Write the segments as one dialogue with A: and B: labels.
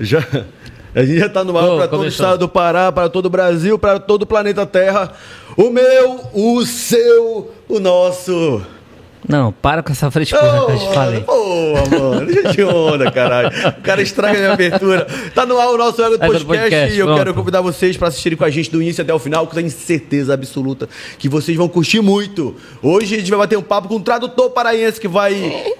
A: Já, a gente já tá no ar
B: Ô,
A: para todo o
B: começou.
A: estado do Pará, para todo o Brasil, para todo o planeta Terra. O meu, o seu, o nosso.
B: Não, para com essa frescura,
A: Ô,
B: eu te falei.
A: Boa, mano. Deixa de onda, caralho. O cara estraga a minha abertura. Tá no ar o nosso Elo
B: Tá no
A: Podcast,
B: podcast,
A: e eu
B: pronto.
A: quero convidar vocês para assistirem com a gente do início até o final, que eu tenho certeza absoluta que vocês vão curtir muito. Hoje a gente vai bater um papo com um tradutor paraense que vai.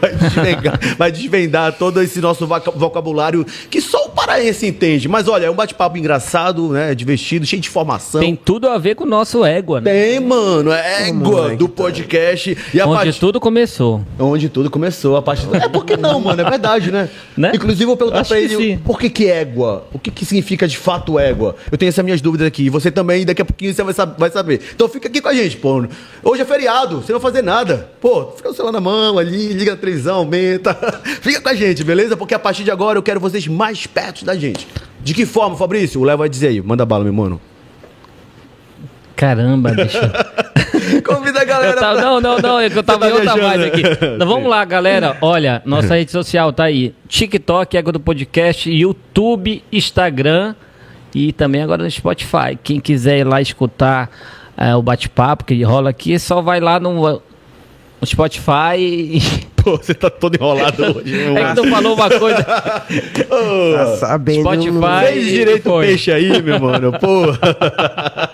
A: Vai desvendar, vai desvendar todo esse nosso vaca- vocabulário que só o paraense entende. Mas olha, é um bate-papo engraçado, né? Divertido, cheio de informação.
B: Tem tudo a ver com o nosso égua, né?
A: Tem, mano, é égua do podcast. E a
B: tá. Onde
A: partir-
B: tudo começou.
A: Onde tudo começou, a parte do... É porque não, mano, é verdade, né?
B: Né?
A: Inclusive, eu vou perguntar
B: Acho
A: pra
B: que
A: ele
B: sim.
A: por que que égua? O que que significa de fato égua? Eu tenho essas minhas dúvidas aqui. E você também, daqui a pouquinho você vai, sab- vai saber. Então fica aqui com a gente, pô. Hoje é feriado, você não vai fazer nada. Pô, fica o celular na mão ali, liga na televisão, aumenta. fica com a gente, beleza? Porque a partir de agora eu quero vocês mais perto da gente. De que forma, Fabrício? O Léo vai dizer aí. Manda bala, meu mano.
B: Caramba, bicho.
A: Convida a
B: Eu
A: galera
B: tava-
A: pra...
B: não, não, não, é que eu tava
A: Você tá
B: em outra
A: viajando,
B: vibe aqui.
A: né?
B: Então, vamos lá, galera. Olha, nossa rede social tá aí. TikTok, Égua do Podcast, YouTube, Instagram e também agora no Spotify. Quem quiser ir lá escutar é, o bate-papo que rola aqui, é só vai lá no, no Spotify e...
A: Pô, você tá todo enrolado hoje. meu
B: É que
A: mano.
B: não falou uma coisa...
C: Tá sabendo.
B: Spotify.
A: Fez direito o
B: Foi.
A: peixe aí, meu mano. Pô.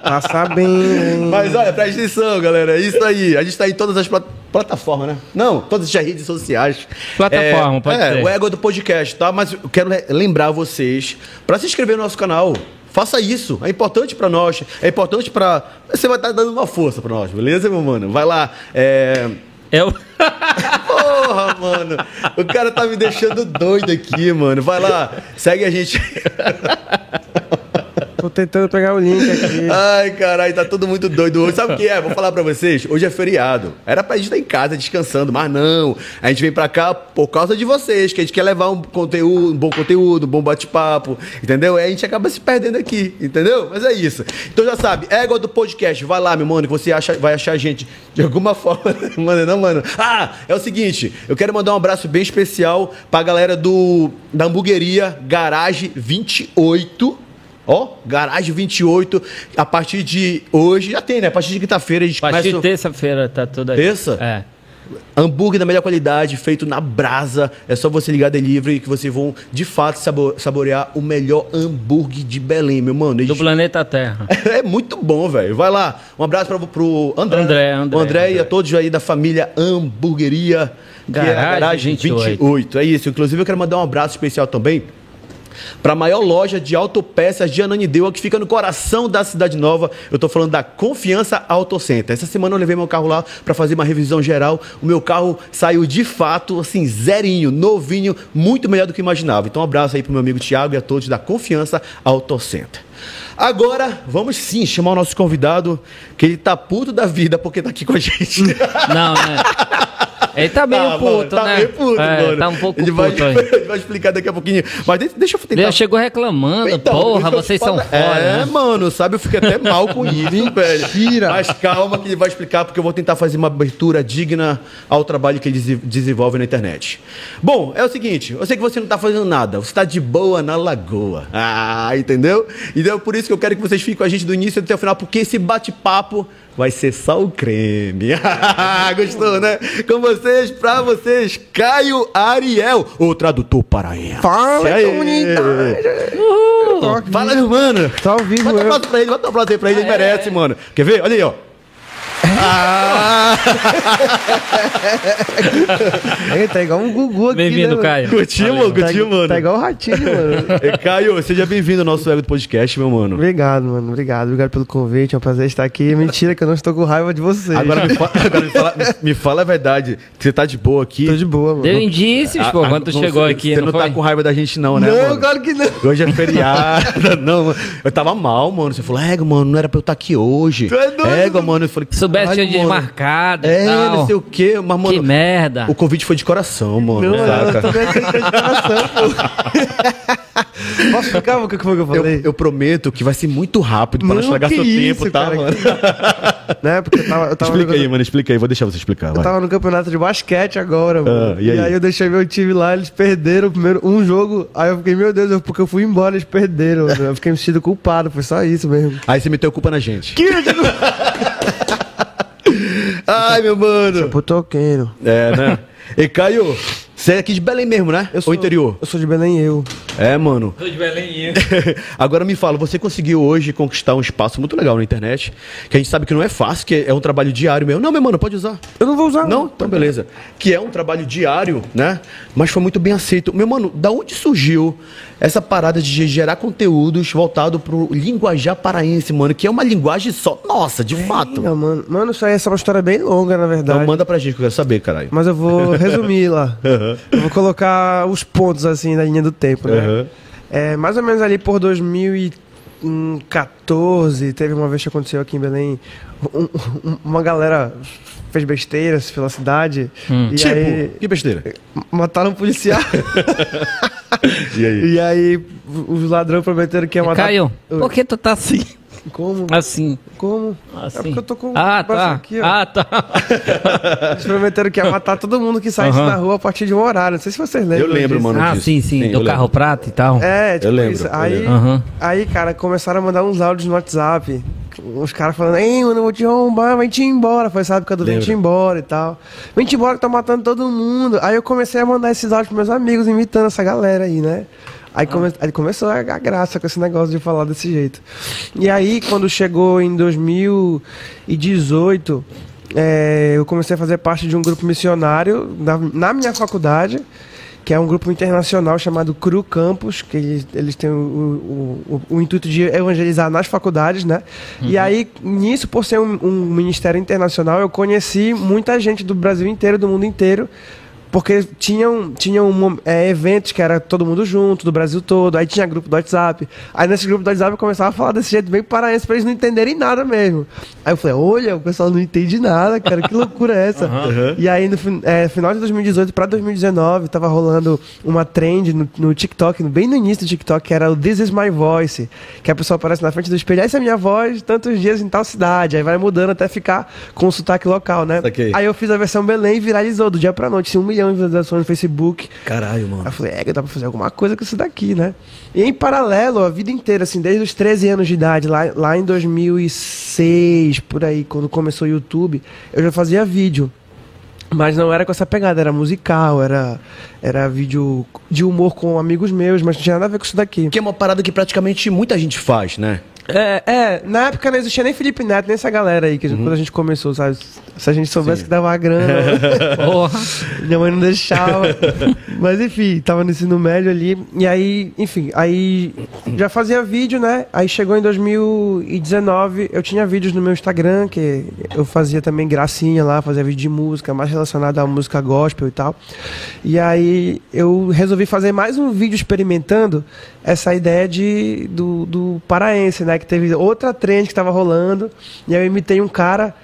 C: Tá sabendo.
A: Mas olha, presta atenção, galera. É isso aí. A gente tá em todas as plat- plataformas, né? Não, todas as redes sociais.
B: Plataforma,
A: é,
B: pode
A: é,
B: ser.
A: o ego do podcast, tá? Mas eu quero le- lembrar vocês pra se inscrever no nosso canal. Faça isso, é importante pra nós, é importante pra. Você vai estar dando uma força pra nós, beleza, meu mano? Vai lá. É...
B: É o...
A: Porra, mano. O cara tá me deixando doido aqui, mano. Vai lá, segue a gente.
C: Tô tentando pegar o link aqui.
A: Ai, caralho, tá todo muito doido hoje. Sabe o que é? Vou falar pra vocês. Hoje é feriado. Era pra gente estar em casa descansando, mas não. A gente vem pra cá por causa de vocês, que a gente quer levar um conteúdo, um bom conteúdo, um bom bate-papo, entendeu? E a gente acaba se perdendo aqui, entendeu? Mas é isso. Então já sabe, égua do podcast. Vai lá, meu mano, que você acha, vai achar a gente de alguma forma. Mano, não, mano. Ah, é o seguinte, eu quero mandar um abraço bem especial pra galera do da hamburgueria Garage 28. Ó, Garagem 28, a partir de hoje, já tem, né? A partir de quinta-feira a gente
B: A partir
A: começa
B: de
A: o
B: terça-feira tá tudo aí.
A: Terça?
B: É.
A: hambúrguer da melhor qualidade, feito na brasa. É só você ligar delivery que vocês vão, de fato, sabo- saborear o melhor hambúrguer de Belém, meu mano.
B: Do
A: Eles-
B: planeta Terra.
A: É muito bom, velho. Vai lá. Um abraço pra, pro André.
B: André, André,
A: o André, e a
B: André.
A: todos aí da família Hamburgueria. que é a
B: Garagem
A: 28.
B: 28.
A: É isso. Inclusive, eu quero mandar um abraço especial também para a maior loja de autopeças de Ananindeua, que fica no coração da Cidade Nova. Eu tô falando da Confiança Auto Center. Essa semana eu levei meu carro lá para fazer uma revisão geral. O meu carro saiu de fato, assim, zerinho, novinho, muito melhor do que eu imaginava. Então, um abraço aí pro meu amigo Tiago e a todos da Confiança Auto Center. Agora, vamos sim chamar o nosso convidado, que ele tá puto da vida porque tá aqui com a gente.
B: Não, né? Ele tá meio
A: Ah, mano,
B: puto,
A: tá
B: né?
A: meio puto,
B: É,
A: mano.
B: Tá um pouco
A: ele vai,
B: puto aí.
A: ele vai explicar daqui a pouquinho. Mas deixa, deixa eu tentar
B: Ele chegou reclamando,
A: então, por isso
B: porra,
A: que eu te
B: vocês
A: falo-
B: são foda.
A: É,
B: né?
A: mano, sabe? Eu fico até mal com isso, velho. Mas calma que ele vai explicar, porque eu vou tentar fazer uma abertura digna ao trabalho que ele dese- desenvolve na internet. Bom, é o seguinte, eu sei que você não tá fazendo nada, você tá de boa na lagoa. Ah, entendeu? Então é por isso que eu quero que vocês fiquem com a gente do início até o final, porque esse bate-papo vai ser só o creme. Gostou, né? Com vocês, pra vocês, Caio Ariel, o tradutor paraense.
C: Fala,
A: Aê.
C: comunidade. Tô aqui.
A: Fala, meu mano.
C: Tá ao vivo,
A: Bota um
C: eu.
A: aplauso pra ele, bota um aplauso aí pra
B: É.
A: ele, ele merece, mano. Quer ver? Olha aí, ó. Ah,
C: É, tá igual um Gugu aqui.
B: Bem-vindo,
C: né,
B: Caio.
A: curtiu, mano,
C: Mano? Tá,
A: curtiu, mano.
C: tá igual o ratinho, mano.
A: É, Caio, seja bem-vindo ao nosso Ego do Podcast, meu mano.
C: Obrigado, mano. Obrigado. Obrigado pelo convite. É um prazer estar aqui. Mentira que eu não estou com raiva de vocês.
A: Agora, me fala, agora me, fala, me fala a verdade, que você tá de boa aqui.
C: Tô de boa, mano.
B: Deu indícios, pô, quando tu
A: não
B: chegou
A: sei,
B: aqui,
A: Ah, Você
B: não,
A: não, tá
B: foi?
A: com raiva da gente não, né,
C: não,
A: mano?
C: claro que não.
A: Hoje é feriado, não, mano. Eu tava mal, mano. Você falou, Ego, mano, não era pra eu estar aqui hoje.
C: Tu é doido,
A: Ego, mano. Eu falei,
B: Soubesse
A: "Caralho,
B: tinha
A: mano."
B: desmarcado e
A: É,
B: tal.
A: não sei o quê, mas, mano.
B: Que merda.
A: O convite foi de coração, mano.
C: Não, mano,
A: saca?
C: eu também acredito de coração, pô. Posso ficar? O que foi que eu
A: Eu,
C: falei?
A: eu prometo que vai ser muito rápido para não
C: Não,
A: estragar
C: que
A: seu
C: isso,
A: tempo, tá,
C: cara,
A: mano?
C: Né? Porque eu tava, eu tava
A: Explica
C: jogando-
A: aí, mano, explica aí. Vou deixar você explicar.
C: Eu
A: vai.
C: tava no campeonato de basquete agora, mano.
A: Ah, e aí?
C: eu deixei meu time lá, eles perderam o primeiro um jogo. Aí eu fiquei, meu Deus, eu- porque eu fui embora, eles perderam. mano. Eu fiquei me sentindo culpado, foi só isso mesmo.
A: Aí você meteu culpa na gente.
C: Que eu digo?
A: Ai, meu mano.
C: Putoqueiro.
A: É, né? E Caio, você é aqui de Belém mesmo, né?
C: Eu sou,
A: Ou interior?
C: Eu sou de Belém, eu.
A: É, mano.
B: Tô de Belém.
A: Agora me fala, você conseguiu hoje conquistar um espaço muito legal na internet, que a gente sabe que não é fácil, que é um trabalho diário meu. Não, meu mano, pode usar.
C: Eu não vou usar.
A: Não? Então beleza. Que é um trabalho diário, né? Mas foi muito bem aceito. Meu mano, da onde surgiu essa parada de gerar conteúdos voltado pro linguajar paraense, mano? Que é uma linguagem só nossa, de fato.
C: É, Não, mano. Mano, isso aí essa é uma história bem longa, na verdade.
A: Então manda pra gente que eu quero saber, caralho.
C: Mas eu vou resumir lá. Eu vou colocar os pontos, assim, da linha do tempo, né?
A: Aham.
C: É, mais ou menos ali por 2014, teve uma vez que aconteceu aqui em Belém, um- um- uma galera fez besteiras pela cidade.
B: Hum.
C: E
A: tipo,
C: aí,
A: que besteira.
C: mataram um policial.
A: E aí?
C: e aí, os ladrões prometeram que ia matar...
B: Caio,
C: Oi.
B: por que tu tá assim?
C: Como?
B: Assim.
C: Como?
B: assim.
C: É porque eu tô
A: um
C: com
B: ah,
C: o braço
B: tá.
C: aqui, ó.
B: ah, tá.
C: Eles prometeram que ia matar todo mundo que saísse
B: Aham.
C: na rua a partir de um horário. Não sei se vocês lembram
A: Eu lembro,
C: disso.
A: mano.
B: Ah,
A: disso.
B: sim, sim.
A: eu
B: Do carro
A: lembro.
B: prata e tal.
C: É, tipo
A: Eu lembro,
C: isso.
A: eu
C: Aí,
A: lembro.
B: Aham.
C: aí, cara, começaram a mandar uns áudios no WhatsApp. Os caras falando, ei, mano, eu vou te arrombar, vai te embora. Foi essa época do vem
A: Lembro.
C: te embora e tal. Vem te embora que tá matando todo mundo. Aí eu comecei a mandar esses áudios pros meus amigos, imitando essa galera aí, né? Aí, come- aí começou a, a graça com esse negócio de falar desse jeito. E aí, quando chegou em 2018, é, eu comecei a fazer parte de um grupo missionário na- na minha faculdade que é um grupo internacional chamado Cru Campus, que eles, eles têm o, o- o- o intuito de evangelizar nas faculdades, né? E aí, nisso, por ser um, um ministério internacional, eu conheci muita gente do Brasil inteiro, do mundo inteiro, porque tinham, tinham mom- é, eventos que era todo mundo junto, do Brasil todo, aí tinha grupo do WhatsApp. Aí nesse grupo do WhatsApp eu começava a falar desse jeito bem paraense pra eles não entenderem nada mesmo. Aí eu falei, olha, o pessoal não entende nada, cara, que loucura é essa? E aí no fin- é, final de 2018 pra 2019 tava rolando uma trend no, no TikTok, no- bem no início do TikTok, que era o This is my voice, que a pessoa aparece na frente do espelho, essa é a minha voz, tantos dias em tal cidade, aí vai mudando até ficar com o sotaque local, né?
A: Saquei.
C: Aí eu fiz a versão Belém e viralizou do dia pra noite, tinha um milhão de visualizações no Facebook.
A: Caralho,
C: Aí
A: mano.
C: eu falei, é, dá pra fazer alguma coisa com isso daqui, né? E em paralelo, a vida inteira, assim, desde os 13 anos de idade, lá, lá em 2006, por aí, quando começou o YouTube, eu já fazia vídeo. Mas não era com essa pegada, era musical, era, era vídeo de humor com amigos meus, mas não tinha nada a ver com isso daqui.
A: Que é uma parada que praticamente muita gente faz, né?
C: É, é, na época não existia nem Felipe Neto, nem essa galera aí, que a gente- quando a gente começou, sabe? Se a gente soubesse que dava uma grana.
B: Porra.
C: Minha mãe não deixava. Mas enfim, tava no ensino médio ali. E aí, enfim, aí já fazia vídeo, né? Aí chegou em 2019, eu tinha vídeos no meu Instagram, que eu fazia também gracinha lá, fazia vídeo de música, mais relacionado à música gospel e tal. E aí eu resolvi fazer mais um vídeo experimentando essa ideia de, do, do paraense, né? Que teve outra trend que tava rolando. E aí eu imitei um cara.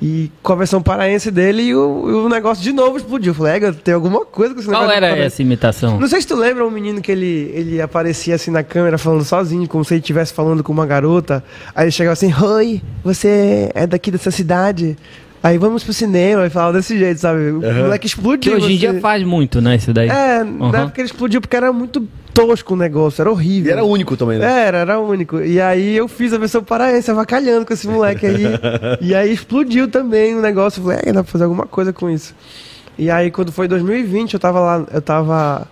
C: E com a versão paraense dele e o, e o negócio de novo explodiu. Eu Falei, "Ega, tem alguma coisa com esse negócio.
B: Qual
C: de
B: era
C: paraense."
B: essa imitação?
C: Não sei se tu lembra um menino que ele, ele aparecia assim na câmera falando sozinho, como se ele estivesse falando com uma garota. Aí ele chegava assim, Oi, você é daqui dessa cidade? Aí vamos pro cinema e falava desse jeito, sabe? O moleque
B: Que
C: explodiu.
B: hoje em
C: assim.
B: dia faz muito, né? Isso daí.
C: É,
B: Uhum.
C: na época ele explodiu porque era muito tosco o negócio, era horrível.
A: E era único também, né?
C: Era, era único. E aí eu fiz a versão paraense, avacalhando com esse moleque aí. e aí explodiu também o negócio. Eu Falei, "É, dá pra fazer alguma coisa com isso. E aí, quando foi 2020, eu tava lá, eu tava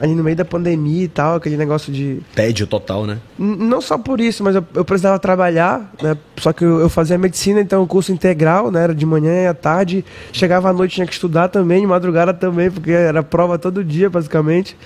C: ali no meio da pandemia e tal, aquele negócio de.
A: Tédio total, né?
C: N- Não só por isso, mas eu, eu precisava trabalhar, né? Só que eu, eu fazia medicina, então o curso integral, né? Era de manhã e à tarde. Chegava à noite, tinha que estudar também, de madrugada também, porque era prova todo dia, basicamente.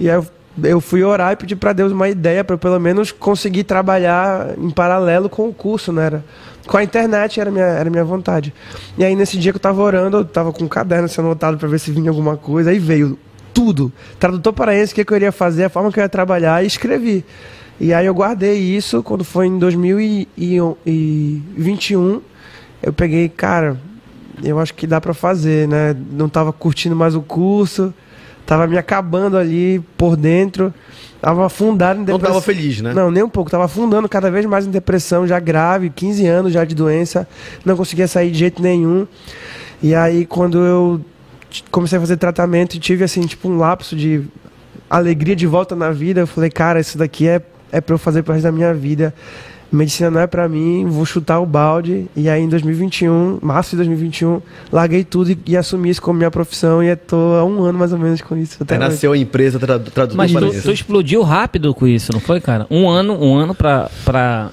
C: E aí eu, eu fui orar e pedi pra Deus uma ideia pra eu pelo menos conseguir trabalhar em paralelo com o curso, né? Era, com a internet era minha, era minha vontade. E aí nesse dia que eu tava orando, eu tava com um caderno sendo anotado pra ver se vinha alguma coisa, aí veio tudo. Tradutor paraense, o que, que eu iria fazer, a forma que eu ia trabalhar e escrevi. E aí eu guardei isso quando foi em 2021. Eu peguei, cara, eu acho que dá pra fazer, né? Não tava curtindo mais o curso, tava me acabando ali por dentro. Tava afundado em
A: Não
C: depressão.
A: tava feliz, né?
C: Não, nem um pouco. Tava afundando cada vez mais em depressão, já grave, 15 anos já de doença. Não conseguia sair de jeito nenhum. E aí, quando eu t- comecei a fazer tratamento e tive, assim, tipo, um lapso de alegria de volta na vida, eu falei, cara, isso daqui é, é pra eu fazer pro resto da minha vida. Medicina não é pra mim, vou chutar o balde. E aí, em 2021, março de 2021, larguei tudo e, e assumi isso como minha profissão. E eu tô há um ano mais ou menos com isso.
A: Até
C: hoje.
A: nasceu a empresa tra- tradutora
B: Mas tu,
A: Parecia.
B: tu explodiu rápido com isso, não foi, cara? Um ano, um ano pra. pra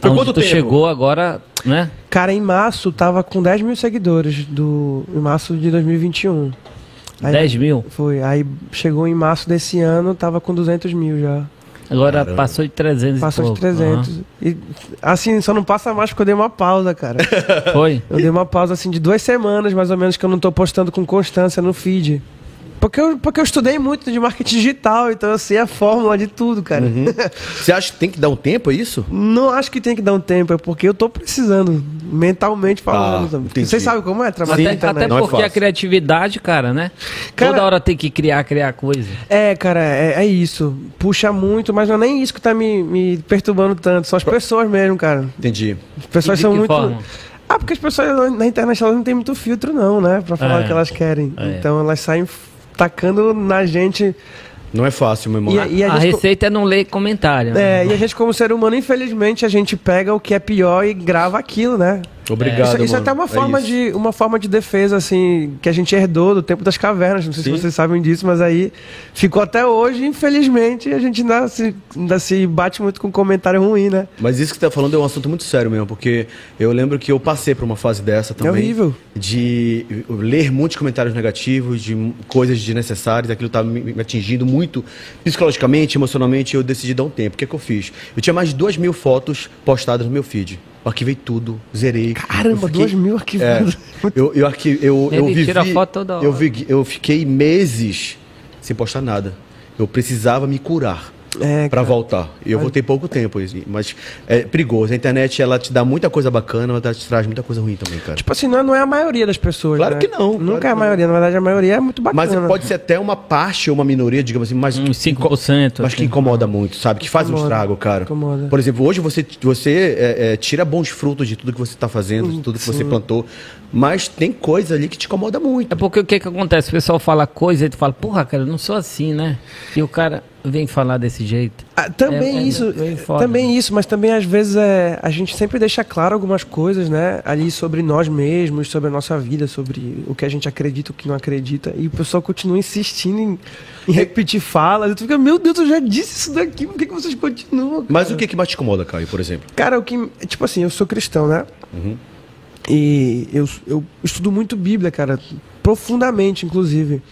A: Foi
B: aonde
A: quanto
B: tu
A: tempo?
B: chegou agora, né?
C: Cara, em março tava com 10 mil seguidores do, em março de 2021. Aí-
B: 10 mil.
C: um. Foi. Aí chegou em março desse ano, tava com 200 mil já.
B: Agora
A: Caramba.
B: passou de
A: é
B: 300 e
C: Passou
B: pouco.
C: de 300. E, assim, só não passa mais porque eu dei uma pausa, cara.
B: Aham. Foi?
C: Eu dei uma pausa assim de duas semanas, mais ou menos, que eu não tô postando com constância no feed. Porque eu, porque eu estudei muito de marketing digital, então eu sei a fórmula de tudo, cara.
A: Uhum. Você acha que tem que dar um tempo, é isso?
C: Não acho que tem que dar um tempo, é porque eu tô precisando, mentalmente falando.
A: Ah,
C: também.
A: entendi.
C: Vocês sabem como é trabalhar na
B: até
C: internet.
B: até
A: Não é
B: porque a
A: fácil.
B: criatividade, cara, né?
C: Cara-
B: Toda hora tem que criar, criar coisa.
C: É, cara, é, é isso. Puxa muito, mas não é nem isso que tá me, me perturbando tanto. São as pessoas mesmo, cara.
A: Entendi.
C: As
B: E
C: pessoas
B: de
C: são
B: que
C: muito.
B: forma?
C: Ah, porque as pessoas na internet elas não têm muito filtro, não, né? Pra falar
B: É.
C: o que elas querem.
B: É.
C: Então elas saem f- tacando na gente.
A: Não é fácil, meu irmão.
C: E, a- e a,
B: a
C: gente. co-
B: receita é não ler comentário. né?
C: é, e a gente, como ser humano, infelizmente, a gente pega o que é pior e grava aquilo, né?
A: Obrigado,
C: isso, isso é
A: mano.
C: até uma forma,
A: isso.
C: de, uma forma de defesa, assim, que a gente herdou do tempo das cavernas. Não sei
A: Sim.
C: se vocês sabem disso, mas aí ficou até hoje, infelizmente, a gente ainda se, ainda se bate muito com comentário ruim, né?
A: Mas isso que você tá falando é um assunto muito sério mesmo, porque eu lembro que eu passei por uma fase dessa também.
C: É horrível.
A: De ler muitos comentários negativos, de m- coisas desnecessárias, aquilo tá me me atingindo muito psicologicamente, emocionalmente, e eu decidi dar um tempo. O que é que eu fiz? Eu tinha mais de duas mil fotos postadas no meu feed. Eu arquivei tudo, zerei.
C: Caramba,
A: Eu fiquei-
C: duas mil arquivados.
A: É, eu, eu, arqui- eu, eu
B: Ele
A: vivi,
B: tira foto toda hora.
A: Eu, vi- eu fiquei meses sem postar nada. Eu precisava me curar.
C: É,
A: Pra voltar. E eu voltei pouco tempo, assim, mas é perigoso. A internet, ela te dá muita coisa bacana, mas ela te traz muita coisa ruim também, cara.
C: Tipo assim, não é, não é a maioria das pessoas.
A: Claro
C: né?
A: que não, claro
C: Nunca
A: que
C: é a
A: não.
C: maioria. Na verdade, a maioria é muito bacana.
A: mas pode ser até uma parte ou uma minoria, digamos assim, mas,
B: Uns 5%.
A: mas que
B: assim.
A: incomoda muito, sabe? Que faz um
C: Incomoda,
A: estrago, cara.
C: incomoda.
A: Por exemplo, hoje você, você é, é, tira bons frutos de tudo que você tá fazendo, de tudo que você plantou, mas tem coisa ali que te incomoda muito.
B: É porque o que que acontece? O pessoal fala coisa e tu fala, porra, cara, eu não sou assim, né? E o cara vem falar desse jeito.
C: Ah, também
B: É- é
C: isso,
B: meio foda,
C: também
B: né?
C: isso, mas também às vezes é, a gente sempre deixa claro algumas coisas, né? Ali sobre nós mesmos, sobre a nossa vida, sobre o que a gente acredita, o que não acredita, e o pessoal continua insistindo em, em repetir falas. E tu fica, meu Deus, eu já disse isso daqui, por que, que vocês continuam? cara?"
A: Mas o que, que mais te incomoda, Caio, por exemplo?
C: Cara, o que. Tipo assim, eu sou cristão, né? E eu, eu estudo muito Bíblia, cara. Profundamente, inclusive.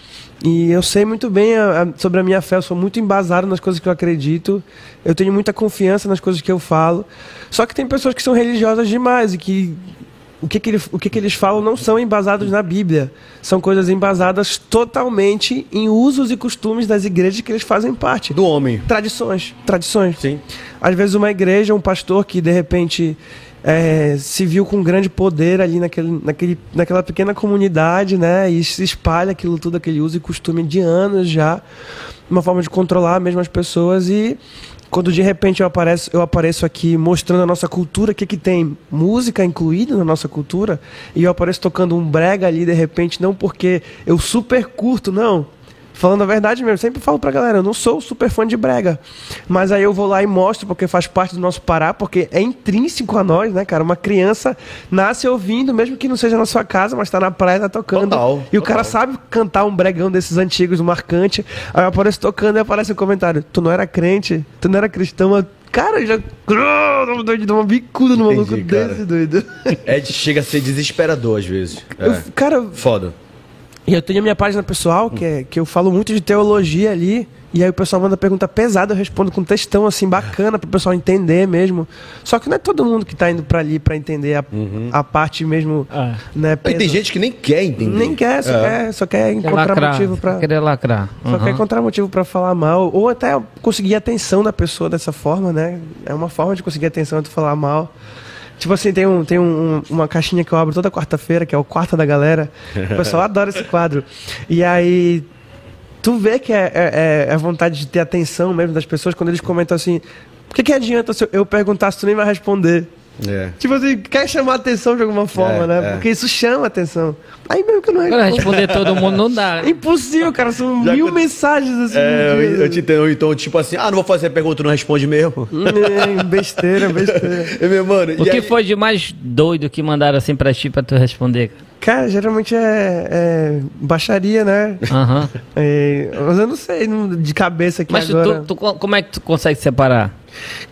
C: E eu sei muito bem a- a- sobre a minha fé, eu sou muito embasado nas coisas que eu acredito. Eu tenho muita confiança nas coisas que eu falo. Só que tem pessoas que são religiosas demais e que. O que, que, ele- o que, que eles falam não são embasados na Bíblia. São coisas embasadas totalmente em usos e costumes das igrejas que eles fazem parte.
A: Do homem.
C: Tradições. Tradições.
A: Sim.
C: Às vezes uma igreja, um pastor que de repente é, se viu com grande poder ali naquele, naquele, naquela pequena comunidade, né? E se espalha aquilo tudo, aquele uso e costume de anos já. Uma forma de controlar mesmo as pessoas e quando de repente eu apareço, eu apareço aqui mostrando a nossa cultura, o que, que tem música incluída na nossa cultura, e eu apareço tocando um brega ali de repente, não porque eu super curto, não. Falando a verdade mesmo, sempre falo pra galera, eu não sou super fã de brega. Mas aí eu vou lá e mostro, porque faz parte do nosso Pará, porque é intrínseco a nós, né, cara? Uma criança nasce ouvindo, mesmo que não seja na sua casa, mas tá na praia, tá tocando.
A: Total,
C: e o cara
A: total.
C: sabe cantar um bregão desses antigos, marcante. Aí eu apareço tocando e aparece o comentário, tu não era crente, tu não era cristão, mas... Cara, eu já. Ah, doido, dou uma bicuda no
A: Entendi,
C: maluco
A: cara.
C: desse, doido.
A: É, de- chega a ser desesperador às vezes. É.
C: Eu- cara,
A: Foda.
C: E eu tenho a minha página pessoal, que, é, que eu falo muito de teologia ali. E aí o pessoal manda pergunta pesada, eu respondo com textão assim, bacana, pro pessoal entender mesmo. Só que não é todo mundo que tá indo pra ali pra entender a,
B: Uhum.
C: a parte mesmo,
B: Ah.
C: né?
A: Aí tem
C: pesa.
A: gente que nem quer entender.
C: Nem quer, só,
A: É.
C: quer, só quer
B: Quer
C: encontrar
B: lacrar.
C: motivo pra.
B: Querer lacrar.
C: Só quer
B: Aham.
C: encontrar motivo pra falar mal, ou até conseguir a atenção da pessoa dessa forma, né? É uma forma de conseguir a atenção de falar mal. Tipo assim, tem, um, tem um- uma caixinha que eu abro toda quarta-feira, que é o Quarta da Galera. O pessoal adora esse quadro. E aí tu vê que é, é, é a vontade de ter atenção mesmo das pessoas quando eles comentam assim: por que, que adianta se eu- eu perguntar se tu nem vai responder?
A: É.
C: Tipo assim, quer chamar atenção de alguma forma,
A: É,
C: né?
A: é.
C: Porque isso chama atenção. Aí mesmo que eu não é
B: Agora
C: respondo.
B: responder todo mundo não dá.
C: É impossível, cara. São
A: Já
C: mil
A: aconte-
C: mensagens assim.
A: É,
C: no
A: eu,
C: dia.
A: eu te entendo. Ou Então, tipo assim, ah, não vou fazer pergunta, não responde mesmo.
C: É, besteira, besteira.
A: É, meu mano.
B: O
A: e
B: que
A: aí-
B: foi de mais doido que mandaram assim pra ti pra tu responder?
C: Cara, geralmente é, é baixaria, né?
B: Aham.
C: É, mas eu não sei não- de cabeça aqui
B: Mas tu-
C: agora.
B: tu- tu- como é que tu consegue separar?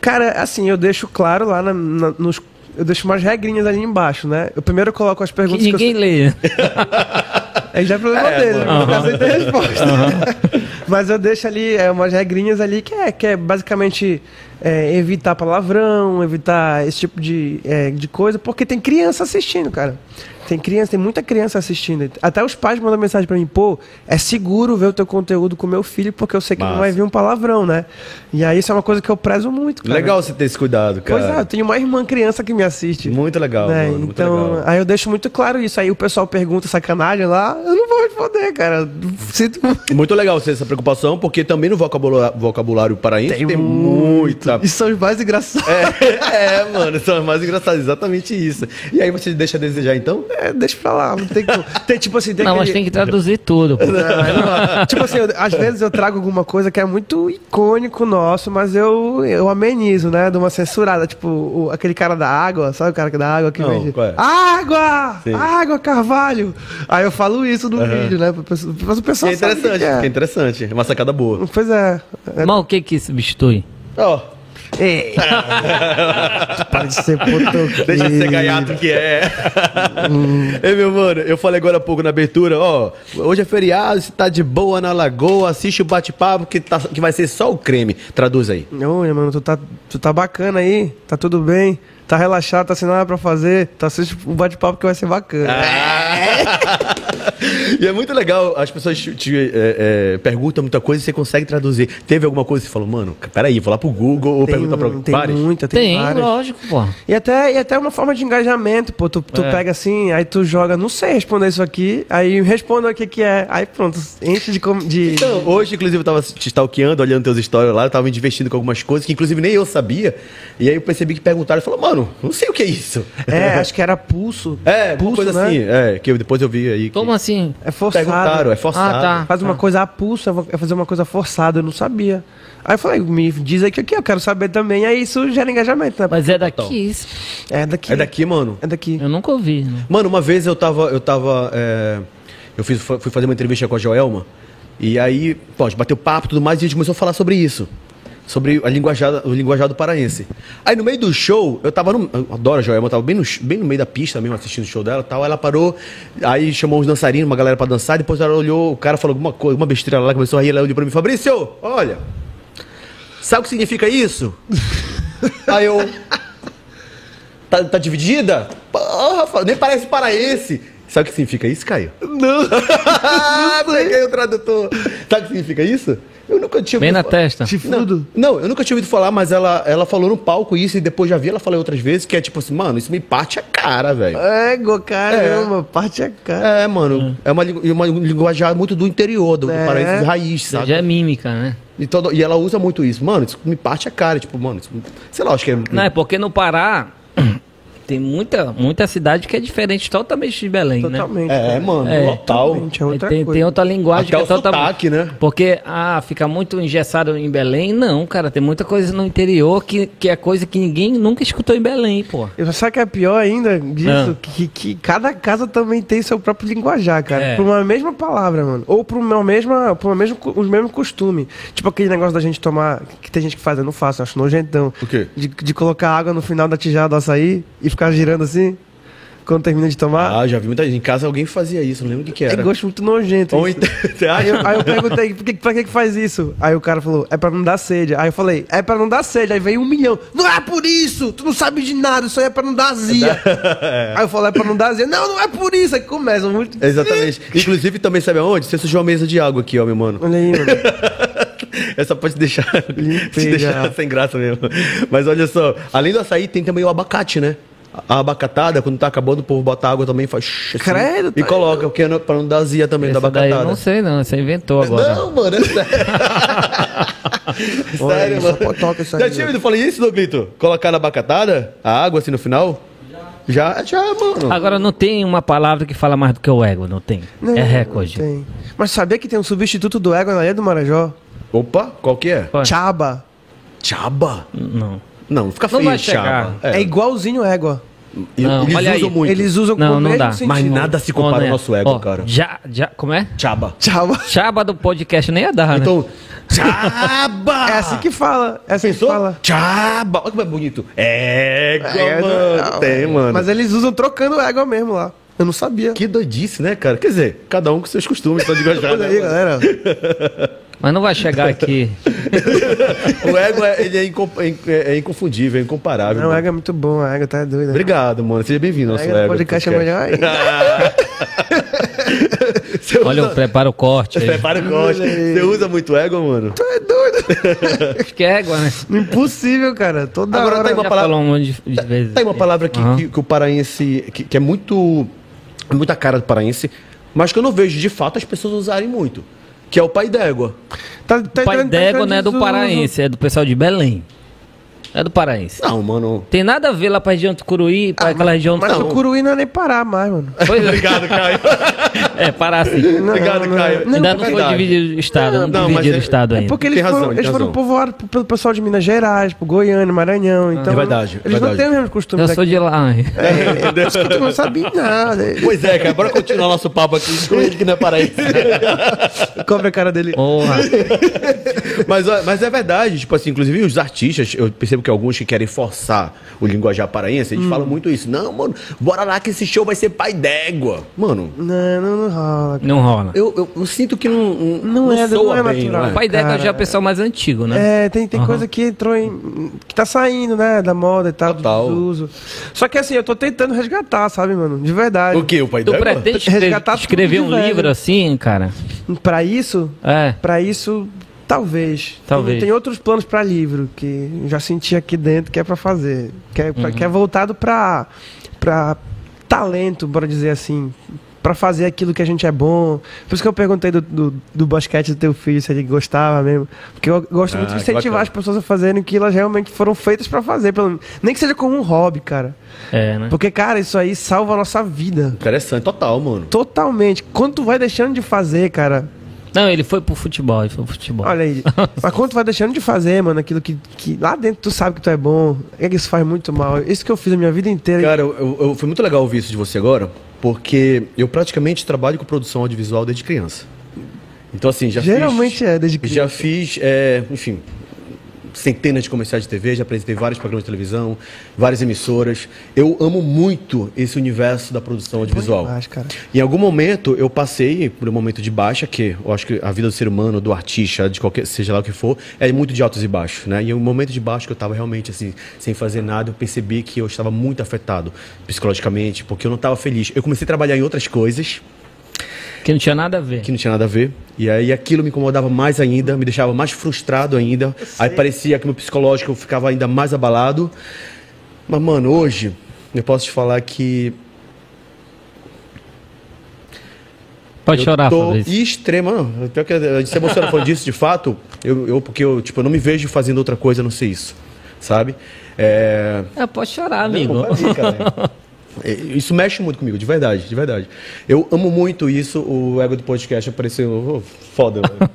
C: Cara, assim, eu deixo claro lá na- na- nos. Eu deixo umas regrinhas ali embaixo, né? Eu primeiro coloco as
B: Que
C: perguntas que,
B: ninguém
C: eu
B: lê.
C: Aí já é problema
A: É,
C: dele, né?
A: mano.
C: Porque eu aceito a resposta. Mas eu deixo ali é, umas regrinhas ali que é, que é basicamente é, evitar palavrão, evitar esse tipo de, é, de coisa, porque tem criança assistindo, cara. Tem criança, tem muita criança assistindo. Até os pais mandam mensagem pra mim, pô, é seguro ver o teu conteúdo com meu filho, porque eu sei que não
A: Massa.
C: vai vir um palavrão, né? E aí isso é uma coisa que eu prezo muito, cara.
A: Legal você ter esse cuidado, cara.
C: Pois é, eu tenho uma irmã criança que me assiste.
A: Muito legal,
C: né?
A: mano. Muito
C: então,
A: legal.
C: aí eu deixo muito claro isso. Aí o pessoal pergunta sacanagem lá, eu não vou responder, cara. Eu Sinto muito.
A: Muito legal você essa preocupação, porque também no vocabula- vocabulário paraense tem, muita.
C: E são os mais engraçados.
A: É, é, mano, são as mais engraçadas, exatamente isso. E aí você deixa a desejar então?
C: É, deixa pra lá, não tem como. Tem tipo assim, tem
B: Não, mas
C: aquele-
B: tem que traduzir tudo. pô.
C: Não, não. tipo assim, eu- às vezes eu trago alguma coisa que é muito icônico nosso, mas eu, eu amenizo, né? Dou uma censurada. Tipo, o- aquele cara da água, sabe o cara que da água que
A: Não,
C: vende?
A: qual é?
C: Água!
A: Sim.
C: Água, Carvalho! Aí eu falo isso no vídeo, né? pro pessoal- Mas o
A: Que
C: pessoal
A: é
C: sabe o que
A: interessante,
C: que é.
A: que é interessante. É uma sacada boa.
C: Pois é. é.
B: Mas o que que substitui?
A: Ó,
C: Ei! Para de ser puto.
A: deixa de ser gaiato que é. Ei, meu mano, eu falei agora há pouco na abertura, ó. Hoje é feriado, se tá de boa na lagoa, assiste o bate-papo que, tá, que vai ser só o creme. Traduz aí.
C: Olha, mano, tu tá, tu tá bacana aí, tá tudo bem, tá relaxado, tá sem nada pra fazer, tá assistindo o bate-papo que vai ser
A: Ah,
C: bacana.
A: e é muito legal, as pessoas te, te, é, é, perguntam muita coisa e você consegue traduzir. Teve alguma coisa que você falou, mano, peraí, vou lá pro Google ou perguntar pra
C: tem um.
A: vários?
C: muita, tem,
B: Tem,
C: várias.
B: lógico, pô.
C: E até, e até uma forma de engajamento, pô. Tu, tu
B: É.
C: pega assim, aí tu joga, não sei responder isso aqui, aí responda o que que é. Aí pronto, enche de... com- de
A: Então, hoje, inclusive, eu tava te stalkeando, olhando teus stories lá, eu tava me divertindo com algumas coisas que, inclusive, nem eu sabia. E aí eu percebi que perguntaram e falou, mano, não sei o que é isso.
C: É, acho que era pulso.
A: É, uma
C: pulso,
A: coisa
C: né?
A: assim, é, que eu- depois eu vi aí. que
B: Como assim?
C: É forçado.
A: Perguntaram, é forçado.
B: Ah, tá.
C: Faz uma coisa a pulso, é fazer uma coisa forçada, eu não sabia. Aí eu falei, me diz aí o que que é, eu quero saber também. Aí isso gera engajamento, né?
B: Mas é daqui isso.
C: É daqui.
A: É daqui, mano.
C: É daqui.
B: Eu nunca ouvi. né?
A: Mano, uma vez eu tava. Eu tava. é, eu fiz, fui fazer uma entrevista com a Joelma. E aí, pô, a gente bateu papo e tudo mais, e a gente começou a falar sobre isso. Sobre a linguajada, o linguajado paraense. Aí no meio do show, eu tava no. Eu adoro a Joelma, eu tava bem no, bem no meio da pista mesmo, assistindo o show dela e tal. Ela parou, aí chamou uns dançarinos, uma galera pra dançar, depois ela olhou, o cara falou alguma coisa, uma besteira lá, começou a rir, ela olhou pra mim, Fabrício, olha! Sabe o que significa isso? Aí eu. Tá, tá dividida? Porra, fa- nem parece paraense. Sabe o que significa isso, Caio?
C: Não.
A: Ah, peguei o tradutor. Sabe o que significa isso? Eu nunca tinha
B: Bem na
A: fa-
B: testa.
C: Chifrudo.
A: Não, não, eu nunca tinha ouvido falar, mas ela, ela falou no palco isso e depois já vi ela falar outras vezes que é tipo assim, mano, isso me parte a cara, velho.
C: É, go, caramba, parte a cara.
A: É, mano, é, uma, lingu- uma linguajar muito do interior, do, do
C: É.
A: paraíso raiz, sabe?
B: Já é mímica, né?
A: E, todo- e ela usa muito isso. Mano, isso me parte a cara, tipo, mano, isso, sei lá, acho que é...
B: Não, é porque no Pará tem muita, muita cidade que é diferente totalmente de Belém, né?
C: Totalmente.
A: É, mano,
B: É.
A: total.
C: Totalmente, é outra
B: tem,
C: coisa.
B: tem outra linguagem
A: Até
B: que é
A: o sotaque, né?
B: Porque, ah, fica muito engessado em Belém. Não, cara, tem muita coisa no interior que, que é coisa que ninguém nunca escutou em Belém, pô.
C: Eu sabe o que é pior ainda disso?
B: Ah.
C: Que, que cada casa também tem seu próprio linguajar, cara.
B: É.
C: Pra uma mesma palavra, mano. Ou pra uma mesma, pra uma mesmo, cu- os mesmos costumes. Tipo aquele negócio da gente tomar. Que tem gente que faz, eu não faço, eu acho nojentão.
A: O quê?
C: De, de colocar água no final da tijada do açaí e ficar girando assim. Quando termina de tomar.
A: Ah, já vi muita gente. Em casa alguém fazia isso, não lembro o que, que
C: é
A: era.
C: gosto muito nojento.
A: Ou
C: isso.
A: então- Você acha?
C: Aí eu, aí eu perguntei, "Por que- pra que, que faz isso? Aí o cara falou, é pra não dar sede. Aí eu falei, é pra não dar sede. Aí veio um milhão. Não é por isso! Tu não sabe de nada, isso aí é pra não dar azia. Aí eu falei, é pra não dar azia. Não, não é por isso. Aí começa muito...
A: Exatamente. Inclusive, também sabe aonde? Você sujou a mesa de água aqui, ó, meu mano.
C: Olha aí, mano.
A: Essa pode deixar, te
C: Limpei
A: deixar
C: já.
A: sem graça mesmo. Mas olha só, além do açaí, tem também o abacate, né? a abacatada, quando tá acabando, o povo bota água também, faz. shh, assim,
C: Credo,
A: E
C: tá-
A: coloca, porque é no- pra não dar azia também da
B: Essa daí eu
A: abacatada.
B: não sei, não. Você inventou agora.
A: Não, mano, é sério.
C: Olha,
A: sério,
C: só
A: mano.
C: pode tocar isso aí,
A: Já tinha
C: né?
A: ouvido falar isso, Doglito? Colocar na bacatada a água assim no final? Já. Já, mano.
C: Ah.
B: Agora não tem uma palavra que fala mais do que o ego, não tem.
C: Não,
B: é recorde.
C: não tem. Mas sabia que tem um substituto do ego na Ilha do Marajó?
A: Opa, qual que é?
B: Qual é?
C: Chaba.
A: Chaba?
B: Não.
A: Não, fica
B: Não
A: feio,
B: vai chegar.
A: chaba.
C: É. igualzinho égua.
A: E-
B: Não,
A: eles
B: olha aí.
A: usam muito.
C: Eles usam
B: Não,
C: com o
B: não
C: mesmo
B: dá.
C: sentido.
A: Mas nada se
B: Ó,
A: compara
B: né?
A: ao nosso ego,
B: Ó,
A: cara.
B: Já, já, como é?
A: Chaba.
C: Chaba.
B: Chaba do podcast nem ia dar, né?
A: Então, chaba!
C: É assim que fala. É assim
A: Pensou?
C: que fala. É,
A: Chaba! Olha como é bonito. Égua, mano.
C: não,
A: Tem, mano.
C: Mas é eles usam trocando égua mesmo lá. Eu não sabia.
A: Que doidice, né, cara? Quer dizer, cada um com seus costumes, tá de gostar,
C: Olha
A: né,
C: aí,
A: mano?
C: galera.
B: Mas não vai chegar aqui.
A: O ego é, ele é, inco- é- é inconfundível, é incomparável.
C: Não,
A: mano.
C: égua é muito bom. A égua tá doida.
A: Obrigado, mano. Seja bem-vindo ao
C: A
A: nosso
C: égua do
A: ego.
C: podcast é melhor ainda.
A: Você usa-
B: Olha, um prepara o corte aí.
A: Prepara o corte.
C: Olha aí.
A: Você usa muito ego, mano?
C: Tu é doido.
B: Acho que é égua, né?
C: Impossível, cara. Toda
A: Agora
C: hora.
A: tá uma
B: já
A: palavra-
B: falou um monte de, de vezes.
A: Tem uma palavra que,
B: Aham.
A: que- que o paraense. Que, que é muito. muita cara do paraense, mas que eu não vejo de fato as pessoas usarem muito. Que é o pai d'égua.
C: Tá, tá
B: O pai
C: entrando- tá
B: d'égua
C: entrando
B: não é do
C: desuso.
B: paraense, é do pessoal de Belém. É do paraense.
A: Não, mano.
B: Tem nada a ver lá pra região do Curuí, pra aquela região...
C: Mas
A: Não.
C: o Curuí não é nem parar mais, mano.
B: Pois é.
A: Obrigado, Caio.
B: é, parar assim.
C: Não,
A: Obrigado,
C: não,
A: Tá Caio.
C: não.
B: ainda não foi
A: verdade.
B: dividido o estado, não,
A: Não, mas
B: dividiram
A: é-
B: o estado ainda.
C: Porque
A: Tem
C: eles
A: razão,
C: foram,
A: tem
C: eles foram
A: razão.
C: povoados p- pelo pessoal de Minas Gerais, por Goiânia, Maranhão. Então,
A: É verdade,
C: Eles não
A: verdade.
C: têm os mesmos costumes.
B: Eu sou de lá, hein?
C: aqui. Acho que tu não sabia nada.
A: Pois é, cara, bora continuar nosso papo aqui com ele que não é paraense.
C: Cobra a cara dele.
B: Porra.
A: mas, ó, mas é verdade, tipo assim, inclusive os artistas, eu percebo que alguns que querem forçar o linguajar paraense,
C: Hum.
A: eles falam muito isso. Não, mano, bora lá que esse show vai ser pai d'égua. Mano,
C: Não, não, não rola.
B: Não rola.
A: eu, eu, eu sinto que não. Não,
C: Não é, não
A: soa
C: é
A: bem,
C: natural.
A: não é?
B: O pai d'égua
C: Cara,
B: já é o pessoal mais antigo, né?
C: É, tem, tem coisa que entrou em. que tá saindo, né? Da moda e tal,
A: Total.
C: do uso. Só que assim, eu tô tentando resgatar, sabe, mano? De verdade.
A: O que, o pai
B: Tu
A: d'égua?
B: pretende
C: Tem que resgatar
B: escrever, escrever
C: tudo de
B: um
C: velho.
B: livro assim, cara?
C: Pra isso,
B: É.
C: pra isso, talvez.
B: Talvez.
C: Tem outros planos pra livro que eu já senti aqui dentro que é pra fazer. Que é,
A: Uhum.
C: pra- que é voltado pra, pra talento, bora dizer assim. Pra fazer aquilo que a gente é bom. Por isso que eu perguntei do, do, do basquete do teu filho, se ele gostava mesmo. Porque eu gosto muito
A: Ah, que
C: de incentivar
A: bacana.
C: as pessoas a fazerem o que elas realmente foram feitas pra fazer. Pelo, nem que seja como um hobby, cara.
B: É,
A: Uhum.
B: né?
C: Porque, cara, isso aí salva a nossa vida.
A: Interessante, total, mano.
C: Totalmente. Quando tu vai deixando de fazer, cara,
B: Não, ele foi pro futebol, ele foi pro futebol.
C: Olha aí. Mas quando tu vai deixando de fazer, mano, aquilo que, que lá dentro tu sabe que tu é bom, é que isso faz muito mal. Isso que eu fiz a minha vida inteira.
A: Cara, eu, eu- eu- foi muito legal ouvir isso de você agora, porque eu praticamente trabalho com produção audiovisual desde criança. Então, assim, já
C: geralmente
A: fiz,
C: é desde que.
A: Já fiz, é, enfim, centenas de comerciais de TV, já apresentei vários programas de televisão, várias emissoras. Eu amo muito esse universo da produção audiovisual.
C: demais, cara.
A: Em algum momento eu passei por um momento de baixa, que eu acho que a vida do ser humano, do artista, de qualquer, seja lá o que for, é muito de altos e baixos, né? E um momento de baixo que eu estava realmente assim, sem fazer nada, eu percebi que eu estava muito afetado psicologicamente, porque eu não estava feliz. Eu comecei a trabalhar em outras coisas,
B: Que não tinha nada a ver.
A: que não tinha nada a ver. E aí aquilo me incomodava mais ainda, me deixava mais frustrado ainda. Aí parecia que meu psicológico ficava ainda mais abalado. Mas, mano, hoje eu posso te falar que
B: Pode chorar,
A: tô
B: Fabrício.
A: extrema. não, Pior que a gente se emociona falando disso, de fato. Eu, eu- porque eu, tipo, eu não me vejo fazendo outra coisa a não ser isso, sabe? É,
B: É, pode chorar, amigo.
A: não, vai vir, cara. É, Isso mexe muito comigo, de verdade, de verdade. Eu amo muito isso, o ego do podcast apareceu. oh, foda, velho.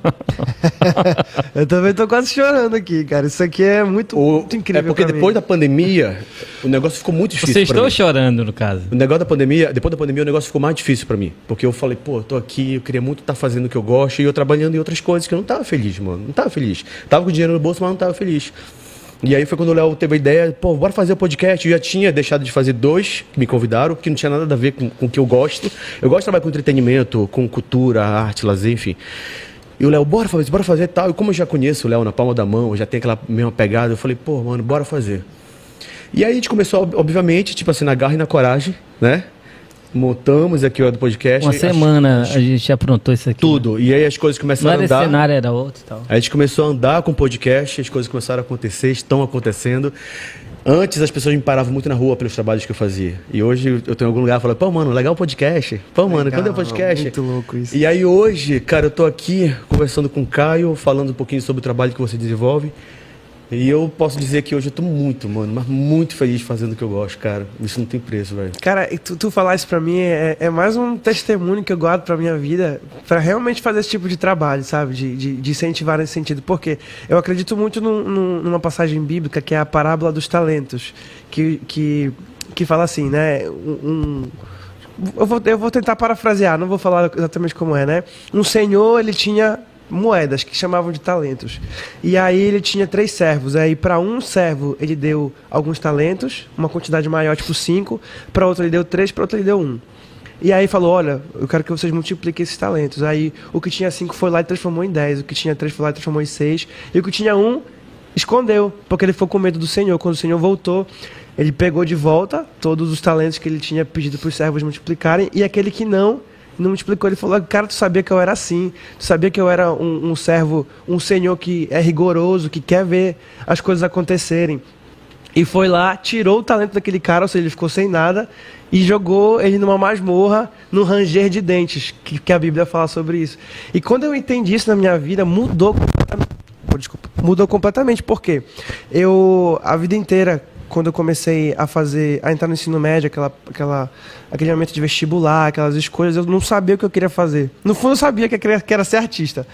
C: Eu também tô quase chorando aqui, cara. Isso aqui é muito,
A: O-
C: muito incrível.
A: É porque
C: pra
A: depois
C: mim.
A: da pandemia, o negócio ficou muito difícil.
B: Vocês
A: pra
B: estão
A: mim.
B: chorando, no caso.
A: O negócio da pandemia, depois da pandemia, o negócio ficou mais difícil pra mim. Porque eu falei, pô, eu tô aqui, eu queria muito estar fazendo o que eu gosto e eu trabalhando em outras coisas que eu não tava feliz, mano. Não tava feliz. Tava com dinheiro no bolso, mas não tava feliz. E aí foi quando o Léo teve a ideia, pô, bora fazer o podcast. Eu já tinha deixado de fazer dois que me convidaram, que não tinha nada a ver com, com o que eu gosto. Eu gosto de trabalhar com entretenimento, com cultura, arte, lazer, enfim. E o Léo, bora fazer, bora fazer e tal. E como eu já conheço o Léo na palma da mão, eu já tem aquela mesma pegada, eu falei, pô, mano, bora fazer. E aí a gente começou, ob- obviamente, tipo assim, na garra e na coragem, né? Montamos aqui o do podcast.
B: Uma
A: As-
B: semana a gente aprontou isso aqui.
A: Tudo. E aí as coisas
B: Não
A: começaram
B: era
A: a
B: esse
A: andar.
B: cenário, era outro e tal. Tá
A: A gente começou a andar com o podcast, as coisas começaram a acontecer, estão acontecendo. Antes as pessoas me paravam muito na rua pelos trabalhos que eu fazia. E hoje eu tenho algum lugar e falo, pô, mano, legal o podcast. Pô, mano,
C: Legal,
A: quando é o podcast?
C: muito louco isso.
A: E aí hoje, cara, eu tô aqui conversando com o Caio, falando um pouquinho sobre o trabalho que você desenvolve. E eu posso dizer que hoje eu tô muito, mano, mas muito feliz fazendo o que eu gosto, cara. Isso não tem preço, velho.
C: Cara, e tu, tu falar isso pra mim é, é mais um testemunho que eu guardo pra minha vida, pra realmente fazer esse tipo de trabalho, sabe? De, de, de incentivar nesse sentido. Porque eu acredito muito num- num- numa passagem bíblica que é a parábola dos talentos, que, que, que fala assim, né? Um. um- eu vou, eu vou tentar parafrasear, não vou falar exatamente como é, né? Um senhor, ele tinha moedas que chamavam de talentos. E aí ele tinha três servos. Aí para um servo ele deu alguns talentos, uma quantidade maior, tipo cinco. Para outro ele deu três, para outro ele deu um. E aí falou, olha, eu quero que vocês multipliquem esses talentos. Aí o que tinha cinco foi lá e transformou em dez. O que tinha três foi lá e transformou em seis. E o que tinha um escondeu, porque ele ficou com medo do Senhor. Quando o Senhor voltou, ele pegou de volta todos os talentos que ele tinha pedido para os servos multiplicarem. E aquele que não, não multiplicou. Ele falou: Cara, tu sabia que eu era assim. Tu sabia que eu era um, um servo, um senhor que é rigoroso, que quer ver as coisas acontecerem. E foi lá, tirou o talento daquele cara, ou seja, ele ficou sem nada, e jogou ele numa masmorra, num ranger de dentes, que, que a Bíblia fala sobre isso. E quando eu entendi isso na minha vida, mudou completamente. Pô, desculpa. Mudou completamente, porque eu, a vida inteira, quando eu comecei a fazer, a entrar no ensino médio, aquela, aquela, aquele momento de vestibular, aquelas escolhas, eu não sabia o que eu queria fazer. No fundo, eu sabia que eu queria, que era ser artista.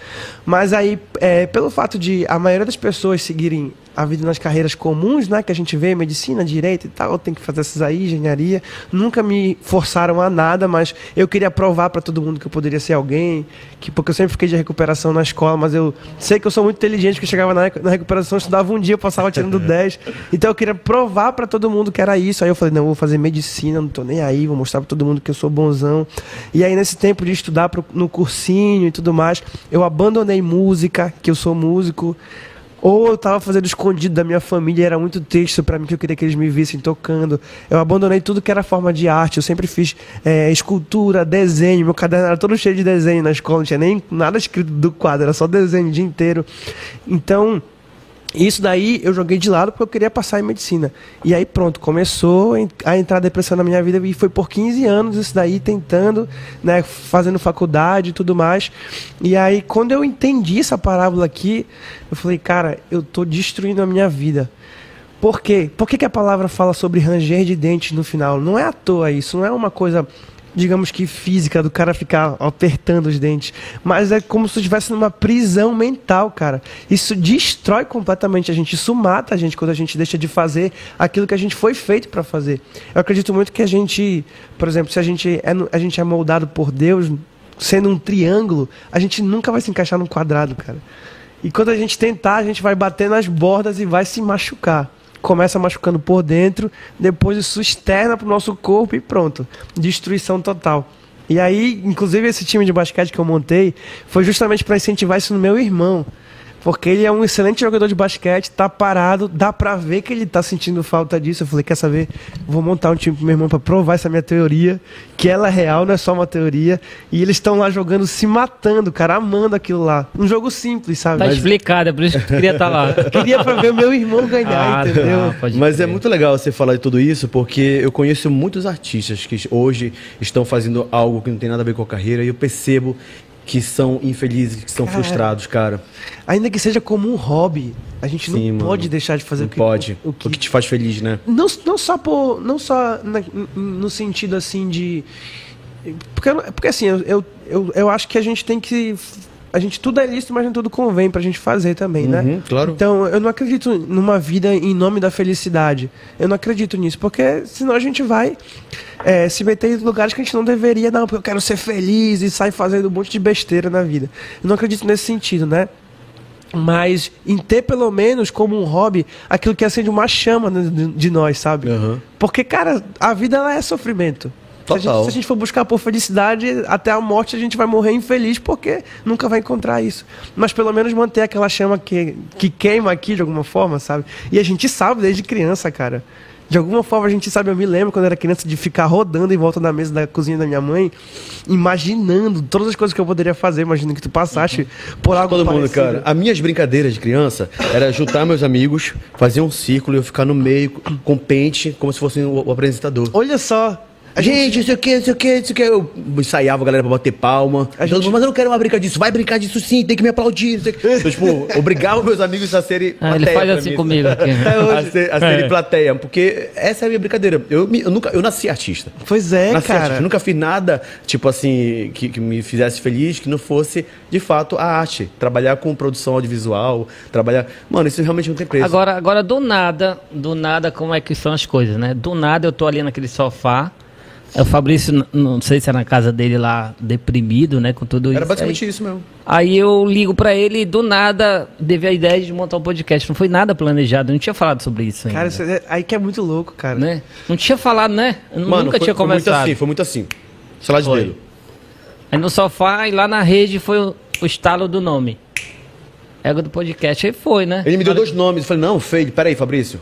C: Mas aí, é, pelo fato de a maioria das pessoas seguirem a vida nas carreiras comuns, né, que a gente vê, medicina, direito e tal, tem que fazer essas aí, engenharia, nunca me forçaram a nada, mas eu queria provar para todo mundo que eu poderia ser alguém, que porque eu sempre fiquei de recuperação na escola, mas eu sei que eu sou muito inteligente, porque eu chegava na, na recuperação, eu estudava um dia, eu passava tirando 10. Então eu queria provar para todo mundo que era isso. Aí eu falei, não, eu vou fazer medicina, não tô nem aí, vou mostrar para todo mundo que eu sou bonzão. E aí nesse tempo de estudar pro- no cursinho e tudo mais, eu abandonei música, que eu sou músico. Ou eu tava fazendo escondido da minha família, era muito triste pra mim que eu queria que eles me vissem tocando. Eu abandonei tudo que era forma de arte, eu sempre fiz eh, escultura, desenho, meu caderno era todo cheio de desenho na escola, não tinha nem nada escrito do quadro, era só desenho o dia inteiro. Então, isso daí eu joguei de lado porque eu queria passar em medicina. E aí pronto, começou a entrar a depressão na minha vida e foi por 15 anos isso daí, tentando, né, fazendo faculdade e tudo mais. E aí quando eu entendi essa parábola aqui, eu falei, cara, eu tô destruindo a minha vida. Por quê? Por que, que a palavra fala sobre ranger de dentes no final? Não é à toa isso, não é uma coisa, digamos que física, do cara ficar apertando os dentes. Mas é como se estivesse numa prisão mental, cara. Isso destrói completamente a gente, isso mata a gente quando a gente deixa de fazer aquilo que a gente foi feito pra fazer. Eu acredito muito que a gente, por exemplo, se a gente é, no- a gente é moldado por Deus, sendo um triângulo, a gente nunca vai se encaixar num quadrado, cara. E quando a gente tentar, a gente vai bater nas bordas e vai se machucar. Começa machucando por dentro, depois isso externa pro nosso corpo e pronto. Destruição total. E aí, inclusive, esse time de basquete que eu montei foi justamente para incentivar isso no meu irmão. Porque ele é um excelente jogador de basquete, tá parado, dá pra ver que ele tá sentindo falta disso. Eu falei, quer saber? Vou montar um time pro meu irmão pra provar essa minha teoria, que ela é real, não é só uma teoria. E eles estão lá jogando, se matando, cara, amando aquilo lá. Um jogo simples, sabe?
B: Tá explicado, é por isso que tu queria estar lá.
C: Queria pra ver o meu irmão ganhar,
B: Ah, tá,
C: entendeu?
B: pode
A: Mas é
B: crer.
A: muito legal você falar de tudo isso, porque eu conheço muitos artistas que hoje estão fazendo algo que não tem nada a ver com a carreira e eu percebo que são infelizes, que são
C: Cara,
A: frustrados, cara.
C: Ainda que seja como um hobby, a gente
A: Sim,
C: não
A: mano.
C: pode deixar de fazer
A: não
C: o que
A: pode.
C: o que
A: te faz feliz, né?
C: Não, não só por. Não só na- n- no sentido assim de. Porque, eu- porque assim, eu, eu, eu, eu acho que a gente tem que. A gente tudo é lícito, mas nem tudo convém pra gente fazer também, né?
A: Uhum, claro.
C: Então, eu não acredito numa vida em nome da felicidade. Eu não acredito nisso, porque senão a gente vai é, se meter em lugares que a gente não deveria, não, porque eu quero ser feliz e sai fazendo um monte de besteira na vida. Eu não acredito nesse sentido, né? mas em ter pelo menos como um hobby aquilo que acende uma chama de- de de nós, sabe?
A: Aham.
C: Porque, cara, a vida ela é sofrimento. Se a,
A: Total.
C: gente, se a gente for buscar por felicidade, até a morte a gente vai morrer infeliz porque nunca vai encontrar isso. Mas pelo menos manter aquela chama que, que queima aqui de alguma forma, sabe? E a gente sabe desde criança, cara. De alguma forma a gente sabe, eu me lembro quando eu era criança de ficar rodando em volta da mesa da cozinha da minha mãe, imaginando todas as coisas que eu poderia fazer, imaginando que tu passaste por algo
A: Uhum. Todo mundo, cara.
C: parecido.
A: As minhas brincadeiras de criança era juntar meus amigos, fazer um círculo e eu ficar no meio com pente, como se fosse o, o apresentador.
C: Olha só. A gente,
A: gente, isso aqui, isso aqui, isso aqui. Eu ensaiava a galera pra bater palma.
C: A
A: Todo
C: gente-
A: mundo, mas eu não quero uma brinca disso. Vai brincar disso sim, tem que me aplaudir. Isso aqui. Então, tipo, obrigava meus amigos a serem.
B: Ah, ele
A: plateia
B: faz
A: pra
B: assim
A: mim.
B: comigo aqui.
A: a ser, a serem
B: É.
A: plateia, porque essa é a minha brincadeira. Eu, me- eu nunca, eu nasci artista.
C: Pois é,
A: Nasci
C: cara.
A: artista. Nunca fiz nada, tipo assim, que, que me fizesse feliz, que não fosse, de fato, a arte. Trabalhar com produção audiovisual, trabalhar. Mano, isso realmente não tem preço.
B: Agora, agora, do nada, do nada, como é que são as coisas, né? Do nada eu tô ali naquele sofá. é O Fabrício, n- não sei se é na casa dele lá, deprimido, né? Com tudo isso.
A: Era basicamente
B: aí,
A: isso mesmo.
B: aí eu ligo pra ele e do nada teve a ideia de montar um podcast. Não foi nada planejado, eu não tinha falado sobre isso ainda.
C: Cara, isso é- aí que é muito louco, cara.
B: né? Não tinha falado, né? Eu
A: Mano,
B: nunca
A: foi,
B: tinha
A: foi muito
B: conversado.
A: assim, foi muito assim. Sei lá de
B: Foi.
A: dedo.
B: Aí no sofá e lá na rede foi o, o estalo do nome. Ego do podcast. Aí foi, né?
A: Ele me deu dois nomes. Eu falei, não, feio, peraí, Fabrício.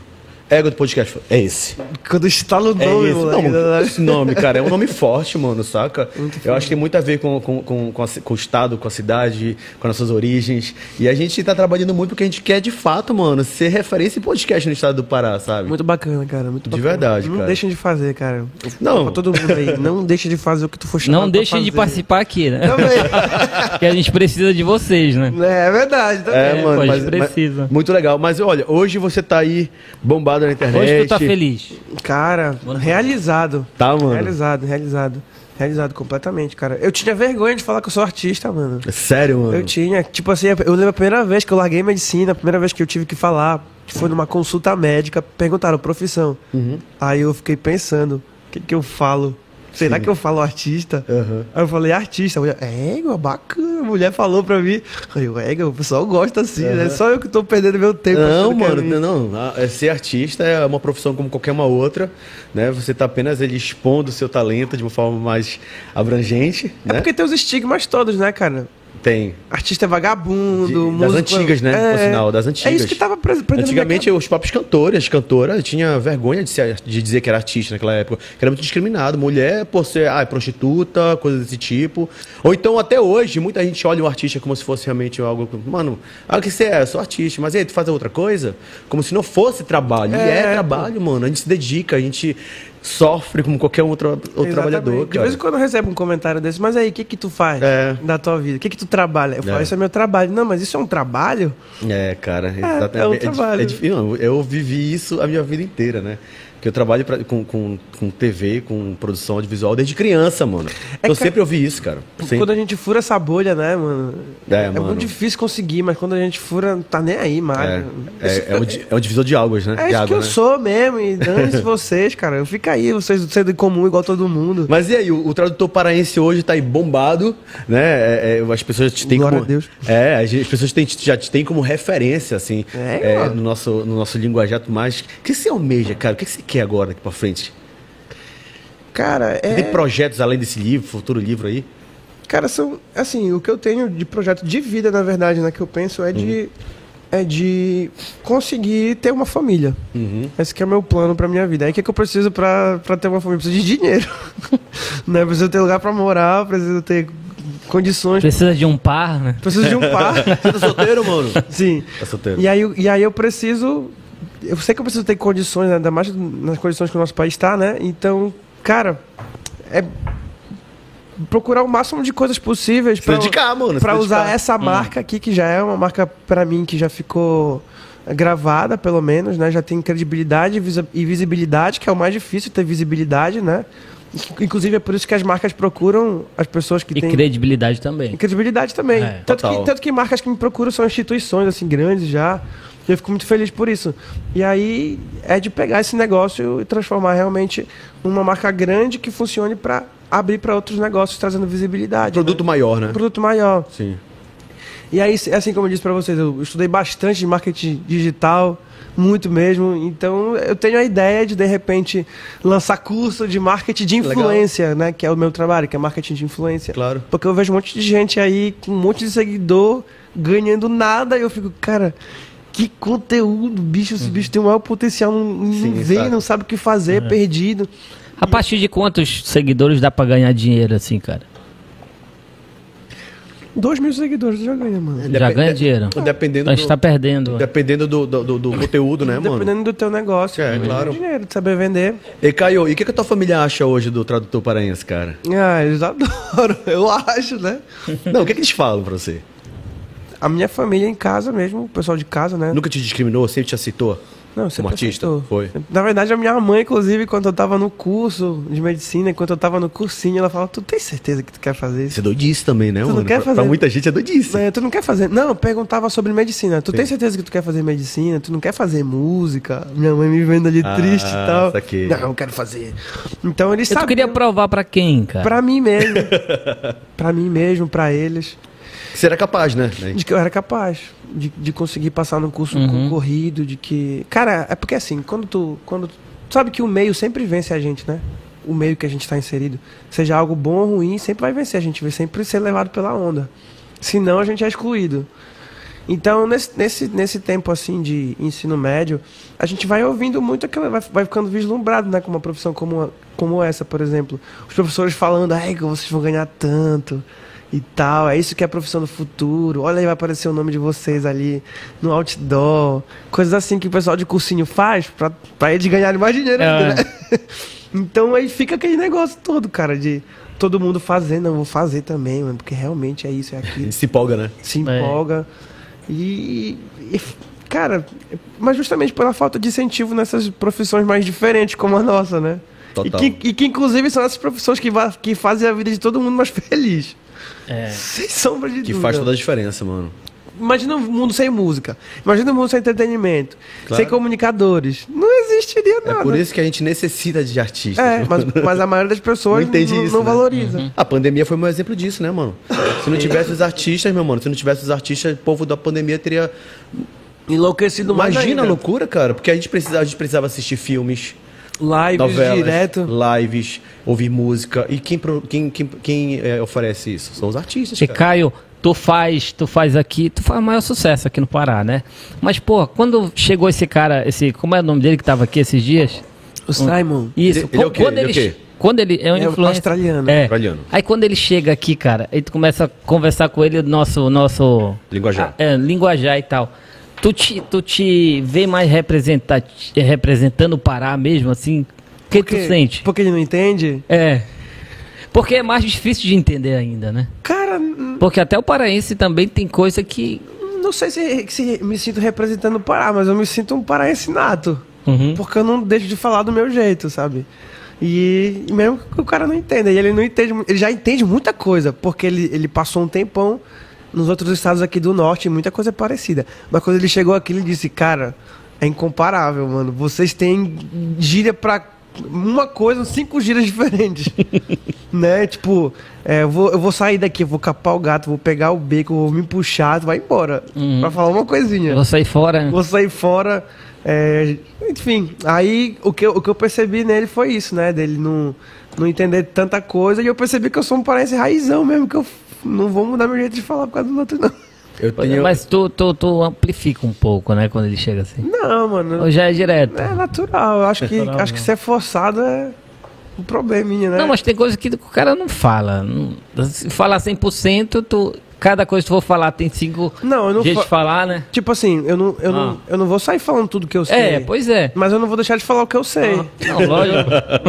A: Ego do podcast. Eu falei, É esse.
C: Quando estala o
A: É
C: nome,
A: esse.
C: moleque.
A: Não, esse nome, cara, é um nome forte, mano, saca? Eu acho que tem muito a ver com, com, com, com a ci- com o estado, com a cidade, com as nossas origens. E a gente tá trabalhando muito porque a gente quer, de fato, mano, ser referência em podcast no estado do Pará, sabe?
C: é Muito bacana, cara. Muito
A: De
C: bacana.
A: verdade,
C: não
A: cara.
C: deixem de fazer, cara.
A: Não.
C: Pra todo mundo aí. Não deixa de fazer o que tu for chamado
A: né?
B: Não
C: pra
A: Tá
B: deixem de
C: fazer.
B: participar aqui, né?
C: Também.
B: Porque a gente precisa de vocês, né?
C: é verdade. Também.
A: É,
B: pô,
A: mano,
B: a
A: mas,
B: gente precisa.
A: mas- muito legal. Mas olha, hoje você tá aí bombado na internet.
B: Hoje tu tá feliz.
C: Cara, realizado.
A: Tá, mano?
C: Realizado, realizado. Realizado completamente, cara. Eu tinha vergonha de falar que eu sou artista, mano.
A: É Sério, mano.
C: Eu tinha, tipo assim, eu lembro a primeira vez que eu larguei medicina, a primeira vez que eu tive que falar, que foi numa consulta médica, perguntaram profissão.
A: Uhum.
C: Aí eu fiquei pensando, o que, que eu falo? Será que eu falo artista?
A: Aham.
C: Aí eu falei, artista. A mulher, é, igual, bacana. A mulher falou pra mim. Aí eu, é, igual, o pessoal gosta assim, né? Só eu que tô perdendo meu tempo.
A: Não,
C: achando que é
A: mano,
C: mim.
A: não, não. A- é, Ser artista é uma profissão como qualquer uma outra, né? Você tá apenas ele expondo o seu talento de uma forma mais abrangente,
C: É
A: né?
C: porque tem os estigmas todos, né, cara?
A: Tem.
C: Artista é vagabundo,
A: De-
C: músico...
A: das antigas, né?
C: É,
A: Por sinal, das antigas.
C: É isso que tava preso. preso na minha
A: Antigamente, os próprios cantores, cantora, tinha vergonha de, ser- de dizer que era artista naquela época, que era muito discriminado. Mulher por ser ah, é prostituta, coisa desse tipo. Ou então, até hoje, muita gente olha o artista como se fosse realmente algo. Mano, ah, o que você é? Eu sou artista, mas e aí, tu faz outra coisa? Como se não fosse trabalho. e
C: É,
A: é
C: pô.
A: trabalho, mano. A gente se dedica, a gente sofre como qualquer outro, outro
C: Exatamente.
A: trabalhador.
C: De vez em
A: Cara.
C: quando eu recebo um comentário desse, mas aí, o que que tu faz
A: É.
C: da tua vida? O que que tu trabalha? Eu falo,
A: É.
C: isso é meu trabalho. Não, mas isso é um trabalho?
A: É, cara,
C: é um
A: exatamente. É, dif-
C: trabalho.
A: é dif- não, eu vivi isso a minha vida inteira, né? Porque eu trabalho pra- com, com, com TV, com produção audiovisual desde criança, mano.
C: É,
A: eu
C: cara,
A: sempre ouvi isso, cara. Sempre.
C: Quando a gente fura essa bolha, né, mano?
A: É, mano.
C: muito difícil conseguir, mas quando a gente fura, não tá nem aí,
A: É,
C: mano.
A: é, é, um, di- é um divisor de águas, né?
C: É
A: de
C: isso
A: água,
C: que eu
A: né?
C: sou mesmo, e dane-se vocês, cara. Eu fico aí, vocês sendo comum igual todo mundo.
A: Mas e aí, o, o tradutor paraense hoje tá aí bombado, né? É, é, as pessoas te têm
C: Glória
A: como.
C: a Deus.
A: É, as as pessoas têm- já te têm como referência, assim,
C: É,
A: é,
C: mano.
A: no, nosso, no nosso linguajato mais. O que você almeja, cara? O que você quer agora daqui pra frente?
C: Cara, é.
A: Tem projetos além desse livro, futuro livro aí?
C: Cara, são. Assim, o que eu tenho de projeto de vida, na verdade, né, que eu penso é de. É de conseguir ter uma família. Esse que é o meu plano pra minha vida. Aí o que, que eu preciso pra, pra ter uma família? Eu preciso de dinheiro. né? Eu preciso ter lugar pra morar, preciso ter condições.
B: Precisa de um par, né?
C: Preciso de um par.
A: Você tá solteiro, mano?
C: Sim.
A: Tá solteiro.
C: E aí, eu- e aí eu preciso. Eu sei que eu preciso ter condições, né, ainda mais nas condições que o nosso país está, né? Então, cara, é procurar o máximo de coisas possíveis
A: Se
C: para
A: dedicar, mano. se
C: para usar
A: dedicar. Uhum.
C: essa marca aqui que já é uma marca pra mim que já ficou gravada pelo menos né já tem credibilidade e visi- e visibilidade que é o mais difícil ter visibilidade né inclusive é por isso que as marcas procuram as pessoas que
B: E
C: têm
B: credibilidade também.
C: e credibilidade também.
B: É,
C: tanto,
A: total.
C: que, tanto que marcas que me procuram são instituições assim grandes já. E eu fico muito feliz por isso. E aí é de pegar esse negócio e transformar realmente numa marca grande que funcione para abrir para outros negócios, trazendo visibilidade.
A: Um produto
C: né?
A: maior, né?
C: Um produto maior.
A: Sim.
C: E aí, se- assim como eu disse para vocês, eu estudei bastante de marketing digital, muito mesmo. Então, eu tenho a ideia de, de repente, lançar curso de marketing de
A: Legal.
C: influência, né? Que é o meu trabalho, que é marketing de influência.
A: Claro.
C: Porque eu vejo um monte de gente aí, com um monte de seguidor, ganhando nada. E eu fico, cara, que conteúdo, bicho. Esse bicho tem o maior potencial, não, não
A: Uhum. Sim,
C: vê,
A: sabe.
C: não sabe o que fazer, é perdido.
B: A partir de quantos seguidores dá pra ganhar dinheiro assim, cara?
C: Dois mil seguidores já ganha,
A: É,
C: mano.
B: Já ganha dinheiro.
A: Dependendo
B: A gente tá
A: do,
B: perdendo.
A: dependendo do, do, do- do conteúdo, né, mano?
C: Dependendo do teu negócio.
A: É,
C: tu ganha
A: claro.
C: dinheiro, de saber vender.
A: E Caio, e o que, que a tua família acha hoje do tradutor paraense, cara?
C: Ah, eles adoram, eu acho, né?
A: Não, o que, que eles falam pra você?
C: A minha família é em casa mesmo, o pessoal de casa, né?
A: Nunca te discriminou, sempre te aceitou?
C: Não, sempre
A: Como artista?
C: aceitou.
A: Foi.
C: Na verdade, a minha mãe, inclusive, quando eu tava no curso de medicina, enquanto eu tava no cursinho, ela falava, tu tem certeza que tu quer fazer
A: Você
C: isso?
A: é doidice também, né,
C: Tu não
A: mano?
C: quer
A: Pra- Pra
C: fazer-
A: muita gente é doidice.
C: É, tu não quer fazer. Não, eu perguntava sobre medicina. Tu tem certeza que tu quer fazer medicina? Tu não quer fazer música? Minha mãe me vendo ali
A: Ah,
C: triste e tal.
A: saquei.
C: Não, eu quero fazer. Então eles
B: Eu
C: sabiam.
B: queria provar pra quem, cara?
C: Pra mim mesmo. pra mim mesmo, pra eles.
A: Você era capaz, né?
C: De que eu era capaz de, de conseguir passar num curso concorrido, de que. Cara, é porque assim, quando tu. Quando tu tu sabe que o meio sempre vence a gente, né? O meio que a gente está inserido. Seja algo bom ou ruim, sempre vai vencer a gente, vai sempre ser levado pela onda. Senão a gente é excluído. Então, nesse, nesse, nesse tempo assim de ensino médio, a gente vai ouvindo muito aquela. Vai, vai ficando vislumbrado, né? Com uma profissão como, a- como essa, por exemplo. Os professores falando, ai, que vocês vão ganhar tanto e tal. É isso que é a profissão do futuro. Olha aí, vai aparecer o nome de vocês ali no outdoor. Coisas assim que o pessoal de cursinho faz pra, pra eles ganharem mais dinheiro ainda,
B: É.
C: né? Então aí fica aquele negócio todo, cara, de todo mundo fazendo, não, eu vou fazer também, mano, porque realmente é isso, é aquilo
A: Ele se empolga, né?
C: se empolga. E, e, cara, mas justamente pela falta de incentivo nessas profissões mais diferentes como a nossa, né?
A: Total.
C: E que, e que, inclusive são essas profissões que, va- que fazem a vida de todo mundo mais feliz.
B: É.
C: Sem sombra de
A: Que
C: dúvida.
A: faz toda a diferença, mano.
C: Imagina um mundo sem música. Imagina um mundo sem entretenimento.
A: Claro.
C: Sem comunicadores. Não existiria
A: É
C: nada.
A: por isso que a gente necessita de artistas.
C: É,
A: né,
C: mas, é.
A: mano?
C: mas a maioria das pessoas
A: Não
C: não,
A: entende
C: não
A: isso, né?
C: valoriza.
A: A pandemia foi um exemplo disso, né, mano? Se não tivesse os artistas, meu mano, se não tivesse os artistas, o povo da pandemia teria.
C: Enlouquecido mais
A: Imagina a
C: ainda.
A: loucura, cara, porque a gente precisava, a gente precisava assistir filmes,
C: Lives
A: novelas,
C: direto.
A: lives, ouvir música. E quem, pro- quem, quem, quem, é, oferece isso? São os artistas,
B: E
A: cara.
B: Caio, tu faz, tu faz aqui, tu faz o maior sucesso aqui no Pará, né? Mas, pô, quando chegou esse cara, esse. Como é o nome dele que tava aqui esses dias?
C: O Simon.
B: Isso,
A: Ele- ele é o
B: qu-
A: quê?
B: quando
A: Ele é o quê?
B: Quando ele é um
C: É um
B: influencer-
C: australiano.
B: É.
A: Australiano.
B: Aí quando ele chega aqui, cara, aí tu começa a conversar com ele, nosso, nosso
A: Linguajar.
B: Ah, é, linguajar e tal. Tu te, tu te vê mais representa- representando o Pará mesmo, assim? O que tu sente?
C: Porque ele não entende?
B: É. Porque é mais difícil de entender ainda, né?
C: Cara, n-
B: Porque até o paraense também tem coisa que.
C: não sei se, se me sinto representando o Pará, mas eu me sinto um paraense nato. Porque eu não deixo de falar do meu jeito, sabe? E e mesmo que o cara não entenda, e ele não entende, mu- ele já entende muita coisa, porque ele, ele passou um tempão nos outros estados aqui do norte, e muita coisa é parecida. Mas quando ele chegou aqui, ele disse, cara, é incomparável, mano. Vocês têm gíria pra uma coisa, cinco gírias diferentes. né? Tipo, é, eu, vou, eu vou sair daqui, eu vou capar o gato, vou pegar o beco, vou me puxar, tu vai embora. Pra falar uma coisinha
B: Eu vou sair fora. né?
C: vou sair fora. é, enfim, aí o que, eu- o que eu percebi nele foi isso, né? Dele não, não entender tanta coisa. E eu percebi que eu sou um paraense raizão mesmo, que eu f- não vou mudar meu jeito de falar por causa do outro, não.
A: Eu tenho.
B: Mas tu, tu, tu amplifica um pouco, né? Quando ele chega assim.
C: Não, mano.
B: Ou já é direto?
C: É natural. Eu acho que, acho que ser forçado é um probleminha, né?
B: Não, mas tem coisa que o cara não fala. Não- Se falar 100%, tu, cada coisa que tu for falar tem cinco
C: Não, eu não
B: jeitos
C: fa-
B: de falar, né?
C: Tipo assim, eu não, eu, não, eu não vou sair falando tudo que eu sei.
B: É, pois é.
C: Mas eu não vou deixar de falar o que eu sei.
B: Não, lógico.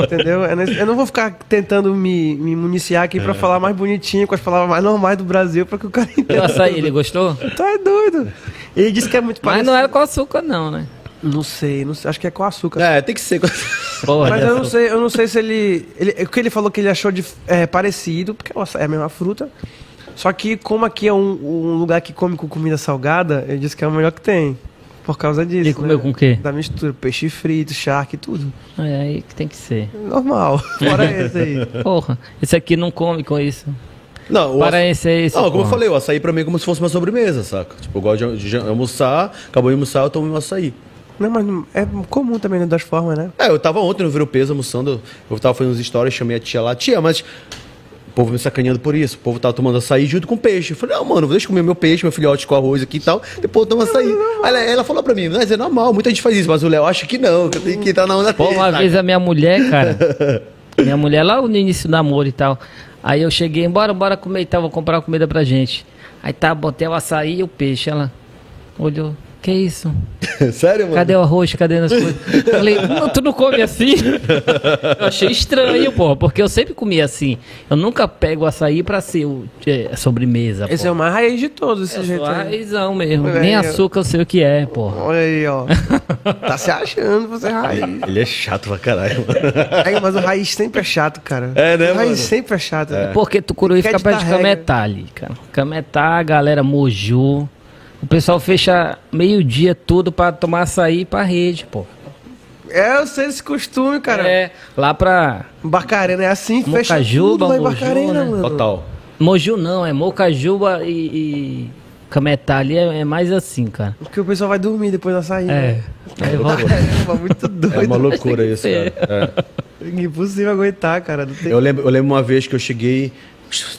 C: Entendeu? É nesse- Eu não vou ficar tentando me, me municiar aqui pra falar mais bonitinho, com as palavras mais normais do Brasil, pra que o cara
B: E o
C: entenda.
B: açaí, ele gostou?
C: Tu é doido. Ele disse que é muito
B: Mas
C: parecido.
B: não era com açúcar, não, né?
C: Não sei, não sei, acho que é com açúcar.
A: É, tem que ser.
B: Porra,
C: Mas
B: dessa-
C: eu não sei, eu não sei se ele, ele- O que ele falou que ele achou de, é, parecido, porque o açaí é a mesma fruta. Só que como aqui é um, um lugar que come com comida salgada, ele disse que é o melhor que tem. Por causa disso. né?
B: Ele comeu com o quê?
C: Da mistura, peixe frito, charque, tudo.
B: É aí que tem que ser.
C: Normal. Fora esse aí.
B: Porra, esse aqui não come com isso.
A: Não, o aç-
B: Paraense é esse.
A: Não, como eu
B: porra.
A: falei, o açaí pra mim é como se fosse uma sobremesa, saca? Tipo, eu gosto de, de almoçar, acabou de almoçar, eu tomo um açaí.
C: Não, mas não- é comum também né, das formas, né?
A: É, eu tava ontem no Viro Peso almoçando, eu tava fazendo uns stories, chamei a tia lá, tia, mas povo me sacaneando por isso. O povo tava tomando açaí junto com peixe. Eu falei, não, mano, deixa eu comer meu peixe, meu filhote com arroz aqui e tal. Depois eu tomo açaí. Aí ela, ela falou pra mim, mas é normal, muita gente faz isso, mas o Léo acha que não, que eu tenho que estar na onda
B: Pô, uma
A: tá?
B: vez a minha mulher, cara. Minha mulher lá no início do namoro e tal. Aí eu cheguei, embora, bora comer e tal, vou comprar uma comida pra gente. Aí tá, botei o açaí e o peixe. Ela olhou, que isso?
A: Sério, mano?
B: Cadê o arroz? Cadê as coisas? Eu Falei, "Não, tu não come assim? Eu achei estranho, pô, porque eu sempre comia assim. Eu nunca pego açaí pra ser o, é, sobremesa.
C: Esse
B: pô.
C: é o mais raiz de todos, esse
B: Eu
C: jeito. né? É,
B: sou
C: aí.
B: raizão mesmo.
C: Olha aí,
B: Nem
C: ó.
B: açúcar eu sei o que é, pô.
C: Olha aí, ó. tá se achando, você é raiz.
A: Ele é chato pra caralho, mano.
C: É, mas o raiz sempre é chato, cara.
A: É, né,
C: O raiz
A: mano?
C: sempre é chato.
B: Porque Tucuruí
C: Quer
B: fica perto de
C: ditar regra.
B: Cametá ali, cara. Cametá, a galera Moju. O pessoal fecha meio-dia tudo pra tomar açaí pra rede, pô.
C: É, eu sei esse costume, cara.
B: É, lá pra.
C: Barcarena é assim, fecha
B: Mocajuba,
C: tudo lá em
B: Moju,
C: Barcarena,
B: né?
C: mano.
A: Total.
B: Moju não, é Mocajuba e. e... Cametá ali é, é mais assim, cara.
C: Porque o pessoal vai dormir depois da saída.
B: É. Aí volta.
C: Caramba, muito
A: É uma
C: doido.
A: loucura
B: que
A: isso,
B: ser.
A: cara. É.
C: Impossível aguentar, cara. Não tem...
A: Eu lembro, eu lembro uma vez que eu cheguei.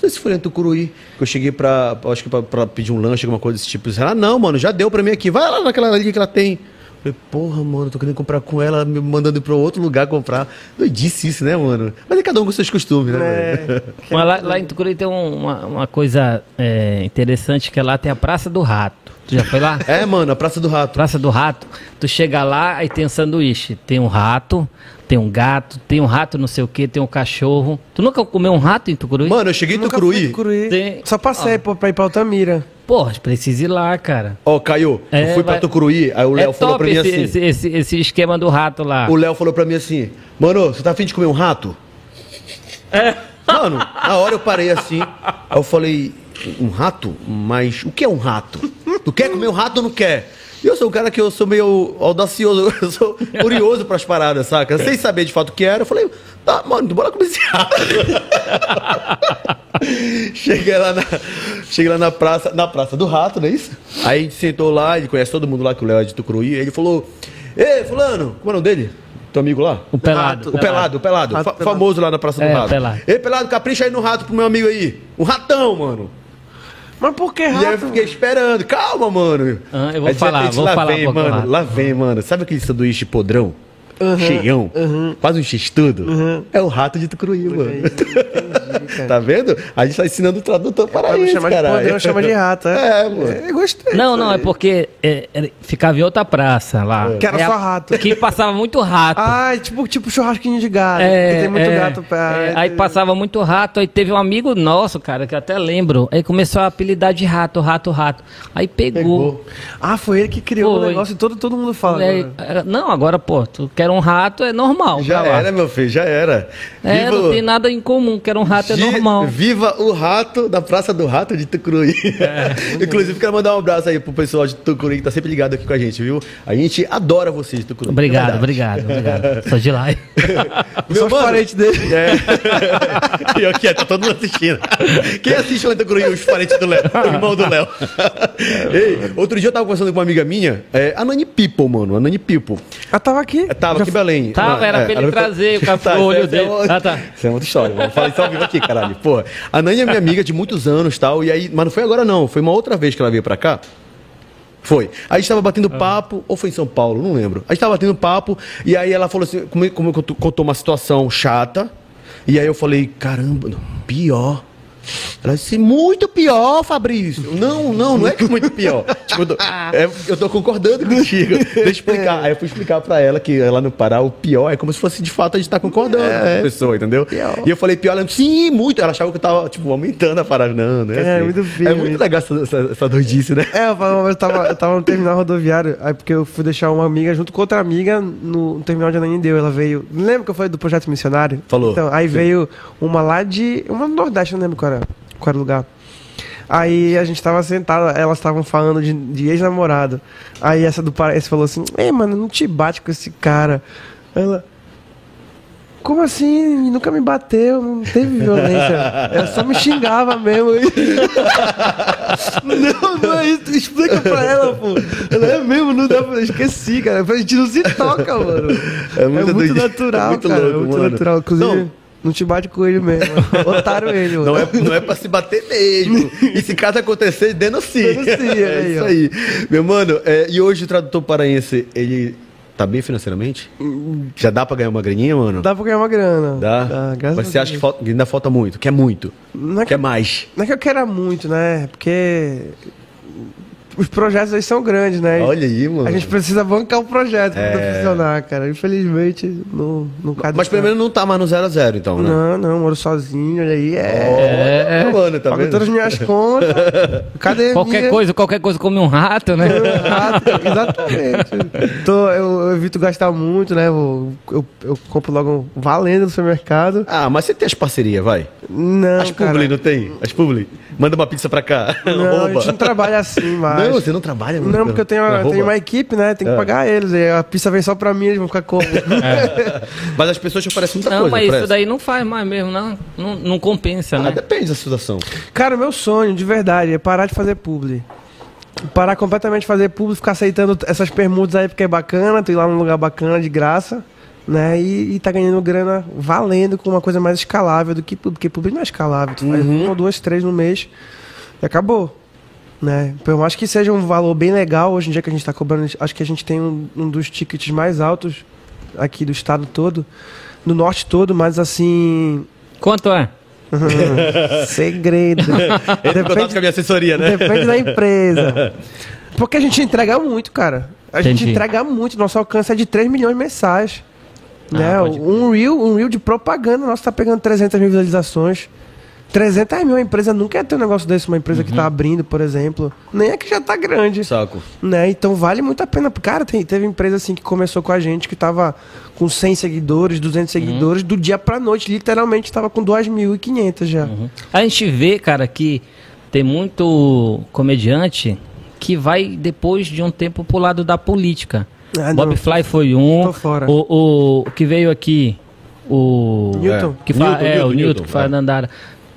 A: Esse foi em Tucuruí, que eu cheguei pra. Acho que pra, pra pedir um lanche, alguma coisa desse tipo. Ela, ah, não, mano, já deu pra mim aqui. Vai lá naquela ali que ela tem. Eu Falei, porra, mano, eu tô querendo comprar com ela, me mandando ir pra outro lugar comprar. Doidice isso, né, mano? Mas é cada um com seus costumes, né? velho?
C: É.
B: Mas lá, lá em Tucuruí tem um- uma, uma coisa é, interessante que é lá tem a Praça do Rato. Tu já foi lá?
A: É, mano, a Praça do Rato.
B: Praça do Rato, tu chega lá, aí tem um sanduíche. Tem um rato, tem um gato, tem um rato não sei o que, tem um cachorro. Tu nunca comeu um rato em Tucuruí?
A: Mano, eu cheguei em
C: Nunca fui
A: Tucuruí.
C: pro Curuí.
B: Tem- Ah.
C: Só passei pô, pra ir pra Altamira.
B: Porra, precisa ir lá, cara.
A: Ó, Caio,
B: É,
A: eu fui pra
B: vai-
A: Tucuruí, aí o Léo
B: é
A: falou pra
B: top
A: mim
B: esse,
A: assim.
B: esse, esse, esse esquema do rato lá.
A: O Léo falou pra mim assim, mano, você tá afim de comer um rato? Mano, na hora eu parei assim, aí eu falei, um rato? Mas o que é um rato? Tu quer comer um rato ou não quer? E eu sou um cara que eu sou meio audacioso, eu sou curioso pras paradas, saca? Sem saber de fato o que era, eu falei, tá, mano, bora comer esse rato. Cheguei lá, na, cheguei lá na praça, na praça do rato, não é isso? Aí a gente sentou lá, ele conhece todo mundo lá que o Léo é de Tucuruí, ele falou, Ei, fulano, como é o nome dele? Teu amigo lá?
B: O pelado.
A: O Pelado, o Pelado,
C: Rato
A: fa-
C: Pelado.
A: famoso lá na Praça do
B: É,
A: Rato.
B: Pelado.
A: Ei, Pelado, capricha aí no rato pro meu amigo aí. Um ratão, mano.
C: Mas por que
A: E é aí eu
C: rato?
A: fiquei esperando. Calma, mano.
B: Ah, eu vou
A: Aí, de
B: falar,
A: repente,
B: vou
A: lá
B: falar
A: vem,
B: um pouco do
A: mano.
B: rato.
A: Lá vem, mano. Sabe aquele sanduíche podrão? Cheião, quase um x-tudo. É o rato de Tucuruí,
C: é,
A: mano. tá vendo? A gente tá ensinando o tradutor para
C: É, Pra não
A: isso,
C: chamar
A: caralho.
C: de podrão, chama de rato.
A: É,
C: É,
A: mano.
C: É, eu gostei.
B: Não, não, é porque é, é, ficava em outra praça lá.
C: Que era
B: É a-
C: só rato.
B: Que passava muito rato.
C: Ah, é tipo, tipo churrasquinho de gato. que
B: É,
C: tem muito
B: é,
C: gato pra...
B: é, aí passava muito rato, aí teve um amigo nosso, cara, que eu até lembro. Aí começou a apelidar de rato, rato, rato. Aí pegou.
C: Ah, foi ele que criou o
B: Foi. É.
C: negócio e todo, todo mundo fala.
B: Aí,
C: agora.
B: era- não, agora, pô, tu quer um rato, é normal.
A: Já
B: vai lá.
A: era, meu filho, já era.
B: É,
A: Viva
B: não
A: o-
B: tem nada em comum, quer um rato, é
A: Gi-
B: normal.
A: Viva o rato da Praça do Rato de Tucuruí.
B: É.
A: Inclusive, quero mandar um abraço aí pro pessoal de Tucuruí que tá sempre ligado aqui com a gente, viu? A gente adora vocês, Tucuruí.
B: Obrigado,
A: de verdade. É
B: obrigado, obrigado. Sou de lá.
A: Meu
C: Só os
A: mano,
C: parentes dele.
A: É. Pior que é, tá todo mundo assistindo. Quem assiste lá em Tucuruí, os parentes do Léo, o irmão do Léo. Ei, outro dia eu tava conversando com uma amiga minha, é, a Nani People, mano, a Nani People.
C: Ah, tava aqui.
A: Eu Tava aqui em Belém. é,
B: Tava, era pra ele trazer o café- o olho
A: isso é
B: dele.
A: outra-
B: Ah, tá.
A: Isso é outra história, mano. Fala isso ao vivo aqui, caralho. Porra. A Nani é minha amiga de muitos anos e tal. E aí, mas não foi agora, não. Foi uma outra vez que ela veio pra cá. Foi. A gente tava batendo papo, ou foi em São Paulo, não lembro. A gente tava batendo papo, e aí ela falou assim, como, como eu contou uma situação chata. E aí eu falei, caramba, não, pior. Ela disse, muito pior, Fabrício. Não, não, não é que muito pior. Tipo, eu tô, é, eu tô concordando contigo. Deixa eu explicar. Aí eu fui explicar pra ela que lá no Pará o pior é como se fosse de fato a gente tá concordando
C: É,
A: com a pessoa, entendeu? E eu falei, pior, ela disse, sim, muito. Ela achava que eu tava, tipo, aumentando a parada. Não, né?
C: É, muito feio
A: É muito
C: isso.
A: legal essa, essa, essa doidice, né?
C: É, eu tava, eu tava, eu tava no terminal rodoviário, aí porque eu fui deixar uma amiga junto com outra amiga no, no terminal de Ananindeua. Ela veio. Lembra que eu falei do projeto missionário?
A: Falou.
C: Então, aí veio uma lá de. Uma do Nordeste, eu não lembro qual era, qual era o lugar. Aí a gente tava sentado, elas estavam falando de, de ex-namorado. Aí essa do Paraense falou assim: Ei, mano, não te bate com esse cara. Ela. Como assim? Nunca me bateu, não teve violência. Ela só me xingava mesmo. Não, não é isso. Tu Explica pra ela, pô. Ela é mesmo, não dá pra. eu Esqueci, cara. A gente não se toca, mano.
A: É muito doido.
C: natural,
A: É muito
C: cara.
A: louco,
C: é muito
A: mano.
C: natural. Inclusive,
A: Não,
C: Não te bate com ele mesmo. Otário ele.
A: Não é, não é pra se bater mesmo. E se caso acontecer, denuncia.
C: Denuncia,
A: é
C: aí,
A: isso
C: ó.
A: aí. Meu mano, é, e hoje o tradutor paraense, ele tá bem financeiramente? Já dá pra ganhar uma graninha, mano?
C: Dá pra ganhar uma grana.
A: Dá?
C: graças
A: Mas
C: a
A: você acha que
C: Deus.
A: falta- que ainda falta muito? Quer muito?
C: Não é que-
A: Quer mais?
C: Não é que eu queira muito, né? Porque os projetos aí são grandes, né?
A: Olha aí, mano.
C: A gente precisa bancar o projeto pra
A: É.
C: funcionar, cara. Infelizmente, não, não cabe.
A: Mas pelo menos não tá mais no 0 a 0 então, né?
C: Não, não, moro sozinho, olha aí. É.
A: É, mano, tá
C: Pago
A: vendo?
C: todas as minhas contas. Cadê
B: Qualquer coisa, qualquer coisa come um rato, né?
A: É.
C: Exatamente. Tô, eu, eu evito gastar muito, né? Eu, eu, eu compro logo um valendo no supermercado.
A: Ah, mas você tem as parcerias, vai.
C: Não,
A: As
C: cara.
A: publi, não tem? As publi. Manda uma pizza pra cá.
C: Não, a gente não
A: Rouba.
C: trabalha assim, mas...
A: Não, você não trabalha, mano.
C: Não, porque eu tenho, eu
A: Rouba.
C: tenho uma equipe, né? Tem que
A: É.
C: pagar eles. E a pista vem só pra mim, eles vão ficar como?
A: Mas as pessoas te oferecem muita
B: Não,
A: coisa.
B: mas isso
A: parece.
B: daí não faz mais mesmo, não. Não, não compensa,
A: Ah,
B: né?
A: depende da situação.
C: Cara, meu sonho, de verdade, é parar de fazer publi. Parar completamente de fazer publi, ficar aceitando essas permutas aí porque é bacana, tu ir lá num lugar bacana, de graça, né? E, e tá ganhando grana valendo com uma coisa mais escalável do que publi, porque publi não é escalável, tu faz uma, duas, três no mês e acabou. Né? Por mais que seja um valor bem legal, hoje em dia que a gente tá cobrando, acho que a gente tem um, um dos tickets mais altos aqui do estado todo, do norte todo, mas assim.
B: Quanto é?
C: Segredo.
A: Entra em contato com a minha assessoria, né?
C: Depende da empresa. Porque a gente entrega muito, cara. A gente
B: Entendi.
C: entrega muito. Nosso alcance é de 3 milhões mensais. né?
B: Ah, pode
C: Um reel, um reel de propaganda nosso tá pegando 300 mil visualizações. 300 mil, a empresa nunca ia ter um negócio desse. Uma empresa
B: Uhum.
C: que tá abrindo, por exemplo. Nem é que já tá grande
A: Saco.
C: né? Então vale muito a pena. Cara, tem- teve empresa assim que começou com a gente que tava com 100 seguidores, 200
B: Uhum.
C: seguidores, do dia pra noite, literalmente tava com 2.500 já.
B: A gente vê, cara, que tem muito comediante que vai depois de um tempo pro lado da política.
C: Ah,
B: Bob
C: não.
B: Fly foi um.
C: Tô fora.
B: O, o- o que veio aqui, o.
C: Newton.
B: Que fa-
A: Newton,
B: é,
A: Newton,
B: o Newton,
A: Newton,
B: que fala da Andara.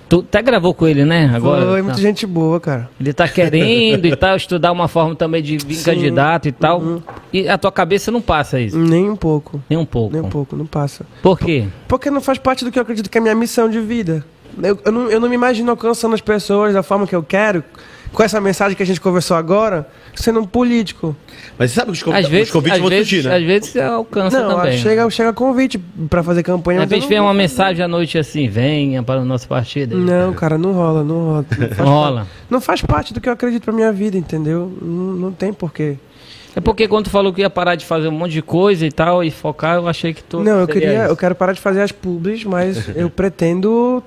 B: Tu até gravou com ele, né? Agora.
C: Foi
B: Tá.
C: muita gente boa, cara.
B: Ele tá querendo e tal, estudar uma forma também de vir candidato e tal.
C: Uhum.
B: E a tua cabeça não passa isso.
C: Nem um pouco.
B: Nem um pouco.
C: Nem um pouco, não passa.
B: Por quê?
C: Porque não faz parte do que eu acredito que é a minha missão de vida. Eu, eu não, eu não me imagino alcançando as pessoas da forma que eu quero, com essa mensagem que a gente conversou agora, sendo um político.
A: Mas você sabe que os, convida-
B: Às
A: os
B: vezes,
A: convites
B: às
A: vão
B: vezes,
A: surgir, né?
B: às vezes alcança
C: Não,
B: também. né?
C: chega, chega convite pra fazer campanha.
B: Às
C: mas eu
B: vezes
C: não
B: vem
C: vou
B: uma
C: fazer.
B: mensagem à noite assim, venha para o nosso partido.
C: Não, cara, não rola, não rola. Não faz
B: Não rola.
C: Não faz parte do que eu acredito pra minha vida, entendeu? Não, não tem porquê.
B: É porque quando tu falou que ia parar de fazer um monte de coisa e tal, e focar, eu achei que tu.
C: não, eu
B: seria
C: queria,
B: isso.
C: eu quero parar de fazer as publis, mas eu pretendo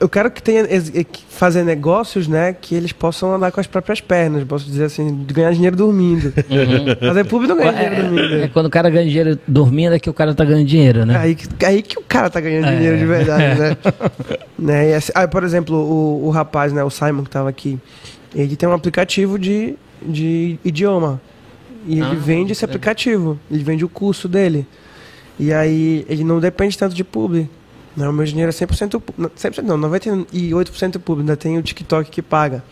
C: eu quero que tenha ex- eh, que fazer negócios, né, que eles possam andar com as próprias pernas, posso dizer assim, de ganhar dinheiro dormindo. Fazer publi não ganha dinheiro
B: Uhum. É, é
C: dormindo.
B: quando o cara ganha dinheiro dormindo, é que o cara tá ganhando dinheiro, né?
C: né?
B: É.
C: Aí, que- aí que o cara tá ganhando dinheiro de verdade, né? né? e assim- ah, por exemplo, o, o rapaz, né, o Simon que tava aqui, ele tem um aplicativo de, de idioma. E
B: Ah,
C: ele vende esse aplicativo. Ele vende o curso dele. E aí ele não depende tanto de publi. Né? O meu dinheiro é 100% pu- não, 100% não, 98% publi. Ainda tem o TikTok que paga.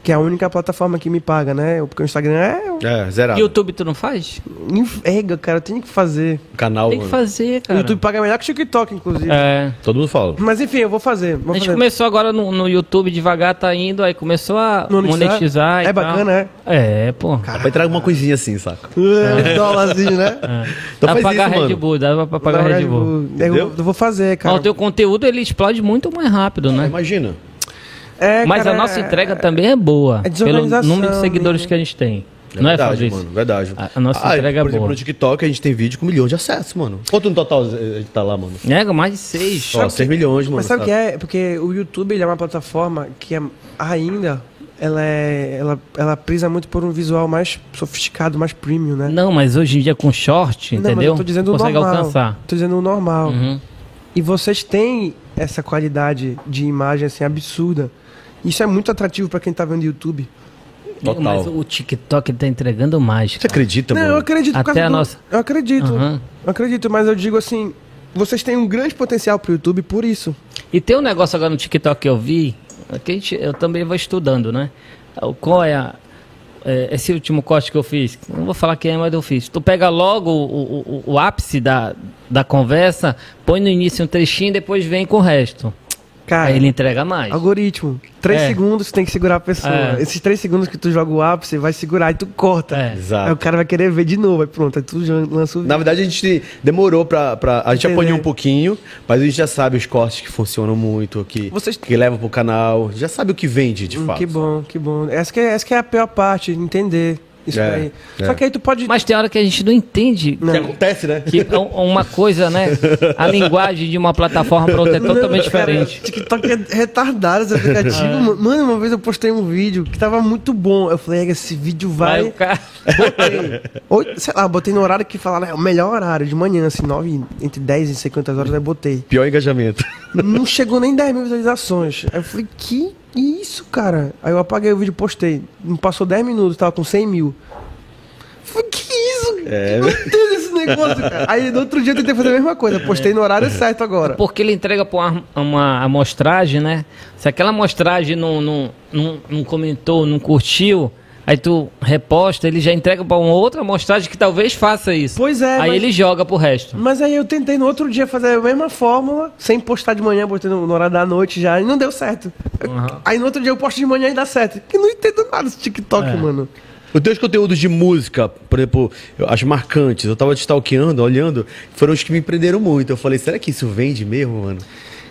C: Que é a única plataforma que me paga, né? Porque o Instagram é. um-
A: É, zerado.
B: YouTube tu não faz?
C: Enverga, cara. Eu tenho que fazer.
A: Canal,
B: Tem que
A: mano.
B: fazer, cara.
C: O YouTube paga melhor que o TikTok, inclusive.
B: É.
A: Todo mundo fala.
C: Mas enfim, eu vou fazer. Vou
B: A gente
C: fazer.
B: começou agora no, no YouTube devagar, tá indo, aí começou a
C: Monetizar?
B: monetizar, e
C: É
B: tal.
C: bacana, é?
B: É, pô.
A: Dá pra entrar alguma coisinha assim, saca?
B: É.
C: Um dólarzinho, né?
A: Então
B: dá pra
A: faz
B: pagar
A: isso,
B: Red
A: mano.
B: Bull, dá pra pagar
C: Dá
B: Red Bull.
C: Eu,
A: Entendeu?
C: eu vou fazer,
B: Mas
C: cara.
B: o teu conteúdo ele explode muito mais rápido, né?
A: Imagina.
C: É,
B: Mas
C: cara,
B: a nossa
C: é-
B: entrega também é boa.
C: é
B: pelo
C: desorganização,
B: número de seguidores
C: né?
B: que a gente tem. não é, Fabrício?
A: mano. Verdade.
B: A- a nossa entrega é
A: por exemplo,
B: boa.
A: no TikTok a gente tem vídeo com milhões de acessos, mano. Quanto no total eh, tá lá, mano?
B: É, mais de seis.
A: Ó, 6 milhões, mano.
C: Mas sabe o que é? Porque o YouTube ele é uma plataforma que é- ainda ela, é, ela, ela prisa muito por um visual mais sofisticado, mais premium, né?
B: Não, mas hoje em dia com short,
C: Não, mas
B: entendeu?
C: eu tô dizendo o
B: Consegue
C: normal.
B: alcançar.
C: Tô dizendo o normal.
B: Uhum.
C: E vocês têm essa qualidade de imagem assim absurda. Isso é muito atrativo pra quem tá vendo YouTube.
A: Total.
B: Mas o TikTok tá entregando mais.
A: Você
B: cara.
A: acredita,
C: Não,
A: mano?
C: eu acredito. por
B: Tá Até
C: causa
B: a
C: do-
B: nossa-
C: Eu acredito.
B: Aham.
C: Eu acredito, mas eu digo assim, vocês têm um grande potencial pro YouTube por isso.
B: E tem um negócio agora no TikTok que eu vi, que a gente, eu também vou estudando, né? O- Qual é, a- é, esse último corte que eu fiz? Não vou falar quem é, mas eu fiz. Tu pega logo o, o- o- o ápice da, da conversa, põe no início um trechinho e depois vem com o resto.
C: Cara,
B: Aí ele entrega mais.
C: algoritmo. Três
B: É.
C: segundos você tem que segurar a pessoa.
B: É.
C: Esses três segundos que tu joga o ápice, vai segurar e tu corta.
B: É.
A: Exato.
C: Aí o cara vai querer ver de novo. Aí pronto, aí tu já lança o
A: Na
C: vídeo.
A: verdade, a gente demorou pra. pra- a gente
C: Entender.
A: apanhou um pouquinho, mas a gente já sabe os cortes que funcionam muito, que,
C: Vocês-
A: que levam pro canal. Já sabe o que vende, de
C: Hum,
A: fato.
C: que bom, que bom. Essa que, é, essa que é a pior parte, entender isso
A: É,
C: aí.
A: é.
C: Só que aí tu pode.
B: Mas tem hora que a gente não entende
A: O que acontece, né?
B: que é um- uma coisa, né? A linguagem de uma plataforma para outra é totalmente
C: Cara,
B: diferente. É.
C: TikTok é retardado esse aplicativo. Mano, uma vez eu postei um vídeo que tava muito bom. Eu falei, "Ega, esse vídeo
B: Vai
C: vai.
B: o cara.
C: Botei. Oito- sei lá, botei no horário que falaram, é o melhor horário, de manhã, assim, 9, entre 10 e 50 horas, eu botei.
A: Pior engajamento.
C: Não chegou nem 10 mil visualizações. Aí eu falei, que isso, cara? Aí eu apaguei o vídeo e postei. Não passou 10 minutos, tava com 100 mil. Falei, que isso?
A: É.
C: Que doideira esse negócio, cara? Aí no outro dia eu tentei fazer a mesma coisa, postei no horário certo agora.
B: Porque ele entrega pra uma, uma amostragem, né? Se aquela amostragem não, não, não, não comentou, não curtiu, aí tu reposta, ele já entrega pra uma outra amostragem que talvez faça isso.
C: Pois é,
B: Aí
C: mas-
B: ele joga pro resto.
C: Mas aí eu tentei no outro dia fazer a mesma fórmula, sem postar de manhã, botei no, no horário da noite já, e não deu certo. Eu- Aí no outro dia eu posto de manhã e dá certo. Que não entendo nada desse TikTok, mano.
A: Os teus conteúdos de música, por exemplo, eu acho marcantes. Eu tava te stalkeando, olhando, foram os que me prenderam muito. Eu falei, será que isso vende mesmo, mano?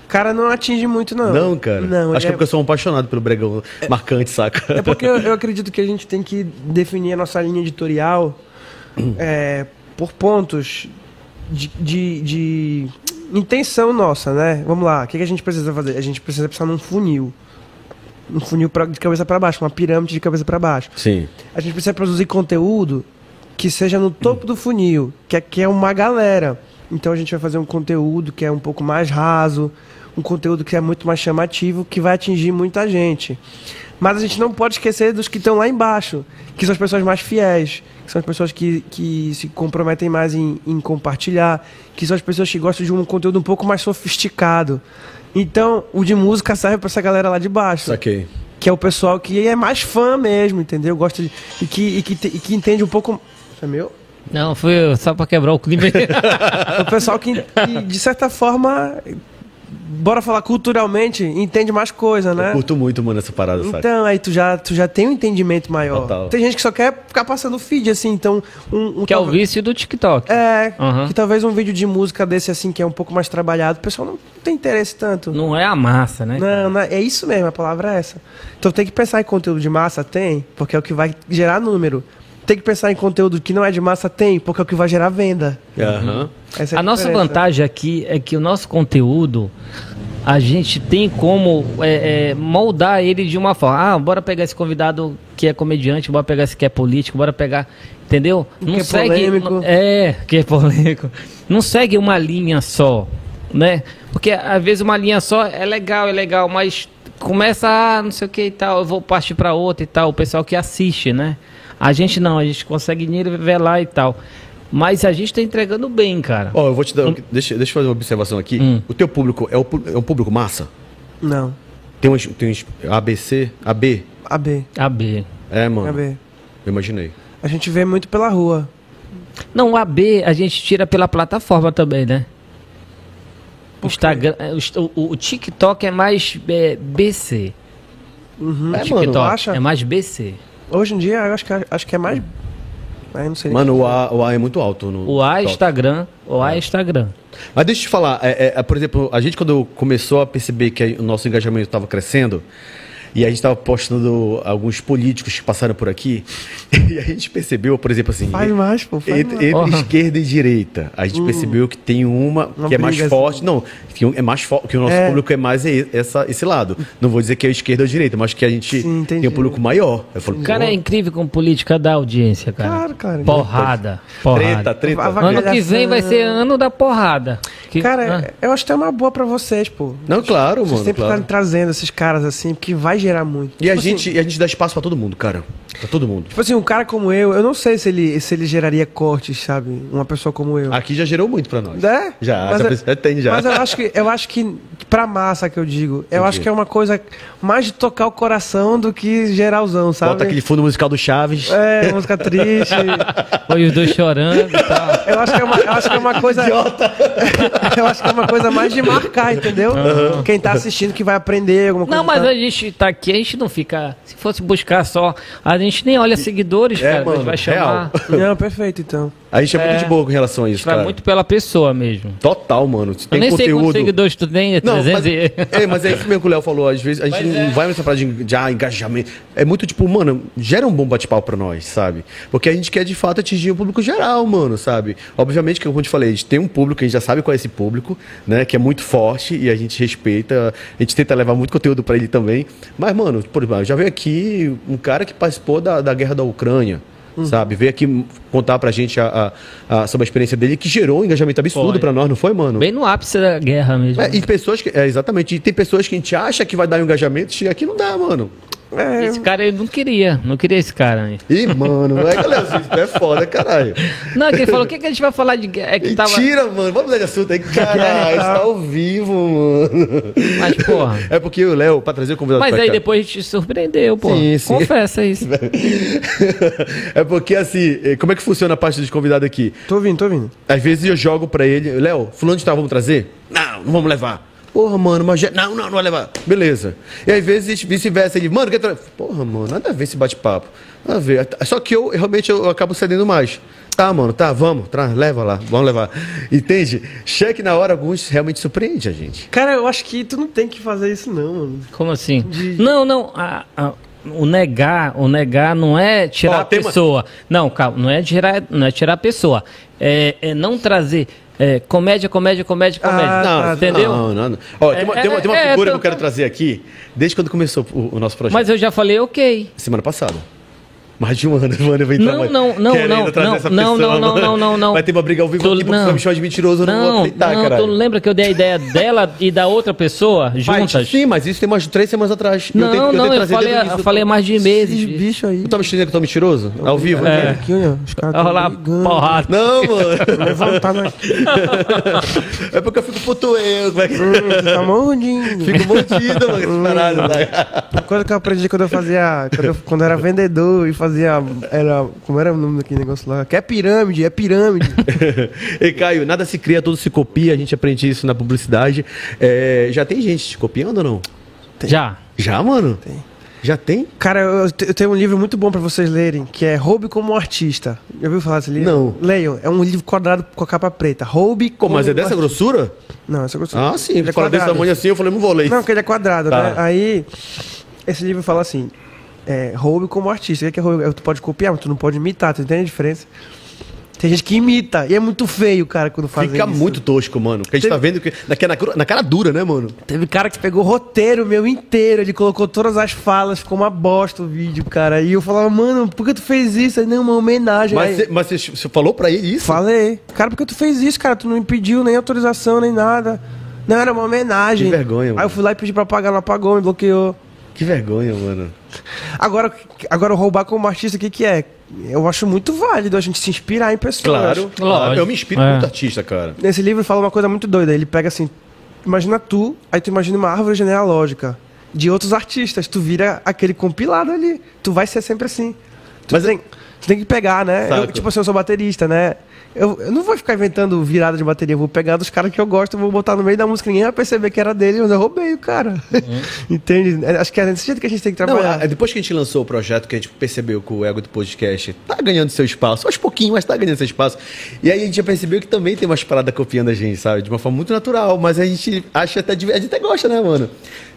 C: Cara, não atinge muito, não.
A: Não, cara.
C: Não,
A: acho que é
C: é,
A: porque eu sou um apaixonado pelo bregão marcante, saca?
C: é porque eu, eu acredito que a gente tem que definir a nossa linha editorial é, por pontos de, de- de intenção nossa, né? Vamos lá, o que, que a gente precisa fazer? A gente precisa pensar num funil. Um funil pra- de cabeça pra baixo, uma pirâmide de cabeça pra baixo.
A: Sim.
C: A gente precisa produzir conteúdo que seja no topo do funil, que aqui é uma galera. Então a gente vai fazer um conteúdo que é um pouco mais raso, um conteúdo que é muito mais chamativo, que vai atingir muita gente. Mas a gente não pode esquecer dos que estão lá embaixo, que são as pessoas mais fiéis, que são as pessoas que, que se comprometem mais em, em compartilhar, que são as pessoas que gostam de um conteúdo um pouco mais sofisticado. Então, o de música serve para essa galera lá de baixo
A: Saquei.
C: que é o pessoal que é mais fã mesmo, entendeu? Gosta de. E que, e que, te- e que entende um pouco. Isso é meu?
B: Não, foi só pra quebrar o clima.
C: É o pessoal que, que, de certa forma, bora falar culturalmente, entende mais coisa, né?
A: Eu curto muito, mano, essa parada, saca?
C: Então, aí tu já, tu já tem um entendimento maior.
A: Total.
C: Tem gente que só quer ficar passando feed, assim, então. Um, um
B: que é o
C: talvez-
B: vício do TikTok.
C: É,
B: Aham.
C: que talvez um vídeo de música desse, assim, que é um pouco mais trabalhado, o pessoal não tem interesse tanto.
B: Não é a massa, né?
C: Não, não, é isso mesmo, a palavra é essa. Então tem que pensar em conteúdo de massa? Tem, porque é o que vai gerar número. Tem que pensar em conteúdo que não é de massa? Tem, porque é o que vai gerar venda.
A: Aham.
C: Essa é
B: a nossa
C: diferença.
B: vantagem aqui é que o nosso conteúdo a gente tem como é, é, moldar ele de uma forma. Ah, bora pegar esse convidado que é comediante, bora pegar esse que é político, bora pegar. Entendeu? Não
C: é polêmico.
B: não- É, que é polêmico. Não segue uma linha só, né? Porque às vezes uma linha só é legal, é legal, mas começa, ah, não sei o que e tal, eu vou partir pra outra e tal. O pessoal que assiste, né? A gente não, a gente consegue nivelar e tal. Mas a gente tá entregando bem, cara.
A: Ó, eu vou te dar. Deixa, deixa eu fazer uma observação aqui. O teu público é, o pu- é um público massa?
C: Não,
A: Tem uns, tem uns ABC, AB?
C: AB,
B: AB.
A: É, mano.
C: AB.
A: Eu imaginei.
C: A gente vê muito pela rua.
B: Não, o AB a gente tira pela plataforma também, né? O Instagram, é, o, Insta- o- o TikTok é mais é, BC.
C: Uhum.
B: O
A: É, mano,
B: TikTok
C: acha?
B: é mais BC.
C: Hoje em dia, eu acho que, acho que é mais... Aí não sei.
A: Mano, o A, o A é muito alto no.
B: O A é
A: TikTok.
B: Instagram, o A é Instagram.
A: Mas deixa eu te falar, é, é, é, por exemplo, a gente quando começou a perceber que o nosso engajamento estava crescendo, e a gente estava postando alguns políticos que passaram por aqui, e a gente percebeu, por exemplo, assim.
C: Faz mais, pô, faz
A: Entre,
C: mais. Hum.
A: entre
B: Porra.
A: esquerda e direita, a gente percebeu que tem uma, que é
C: briga,
A: mais
C: assim.
A: forte. Não, que um- é mais forte, que o nosso
C: É.
A: público é mais e- essa, esse lado. Não vou dizer que é esquerda ou direita, mas que a gente
C: Sim, entendi.
A: tem um público maior. Eu falo,
B: O cara é incrível com política da audiência, cara.
C: Claro, cara.
B: Porrada.
A: "Pô, treta,
B: Porrada.
A: treta.
C: Avacalha-
B: Ano que vem vai ser ano da porrada. Que-
C: Cara,
B: ah.
C: eu acho que é uma boa pra vocês, pô.
A: Não, claro,
C: Vocês
A: mano.
C: sempre tá Tipo
A: claro.
C: estarem trazendo esses caras assim, porque vai gerar muito.
A: E a, gente, e a gente dá espaço pra todo mundo, cara. Pra todo mundo.
C: Tipo assim, um cara como eu, eu não sei se ele, se ele geraria cortes, sabe? Uma pessoa como eu.
A: Aqui já gerou muito pra nós.
C: Né?
A: Já, tá
C: Mas
A: já,
C: eu-
A: pensei- tem já.
C: Mas é- eu acho que eu acho que pra massa que eu digo, eu acho que é uma coisa mais de tocar o coração do que geralzão, sabe?
A: Bota aquele fundo musical do Chaves.
C: É, música triste.
B: Foi os dois chorando tá e tal.
C: Eu acho que é uma, eu acho que é uma coisa. eu acho que é uma coisa mais de marcar, entendeu? Quem tá assistindo que vai aprender alguma coisa.
B: Não, mas
C: tá?
B: a gente tá aqui, a gente não fica. Se fosse buscar só. A gente nem olha seguidores,
A: É,
B: cara. mas
A: mano,
B: vai chamar.
A: real.
C: Não, perfeito então.
A: A gente é, muito
B: É.
A: de boa com relação a
B: A gente
A: isso,
B: vai
A: cara.
B: muito pela pessoa mesmo.
A: Total, mano. Se
B: Eu
A: tem
B: nem sei quantos
A: conteúdo.
B: seguidores tu tem, é
A: Não,
B: 300
A: mas,
B: e...
A: é, mas é isso mesmo que o Léo falou. Às vezes a gente
B: Mas
A: não
B: é.
A: vai nessa parada de, de ah, engajamento. É muito tipo, mano, gera um bom bate-papo pra nós, sabe? Porque a gente quer de fato atingir o público geral, mano, sabe? Obviamente que, como eu te falei, a gente tem um público, a gente já sabe qual é esse público, né? Que é muito forte e a gente respeita, a gente tenta levar muito conteúdo pra ele também. Mas, mano, por exemplo, já veio aqui um cara que participou da, da guerra da Ucrânia.
B: Hum.
A: Sabe, veio aqui contar pra gente a, a- a- sobre a experiência dele, que gerou um engajamento absurdo
B: Foi.
A: pra nós, não foi, mano?
B: Bem no ápice da guerra mesmo.
A: É, e pessoas que. É, exatamente. E tem pessoas que a gente acha que vai dar um engajamento, chega aqui e não dá, mano.
C: É,
B: Esse cara eu não queria, não queria esse cara. Né?
A: Ih, mano, é, galera, isso é foda, caralho.
B: Não, que ele falou, o que, que a gente vai falar de guerra? É que tava.
A: Mentira, mano. Vamos mudar de assunto aí. Caralho, está ao vivo, mano.
B: Mas, porra.
A: É porque o Léo, pra trazer o convidado
B: Mas
A: pra
B: aí
A: cá-
B: depois a gente se surpreendeu, pô.
A: Sim, sim.
B: Confessa isso.
A: é porque assim, eh, como é que funciona a parte dos convidados aqui?
C: tô ouvindo, tô ouvindo.
A: Às vezes eu jogo pra ele, Léo, fulano de tal, vamos trazer? Não, não vamos levar. Porra, mano, mas já... não, não, não vai levar. Beleza. E às vezes vice-versa, ele, mano, quer trazer? Porra, mano, nada a ver esse bate-papo. Nada a ver. Só que eu realmente eu acabo cedendo mais. Tá, mano, tá, vamos, tra- leva lá, vamos levar. Entende? Cheque na hora, alguns realmente surpreende a gente.
C: Cara, eu acho que tu não tem que fazer isso não, mano.
B: Como assim? Não, não. a- a- o negar, o negar não é tirar
A: Ó,
B: a
A: tem uma-
B: pessoa. Não, calma, não é tirar, não é tirar a pessoa. É, é não trazer é, comédia, comédia, comédia,
C: Ah,
B: comédia.
C: não, não,
B: tá, entendeu?
A: Não, não, não. Ó, tem uma,
B: É,
A: tem uma- tem uma
B: é, é,
A: figura que
B: tô-
A: eu quero trazer aqui, desde quando começou o, o nosso projeto.
B: Mas eu já falei, ok.
A: Semana passada. Mais de um ano, mano. Eu vim
B: Não,
A: trabalhar-
B: não, não,
A: querendo
B: não,
A: trazer
B: não,
A: essa
B: não,
A: pessoa,
B: não, não,
A: mano.
B: não, não, não.
A: Vai ter uma briga ao vivo
B: Tu-
A: aqui porque
B: não.
A: tu me chama de um mentiroso, eu não, vou
B: Não,
A: aceitar,
B: não,
A: caralho.
B: tu não lembra que eu dei a ideia dela e da outra pessoa
A: Mas,
B: juntas?
A: Sim, mas isso tem umas três semanas atrás.
B: não, não, eu,
A: trazer
B: falei,
A: desde o
B: eu
A: início.
B: falei há mais de
C: Esses
B: meses.
C: bichos aí.
A: Tu tá me entendendo que eu tô mentiroso? Ao
B: É.
A: vivo?
C: Olha
B: né?
C: Aqui, olha, os caras
B: Vai
C: tão
B: rolar
C: brigando.
B: porrada.
A: Não, mano.
C: Levantar na...
A: É porque eu fico putoeiro. como é que-
C: Hum, você tá mordinho.
A: Fico mordido, mano.
B: Hum.
A: Caralho,
C: Uma coisa que eu aprendi quando eu fazia. Quando eu, quando eu era vendedor e fazia. Era, como era o nome daquele negócio lá? Que é pirâmide, é pirâmide.
A: E Caio, nada se cria, tudo se copia. A gente aprende isso na publicidade. É, já tem gente te copiando ou não?
B: Já.
A: Já, mano? Tem. Já tem?
C: Cara, eu, te- eu tenho um livro muito bom pra vocês lerem, que é Roube como Artista. Já ouviu falar desse livro?
A: Não.
C: Leiam, é um livro quadrado com a capa preta. Roube
A: Como,
C: como.
A: mas é dessa
C: Artista.
A: grossura?
C: Não, essa grossura.
A: Ah, sim.
C: Ele é
A: Fala desse
C: quadrado.
A: tamanho assim, eu falei, não vou ler.
C: Não, porque ele é quadrado,
A: Tá.
C: né? Aí, esse livro fala assim: é, roube como artista. O que é roube? É, Tu pode copiar, mas tu não pode imitar, tu entende a diferença? Tem gente que imita, e é muito feio, cara, quando faz
A: Fica
C: isso.
A: muito tosco, mano. Porque a gente
C: Teve-
A: tá vendo que. Na, que- na cru- na cara dura, né, mano?
C: Teve cara que pegou o roteiro meu inteiro, ele colocou todas as falas, ficou uma bosta o vídeo, cara. E eu falava, mano, por que tu fez isso? Aí, não, uma homenagem.
A: Mas
C: Aí,
A: cê- mas cê- você falou pra ele isso?
C: Falei, cara, por que tu fez isso, cara? Tu não me pediu nem autorização, nem nada. Não, era uma homenagem.
A: Que vergonha,
C: Aí eu
A: mano.
C: fui lá e pedi pra pagar, não apagou, me bloqueou.
A: Que vergonha, mano.
C: Agora, agora roubar como artista, o que que é? Eu acho muito válido a gente se inspirar em pessoas.
A: Claro. claro. Eu me inspiro
B: É.
A: muito artista, cara.
C: Nesse livro ele fala uma coisa muito doida. Ele pega assim, imagina tu, aí tu imagina uma árvore genealógica de outros artistas. Tu vira aquele compilado ali. Tu vai ser sempre assim. Tu
A: Mas-
C: tem, tu tem que pegar, né? Eu,
A: Saco.
C: tipo assim, eu sou baterista, né? Eu, eu não vou ficar inventando virada de bateria. Eu vou pegar dos caras que eu gosto, vou botar no meio da música. Ninguém vai perceber que era dele, mas eu roubei o cara. Entende? É, Acho que é desse jeito que a gente tem que
A: Uhum. Não, é-
C: trabalhar.
A: a- depois que a gente lançou o projeto, que a gente percebeu que o ego do podcast tá ganhando seu espaço, aos pouquinhos, mas tá ganhando seu espaço. E aí a gente já percebeu que também tem umas paradas copiando a gente, sabe? De uma forma muito natural, mas a gente acha até. div- A gente até gosta, né, mano?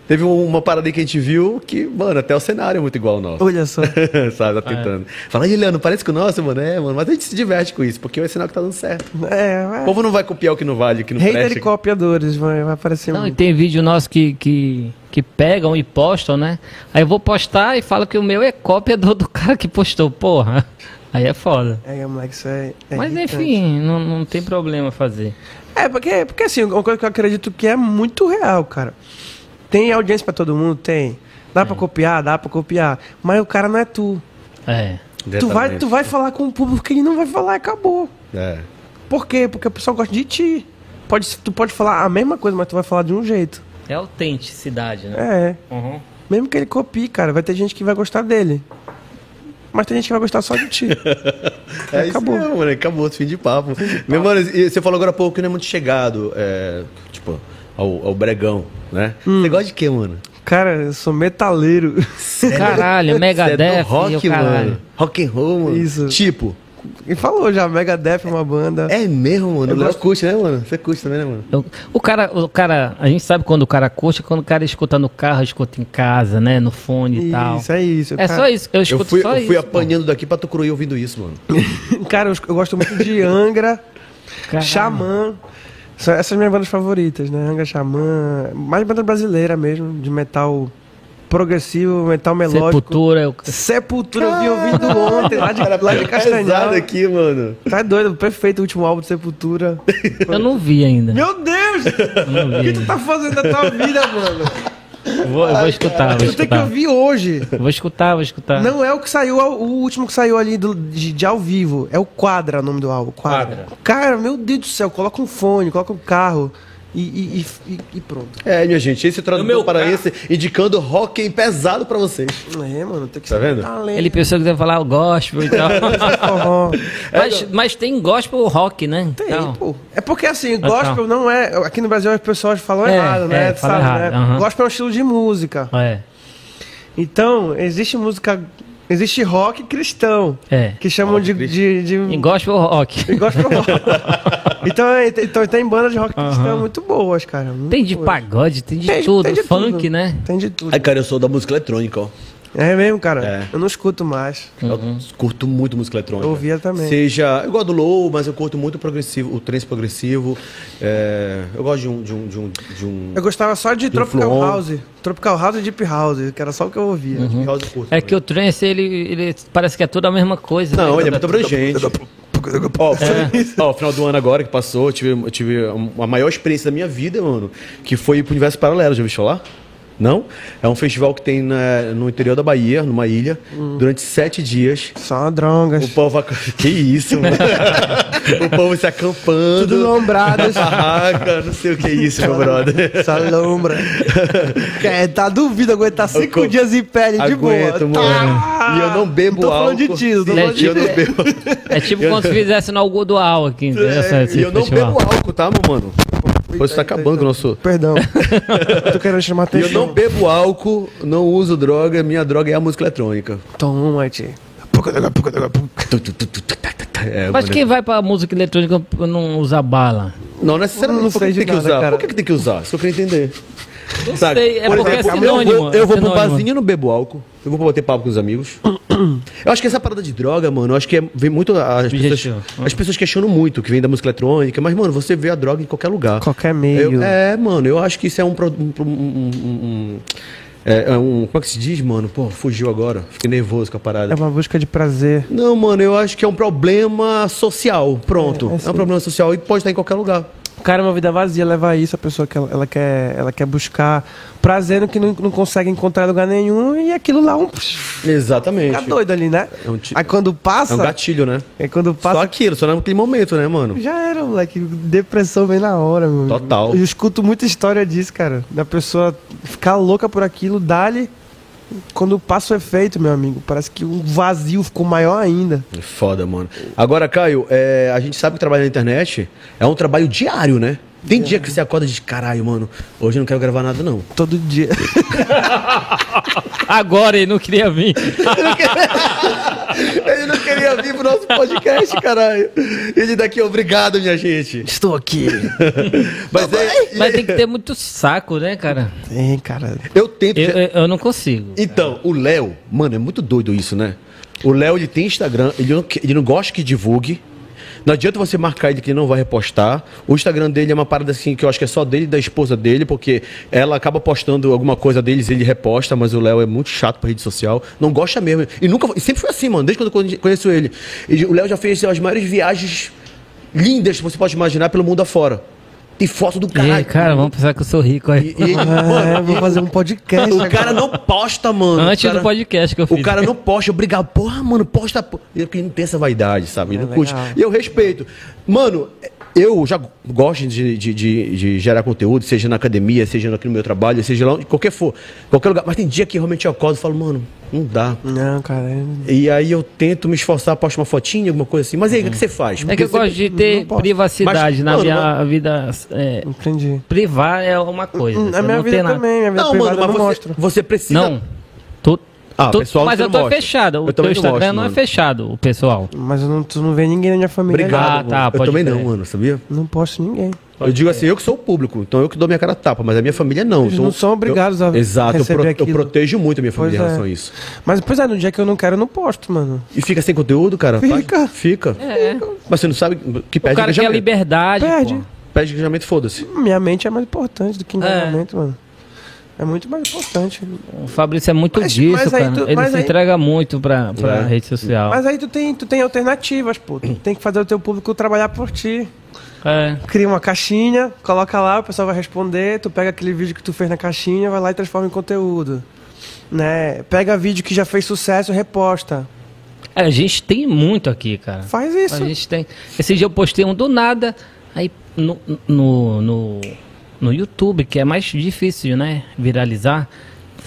A: Teve um, uma parada aí que a gente viu que, mano, até o cenário é muito igual ao nosso.
C: Olha só.
A: sabe, tá tentando.
C: É.
A: Fala, aí, Leandro, parece que o nosso, mano, é, mano, mas a gente se diverte com isso, porque é sinal que tá dando certo.
C: É,
A: O
C: é.
A: povo não vai copiar o que não vale, o que não
C: Hater
A: presta.
C: e copiadores, vai, vai aparecer um-
B: Não, e
C: muito.
B: tem vídeo nosso que, que, que pegam e postam, né? Aí eu vou postar e falo que o meu é cópia do, do cara que postou, porra. Aí é foda.
C: É, moleque, isso é. é
B: Mas
C: irritante.
B: enfim, não, não tem problema fazer.
C: É, porque, porque assim, uma coisa que eu acredito que é muito real, cara. Tem audiência pra todo mundo? Tem. Dá
B: Hum.
C: pra copiar? Dá pra copiar. Mas o cara não é tu.
B: É.
C: Tu vai, tu vai falar com o público que ele não vai falar e acabou.
A: É.
C: Por quê? Porque o pessoal gosta de ti. Pode, ser- tu pode falar a mesma coisa, mas tu vai falar de um jeito.
B: É autenticidade, né?
C: É.
B: Uhum.
C: Mesmo que ele copie, cara, vai ter gente que vai gostar dele. Mas tem gente que vai gostar só de ti.
A: É
C: Acabou.
A: isso mesmo, mano. Acabou esse fim de papo. Meu mano, e você falou agora há pouco que não é muito chegado, é, tipo, ao, ao bregão, né?
C: Hum.
A: Você gosta de quê, mano?
C: cara, eu sou metaleiro.
B: Caralho,
A: Você é do
B: Megadeth e o
A: rock,
B: caralho.
A: mano. Rock and roll, mano.
C: Isso.
A: Tipo,
C: E falou já, Megadeth é uma banda.
A: é mesmo, mano.
C: Eu
A: Eu
C: gosto-
A: curte, né, mano? Você curte também, né, mano?
B: Eu- O cara, o cara, a gente sabe quando o cara curte, quando o cara escuta no carro, escuta em casa, né? No fone e tal.
C: Isso, é isso.
B: É
C: cara.
B: só isso. Eu escuto
A: Eu fui,
B: só
A: eu fui
B: isso.
A: apanhando daqui pra tu cruir ouvindo isso, mano.
C: Cara, eu, eu gosto muito de Angra,
B: Caralho.
C: Xamã. São essas minhas bandas favoritas, né? Angra, Xamã. Mais banda brasileira mesmo, de metal progressivo, metal melódico.
B: Sepultura. eu-
C: Sepultura, eu vim ouvindo ontem, lá de, lá de Castanhal.
A: Tá Pesado aqui, mano.
C: Tá doido, perfeito o último álbum de Sepultura.
B: Eu não vi ainda.
C: Meu Deus! O
B: Eu não vi
C: que tu
B: ainda.
C: tá fazendo da tua vida, mano?
B: Eu Vou, eu vou escutar, vou
C: Tu tem que
B: escutar.
C: ouvir hoje.
B: Vou escutar, vou escutar.
C: Não é o que saiu, ao- o último que saiu ali do, de, de ao vivo. É o Quadra, o nome do álbum. Quadra. Cara, meu Deus do céu, coloca um fone, coloca um carro e, e- e- e- e pronto.
A: É, minha gente, esse tradutor
B: meu
A: paraense indicando rock pesado pra vocês.
C: É, mano, tem que
A: Tá vendo?
C: talento.
B: Ele pensou que ia falar o gospel e tal.
C: Forró.
B: mas, mas tem gospel rock, né?
C: Tem,
B: Então,
C: pô. É porque assim, gospel não é. Aqui no Brasil as pessoas falam
B: Ah, tá. É,
C: errado, né?
B: é,
C: Tu
B: fala errado,
C: né?
B: aham.
C: Gospel é um estilo de música.
B: É,
C: Então, existe música. Existe rock cristão.
B: é.
C: Que chamam de, de, de-
B: E gospel rock.
C: de gospel rock. então, é, então tem bandas de rock cristão muito boas, cara. muito
B: Tem de
C: boas.
B: pagode, tem de
C: Tem-
B: tudo.
C: tem de
B: funk,
C: tudo.
B: né?
C: Tem de tudo.
A: Ai, cara, eu sou da música eletrônica, ó.
C: É mesmo, cara.
A: É.
C: Eu não escuto mais.
B: Uhum.
A: Eu curto muito música eletrônica.
C: Eu ouvia também.
A: Seja. Eu gosto do low, mas eu curto muito o progressivo, o trance progressivo. É, eu gosto de um. De um, de um, de um
C: Eu gostava só de Tropical
A: Flow.
C: House. Tropical House e Deep House, que era só o que eu ouvia.
A: house eu curto também.
B: É que o trance, ele, ele parece que é tudo a mesma coisa.
A: Não,
B: né?
A: ele é muito abrangente. Ó,
B: É.
A: ó, final do ano agora que passou, eu tive, eu tive a maior experiência da minha vida, mano, que foi ir pro Universo Paralelo, já ouviu falar? Não? É um festival que tem na- no interior da Bahia, numa ilha,
C: Hum.
A: durante sete dias.
C: Só drogas.
A: O povo. ac- Que isso, mano? o povo se acampando.
C: Tudo assim. lombradas.
A: Barraca, não sei o que é isso, meu brother.
C: Essa lombra. Cara, tá duvido aguentar cinco
A: co-
C: dias em pele de boa.
A: Aguento,
C: Tá.
A: mano. E eu não bebo
C: Tô
A: álcool. Né,
C: falando de ti, não tô
A: E
B: falando de
A: eu
B: ti.
A: não bebo.
B: É tipo quando se fizesse no Algodoal aqui, entendeu? Essa-
A: É, E
B: esse
A: eu não
B: festival.
A: bebo álcool, tá, meu mano? Pois tá acabando com o nosso.
C: Perdão. Tô querendo chamar
A: E eu
C: atenção.
A: não bebo álcool, não uso droga, minha droga é a música eletrônica.
C: Toma, tio.
A: É,
B: Mas
A: mano,
B: quem vai pra música eletrônica não usa bala?
A: Não é necessariamente.
C: Não
A: Por que
C: sei
A: que tem
C: de
A: que
C: nada,
A: usar?
C: cara.
A: Por que, que tem que usar? Isso que eu queria entender. Sabe?
B: sei, é porque é
A: eu
B: sinônimo,
A: vou, eu vou
B: é
A: pro
B: sinônimo.
A: barzinho e não bebo álcool. Eu vou pra bater papo com os amigos. Eu acho que essa parada de droga, mano, eu acho que é, vem muito. As pessoas,
B: Objetivo.
A: as pessoas questionam muito que vem da música eletrônica, mas, mano, você vê a droga em qualquer lugar.
C: Qualquer meio.
A: Eu- é, mano, eu acho que isso é um. pro- um- um- um- um- é, é um- como é que se diz, mano? Pô, fugiu agora. Fiquei nervoso com a parada.
C: É uma busca de prazer.
A: Não, mano, eu acho que é um problema social. Pronto.
C: É, é
A: É,
C: sim.
A: um problema social e pode estar em qualquer lugar.
C: Cara, é uma vida vazia leva a isso, a pessoa que ela, ela quer, ela quer buscar prazer no que não, não consegue encontrar em lugar nenhum e aquilo lá um, fica
A: Exatamente.
C: doido ali, né?
A: É um ti-
C: Aí quando
A: É um
C: passa,
A: gatilho, né?
C: aí quando
A: Só
C: passa,
A: aquilo, só naquele momento, né, mano?
C: já era, moleque. Depressão vem na hora, meu. amigo.
A: Total.
C: Eu escuto muita história disso, cara. Da pessoa ficar louca por aquilo, dali. Quando passa o efeito, meu amigo, parece que o vazio ficou maior ainda.
A: É Foda, mano. Agora, Caio, é, a gente sabe que trabalhar na internet é um trabalho diário, né? Tem dia que você acorda de caralho, mano. Hoje eu não quero gravar nada, não.
C: Todo dia.
B: Agora ele não queria vir.
A: Ele não queria vir pro nosso podcast, caralho. Ele daqui, obrigado, minha gente.
C: Estou aqui.
A: Mas, é,
B: Mas tem que ter muito saco, né, cara?
C: Tem, cara.
A: eu tento.
B: Eu, eu- eu não consigo.
A: Então, o Léo, mano, é muito doido isso, né? O Léo, ele tem Instagram, ele não, que- ele não gosta que divulgue, Não adianta você marcar ele que não vai repostar. O Instagram dele é uma parada assim que eu acho que é só dele e da esposa dele, porque ela acaba postando alguma coisa deles, ele reposta, mas o Léo é muito chato pra rede social. Não gosta mesmo. E nunca e sempre foi assim, mano, desde quando eu conheço ele. E o Léo já fez assim, as maiores viagens lindas que você pode imaginar pelo mundo afora. Tem foto do
B: Ei,
A: caralho.
B: cara, vamos pensar que eu sou rico aí.
A: E- e ele-
C: É, vou fazer um podcast.
A: o cara não posta, mano.
B: Antes
A: O cara-
B: do podcast que eu fiz.
A: O cara não posta, eu brigava, porra, mano, posta. po-" Eu que não tem essa vaidade, sabe? Eu não
C: É,
A: curte.
C: legal.
A: E eu respeito. Mano, eu já gosto de, de, de- de gerar conteúdo, seja na academia, seja aqui no meu trabalho, seja lá onde qualquer for, qualquer lugar. Mas tem dia que realmente eu acordo e falo, mano, não dá.
C: Não, cara.
A: E aí eu tento me esforçar, posto uma fotinha, alguma coisa assim. Mas e aí, o que que você faz?
B: É que eu
A: Porque
B: gosto
A: você-
B: de ter
C: não posso.
B: privacidade
A: Mas,
B: na
A: mano,
B: minha
A: mas-
B: vida. é,
C: Entendi.
B: privar é uma coisa.
A: Hum,
C: Na
B: eu
C: Hum, minha
B: não
C: vida
B: tenho nada.
C: também, minha vida
A: Não,
C: privada
A: mano, mas
C: eu
A: você,
C: não mostro.
A: você precisa.
B: Não. Tô,
A: Ah,
B: tô-
A: pessoal,
B: mas
A: você
B: eu
A: não
B: tô
A: mostra.
B: fechado. O
A: Eu
B: teu
A: também não
B: Instagram
A: mostro,
B: não é
A: mano.
B: fechado, o pessoal.
C: Mas eu não, tu não vê ninguém na minha família.
A: Obrigado.
B: Ah, tá,
A: mano. eu
B: pode
A: também não,
B: crer.
A: mano, sabia?
C: Não posto ninguém.
B: Pode
A: eu digo assim, eu que sou o público, então eu que dou minha cara a tapa, mas a minha família não.
C: Eles
A: então
C: não são obrigados
A: eu,
C: a
A: Exato, eu,
C: receber
A: pro- eu
C: aquilo.
A: protejo muito a minha família
C: Pois
A: em relação
C: é.
A: a isso.
C: Mas, pois é, no dia que eu não quero, eu não posto, mano.
A: E fica sem conteúdo, cara?
C: Fica.
A: Faz- Fica.
B: É.
A: Mas você não sabe que
B: O
A: perde
B: cara quer
A: engajamento.
B: liberdade.
C: Perde.
B: pô.
A: Perde engajamento, foda-se.
C: Minha mente é mais importante do que engajamento, mano. É muito mais importante.
B: O Fabrício é muito
C: Mas-
B: disso,
C: mas aí
B: cara.
C: tu-
B: Ele
C: mas
B: se
C: aí-
B: entrega muito pra, pra
A: É.
B: rede social.
C: Mas aí tu tem, tu tem alternativas, pô. Tu tem que fazer o teu público trabalhar por ti.
B: É.
C: Cria uma caixinha, coloca lá, o pessoal vai responder, tu pega aquele vídeo que tu fez na caixinha, vai lá e transforma em conteúdo. Né? Pega vídeo que já fez sucesso, reposta.
B: É, A gente tem muito aqui, cara.
C: Faz isso.
B: A gente tem. Esse dia eu postei um do nada, aí no, no, no, no YouTube, que é mais difícil, né? Viralizar.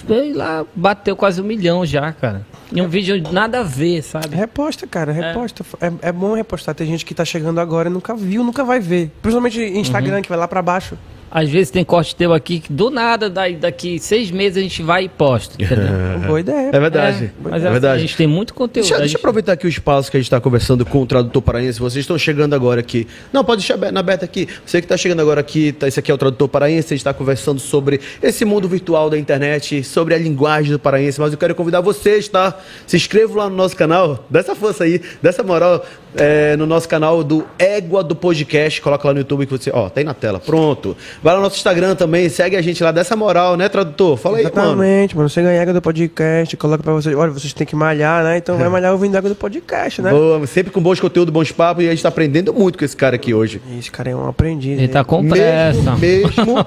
B: Foi lá, bateu quase um milhão já, cara. E um vídeo nada a ver, sabe?
C: Reposta, cara, reposta. É. é bom repostar. Tem gente que tá chegando agora e nunca viu, nunca vai ver. Principalmente
A: Uhum.
C: Instagram, que vai lá pra baixo.
B: Às vezes tem corte teu aqui que do nada, daí, daqui seis meses a gente vai e posta. Entendeu?
C: Boa ideia.
A: É verdade.
B: É,
A: É,
B: mas é
A: verdade.
B: A gente tem muito conteúdo. é
A: Deixa,
B: a
A: deixa eu
B: gente-
A: aproveitar aqui o espaço que a gente está conversando com o tradutor paraense. Vocês estão chegando agora aqui. Não, pode deixar aberto- na aberta aqui. Você que está chegando agora aqui, tá, esse aqui é o tradutor paraense. A gente está conversando sobre esse mundo virtual da internet, sobre a linguagem do paraense. Mas eu quero convidar vocês, tá? Se inscrevam lá no nosso canal, dá essa força aí, dá essa moral é, no nosso canal do Égua do Podcast. Coloca lá no YouTube que você. Ó, tá aí na tela. Pronto. Vai lá no nosso Instagram também, segue a gente lá, dá essa moral, né, tradutor? Fala aí, mano.
C: Exatamente, mano. Você ganha água do podcast, coloca pra vocês. Olha, vocês têm que malhar, né? Então vai malhar ouvindo água do podcast, né?
A: Uhum. Boa, sempre com bons conteúdos, bons papos, e a gente tá aprendendo muito com esse cara aqui hoje.
C: Esse cara é um aprendiz.
B: Ele
C: hein?
B: tá com
A: Mesmo,
B: pressa.
A: mesmo,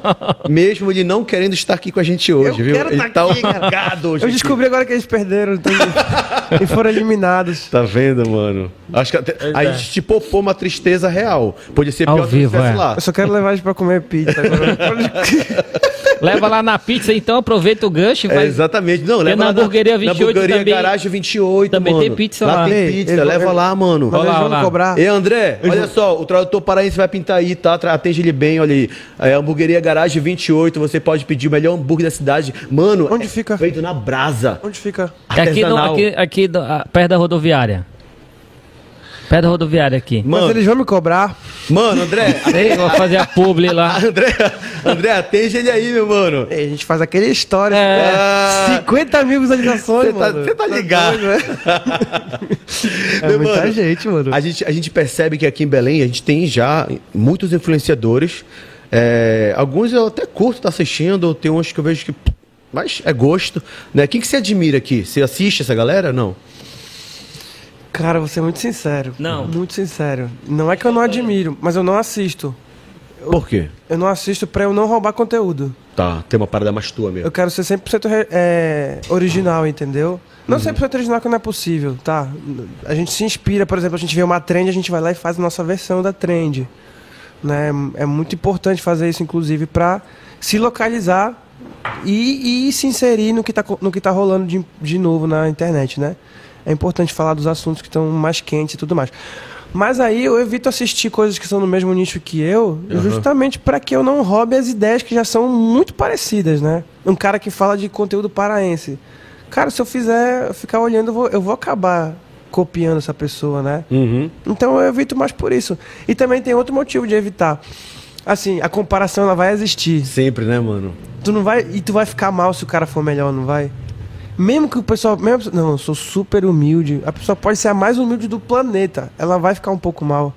A: mesmo ele não querendo estar aqui com a gente hoje,
C: Eu
A: viu?
C: quero
A: ele
C: tá
A: tá
C: aqui, cara.
A: ofegado hoje.
C: Eu
A: aqui.
C: descobri agora que eles perderam então, e foram eliminados.
A: Tá vendo, mano? Acho que até, a gente te popou uma tristeza real. Podia ser
B: é. Ao
A: pior
B: vivo,
A: que se
B: é.
A: lá.
C: Eu só quero levar eles pra comer pizza agora.
B: Leva lá na pizza, então aproveita o gancho e
A: É,
B: vai.
A: exatamente. Não, leva
B: na
A: lá
B: hamburgueria 28
A: na hamburgueria
B: também-
A: Garagem 28,
B: também
A: mano.
B: tem pizza lá.
A: tem
C: Ei,
A: pizza,
C: eles
A: leva
C: vão-
A: lá, mano.
C: Mas
B: Olha
C: eles
B: lá,
C: vão
B: olha lá.
C: me cobrar.
A: Ei, André,
C: Eles
A: olha só, o tradutor paraense vai pintar aí, tá? Tra- Atende ele bem, olha aí. É, hamburgueria Garagem 28, você pode pedir o melhor hambúrguer da cidade. Mano,
C: Onde
A: é
C: fica?
A: feito na brasa.
C: Onde fica?
B: É Aqui, no,
A: Artesanal.
B: aqui, aqui do- ah, perto da rodoviária. Perto da rodoviária aqui.
A: Mano,
C: Mas eles vão me cobrar.
A: mano, André,
B: Sei, vou fazer a publi lá.
A: André, André, atende ele aí, meu mano.
C: Ei, A gente faz aquele história.
B: É.
A: Ah,
C: 50 mil visualizações,
A: Cê tá-
C: mano.
A: cê tá ligado.
C: doido, né? É
A: meu
C: muita gente, mano.
A: A gente, a gente percebe que aqui em Belém a gente tem já muitos influenciadores. É, alguns eu até curto estar assistindo, tem uns que eu vejo que. Mas é gosto, né? Quem que você admira aqui? Você assiste essa galera? Não.
C: Cara, vou ser muito sincero.
B: Não.
C: Muito sincero. Não é que eu não admiro, mas eu não assisto.
A: Por quê?
C: Eu não assisto pra eu não roubar conteúdo.
A: Tá, tem uma parada mais tua
C: Eu
A: mesmo.
C: quero ser 100% re- é, original, entendeu? Não 100% original que não é possível, tá? A gente se inspira, por exemplo, a gente vê uma trend, a gente vai lá e faz a nossa versão da trend. Né? É muito importante fazer isso, inclusive, pra se localizar e, e se inserir no que tá, co- no que tá rolando de, de novo na internet, né? É importante falar dos assuntos que estão mais quentes e tudo mais. Mas aí eu evito assistir coisas que são no mesmo nicho que eu, justamente para que eu não roube as ideias que já são muito parecidas, né? Um cara que fala de conteúdo paraense. Cara, se eu fizer, ficar olhando, eu vou, eu vou acabar copiando essa pessoa, né?
A: Uhum.
C: Então eu evito mais por isso. E também tem outro motivo de evitar. Assim, a comparação ela vai existir.
A: Sempre, né, mano?
C: Tu não vai e tu vai ficar mal se o cara for melhor, não vai? Mesmo que o pessoal, mesmo, não, eu sou super humilde. A pessoa pode ser a mais humilde do planeta, ela vai ficar um pouco mal.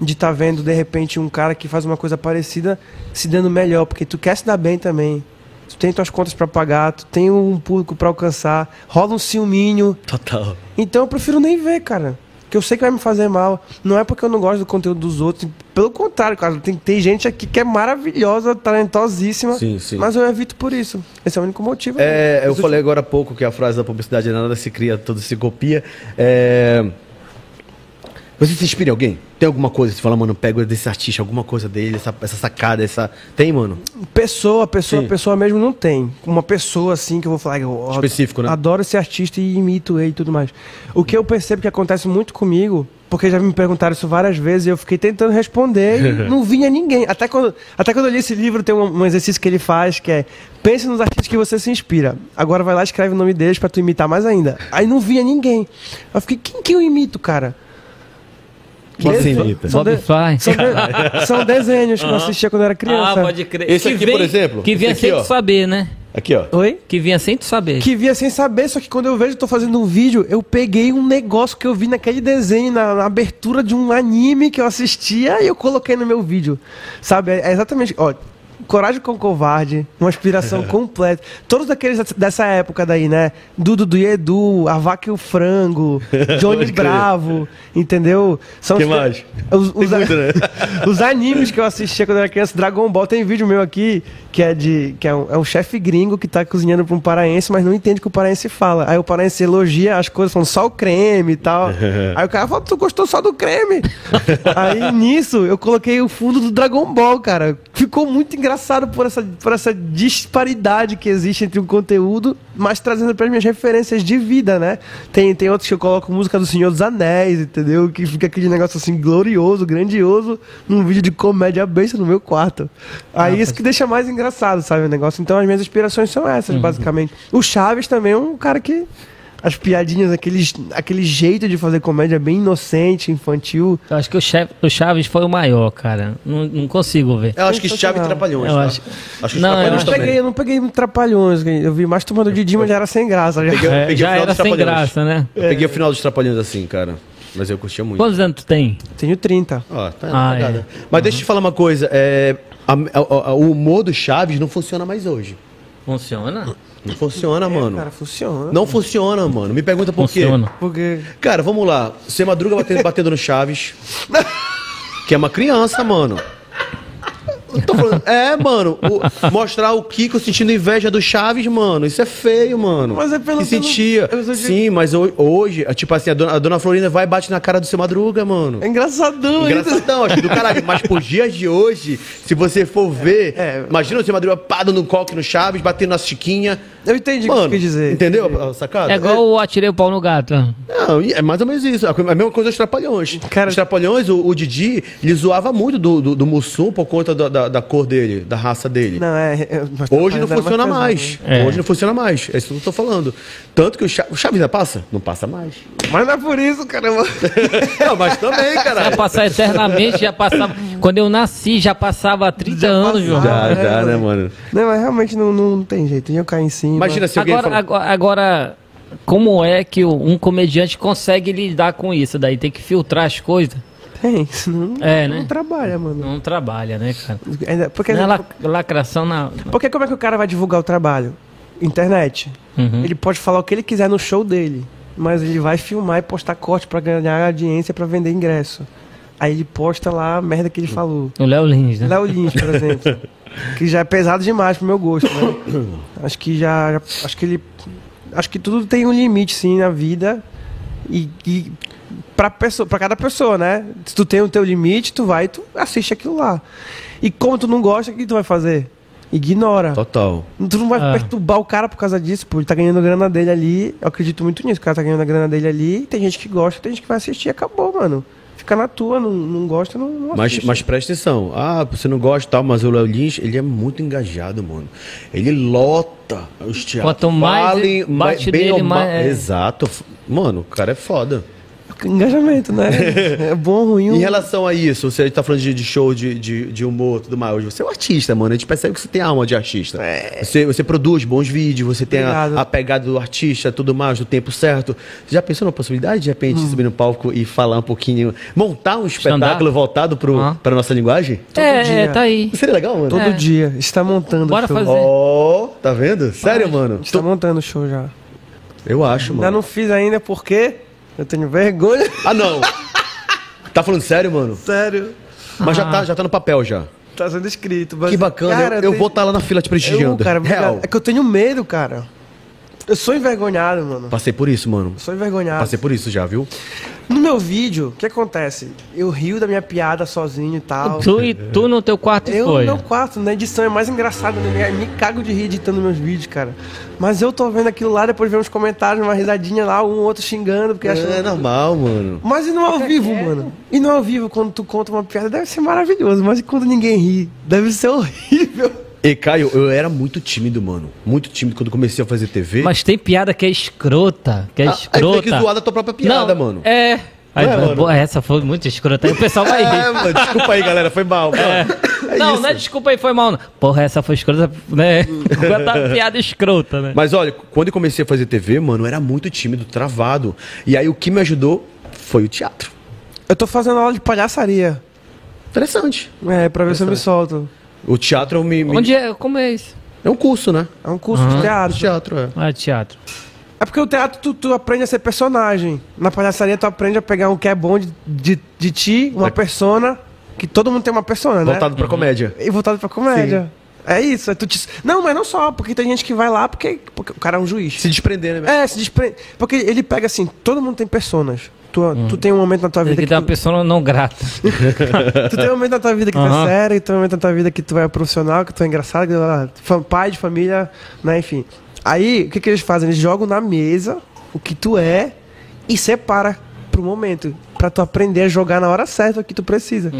C: de estar vendo, de repente, um cara que faz uma coisa parecida se dando melhor, porque tu quer se dar bem também. Tu tem tuas contas pra pagar, tu tem um público pra alcançar, rola um ciúminho.
A: Total.
C: Então eu prefiro nem ver, cara. Que eu sei que vai me fazer mal. Não é porque eu não gosto do conteúdo dos outros. Pelo contrário, cara. Tem, tem gente aqui que é maravilhosa, talentosíssima.
A: Sim, sim.
C: Mas eu evito por isso. Esse é o único motivo.
A: É, eu
C: Isso-
A: falei agora há pouco que a frase da publicidade é nada se cria, tudo se copia. É, Você se inspira em alguém? Tem alguma coisa que você fala, mano, eu pego desse artista, alguma coisa dele, essa, essa sacada, essa. Tem, mano?
C: Pessoa, pessoa,
A: Sim.
C: pessoa mesmo não tem. Uma pessoa assim que eu vou falar. Eu, ó,
A: Específico, né?
C: Adoro esse artista e imito ele e tudo mais. O que eu percebo que acontece muito comigo, porque já me perguntaram isso várias vezes e eu fiquei tentando responder e não vinha ninguém. Até quando, até quando eu li esse livro, tem um, um exercício que ele faz que é: pense nos artistas que você se inspira. Agora vai lá e escreve o nome deles pra tu imitar mais ainda. Aí não vinha ninguém. Eu fiquei: quem que eu imito, cara?
A: Quem
C: Desde-
A: você imita?
C: São,
B: Bob
C: de-
B: Fly.
C: são, de- são desenhos que eu assistia quando eu era
B: Ah,
C: criança.
B: pode crer.
A: Esse aqui, por exemplo,
B: Que vinha
A: esse aqui,
B: sem
A: ó.
B: tu saber, né?
A: Aqui, ó.
C: Oi?
B: Que vinha sem tu saber.
C: que via sem saber, só que quando eu vejo, tô fazendo um vídeo, eu peguei um negócio que eu vi naquele desenho, na, na abertura de um anime que eu assistia e eu coloquei no meu vídeo. Sabe? É, é exatamente. Ó, Coragem com Covarde, uma inspiração completa. Todos aqueles dessa época daí, né? Dudu do Edu, A Vaca e o Frango, Johnny
A: Pode crer.
C: Bravo, entendeu? São
A: Que
C: os-
A: mais?
C: Os, os-
A: muito, né?
C: os animes que eu assistia quando eu era criança, Dragon Ball, tem vídeo meu aqui que é de que é um, é um chefe gringo que tá cozinhando pra um paraense, mas não entende o que o paraense fala. Aí o paraense elogia as coisas, falando só o creme e tal. Aí o cara fala, tu gostou só do creme? Aí nisso eu coloquei o fundo do Dragon Ball, cara. Ficou muito engraçado por essa, por essa disparidade que existe entre um conteúdo, mas trazendo para minhas referências de vida, né? Tem, tem outros que eu coloco música do Senhor dos Anéis, entendeu? Que fica aquele negócio assim glorioso, grandioso, num vídeo de comédia besta no meu quarto.
A: Ah,
C: Aí isso que deixa mais engraçado, sabe? O negócio. Então as minhas inspirações são essas,
A: Uhum.
C: basicamente. O Chaves também é um cara que. As piadinhas, aqueles, aquele jeito de fazer comédia bem inocente, infantil.
B: Eu acho que o, chefe- o Chaves foi o maior, cara. Não, não consigo ver.
A: Eu acho que Chave Trapalhões.
B: Eu
A: tá?
B: acho-
A: acho que
B: Não, eu
C: Eu
A: Trapalhões
C: não,
B: acho-
A: também.
C: peguei, eu não peguei muito trapalhões. Eu vi mais tomando de Dima já era sem graça. já.
A: Peguei- eu
B: É,
A: peguei o
B: já
A: final
B: era
A: dos
B: sem
A: Trapalhões.
B: graça, né?
A: Eu peguei o final dos Trapalhões assim, cara. Mas eu curtia muito.
B: Quantos anos tu tem?
C: Tenho 30.
A: Ó, tá
B: Ah,
A: cagada.
B: é.
A: Mas deixa eu te falar uma coisa. é, a- a- a- o humor do Chaves não funciona mais hoje.
B: Funciona?
A: Não funciona, mano.
C: É, Cara, funciona.
A: Não funciona, mano. Me pergunta por quê.
B: Funciona.
C: Porque.
A: Cara, vamos lá. Você madruga batendo, batendo no Chaves. Que é uma criança, mano. Eu tô falando- é, mano. o- mostrar o Kiko sentindo inveja do Chaves, mano. Isso é feio, mano.
C: Mas é pelo-
A: Que sentia.
C: pelo- eu sou de-
A: Sim, mas ho- hoje, é tipo assim, a dona, a dona Florinda vai e bate na cara do seu madruga, mano.
C: É engraçadão ainda.
A: Engraçadão, acho do caralho. Mas por dias de hoje, se você for ver,
C: é.
A: imagina o seu madruga pado no coque no Chaves, batendo na Chiquinha.
C: Eu entendi o que você
A: Mano,
C: quis dizer.
A: entendeu a- a sacada?
B: É igual o Atirei o Pau no Gato. né?
A: Não, e é mais ou menos isso. A co- a mesma coisa dos Trapalhões.
C: Cara-
A: Os Trapalhões, o, o Didi, ele zoava muito do, do, do Mussum por conta da, da, da cor dele, da raça dele.
C: Não, é. é- mas
A: Hoje não
C: era
A: funciona
C: pesado,
A: mais.
B: né? É.
A: Hoje não funciona mais. É isso que eu tô falando. Tanto que o, Cha- o Chaves já passa? Não passa mais.
C: né? Mas não é por isso, caramba.
A: não, mas também,
B: Vai
A: caralho.
B: passar eternamente, já passava. Quando eu nasci, já passava há 30 anos, João.
C: passava.
A: Já, já, né, mano?
C: Não, mas realmente não, não, não tem jeito. Eu caí em cima.
A: Imagina se alguém.
B: Agora,
A: fala-
B: agora, agora, como é que o- um comediante consegue lidar com isso? Daí tem que filtrar as coisas.
C: Tem, senão não,
B: É, né?
C: não trabalha, mano.
B: Não trabalha, né, cara?
C: Ainda- Porque,
B: Não é la- lacração na.
C: porque como é que o cara vai divulgar o trabalho? Internet.
B: Uhum.
C: Ele pode falar o que ele quiser no show dele, mas ele vai filmar e postar corte pra ganhar audiência pra vender ingresso. Aí ele posta lá a merda que ele falou.
B: O Léo Lins, né?
C: Léo Lins, por exemplo, que já é pesado demais pro meu gosto, né? Acho que já, acho que ele, acho que tudo tem um limite sim na vida e, e para pessoa, para cada pessoa, né? Se tu tem o teu limite, tu vai, e tu assiste aquilo lá. E como tu não gosta, o que tu vai fazer? Ignora.
A: Total.
C: Tu não vai
B: Ah.
C: perturbar o cara por causa disso, pô. Ele tá ganhando a grana dele ali. Eu acredito muito nisso. O cara tá ganhando a grana dele ali. Tem gente que gosta, tem gente que vai assistir. Acabou, mano. Fica na tua, não, não gosta, não, não
A: Mas,
C: assiste.
A: mas presta atenção. Ah, você não gosta e tal, mas o Léo Lins, ele é muito engajado, mano. Ele lota os teatros.
B: Quanto mais
A: Falem,
B: bate
A: ma- bem
B: nele,
A: ou ma-
B: mais- é.
A: Exato. Mano, o cara é foda.
C: O engajamento, né? É bom, ruim.
A: Em
C: um-
A: relação a isso, você tá falando de, de show, de, de, de humor, tudo mais. Você é um artista, mano. A gente percebe que você tem alma de artista. Você, você produz bons vídeos, você tem
C: É. Obrigado.
A: a, a pegada do artista, tudo mais, do tempo certo. Você já pensou na possibilidade de, de repente
C: Hum.
A: subir no palco e falar um pouquinho, montar um espetáculo voltado pro,
B: Ah.
A: pra nossa linguagem?
B: É,
C: dia.
B: é, tá aí.
A: Seria legal, mano?
C: Todo
B: É.
C: dia. Está montando
B: Bora
C: o show.
B: fazer.
A: Ó, tá vendo? Sério, mano?
C: Está montando o show já.
A: Eu acho,
C: Ainda
A: mano.
C: não fiz ainda porque eu tenho vergonha.
A: Ah, não. tá falando sério, mano?
C: Sério.
A: Mas já,
C: Ah.
A: tá, já tá no papel já.
C: Tá sendo escrito.
A: Que bacana. eu eu vou estar lá na fila te prestigiando.
C: Eu, cara,
A: Real.
C: É que eu tenho medo, cara. Eu sou envergonhado, mano.
A: Passei por isso, mano.
C: Eu sou envergonhado.
A: Passei por isso já, viu?
C: No meu vídeo, o que acontece? Eu rio da minha piada sozinho e tal.
B: Tu e tu no teu quarto
C: Eu
B: foi.
C: no meu quarto, na edição é mais engraçado, né? Eu me cago de rir editando meus vídeos, cara. Mas eu tô vendo aquilo lá, depois vem uns comentários, uma risadinha lá, um outro xingando, porque achando.
A: É normal, mano.
C: Mas e no ao vivo, mano? E no ao vivo, quando tu conta uma piada, deve ser maravilhoso, mas e quando ninguém ri? Deve ser horrível.
A: E Caio, eu era muito tímido, mano. Muito tímido quando comecei a fazer TV.
B: Mas tem piada que é escrota, que é
A: Ah, aí tu
B: escrota.
A: tem que zoar da tua própria piada,
B: Não,
A: mano.
B: É. Aí,
A: Não é, mano?
B: pô, essa foi muito escrota. Aí o pessoal vai
A: É,
B: rir.
A: mano, desculpa aí, galera. Foi mal. É.
B: não,
A: isso.
B: não é desculpa aí, foi mal. Não. Porra, essa foi escrota, né? Tá piada escrota, né?
A: Mas olha, quando eu comecei a fazer TV, mano, eu era muito tímido, travado. E aí o que me ajudou foi o teatro.
C: Eu tô fazendo aula de palhaçaria.
A: Interessante.
C: É, pra ver se eu me solto.
A: O teatro me. me-
B: Onde é? Como é isso?
A: É um curso, né?
C: É um curso de
A: O
C: teatro.
A: teatro, é.
B: Ah, teatro.
C: É porque o teatro tu, tu aprende a ser personagem. Na palhaçaria tu aprende a pegar um que é bom de, de, de ti, uma
A: É.
C: persona, que todo mundo tem uma persona, né?
A: Voltado pra comédia.
C: E voltado pra comédia. É isso. é tu te- Não, mas não só, porque tem gente que vai lá porque, porque o cara é um juiz.
A: Se desprender, né?
C: É, se desprende. Porque ele pega assim, todo mundo tem personas. Tu, tu tem um momento na tua
B: Tem
C: vida
B: que
C: que,
B: ter uma
C: tu,
B: pessoa não grata.
C: tu tem um momento na tua vida que tu é
B: Aham.
C: sério, e tu tem um momento na tua vida que tu é profissional, que tu é engraçado, que tu é fam- pai de família, né, enfim. Aí, o que, que eles fazem? Eles jogam na mesa o que tu é e separa pro momento. Pra tu aprender a jogar na hora certa o que tu precisa.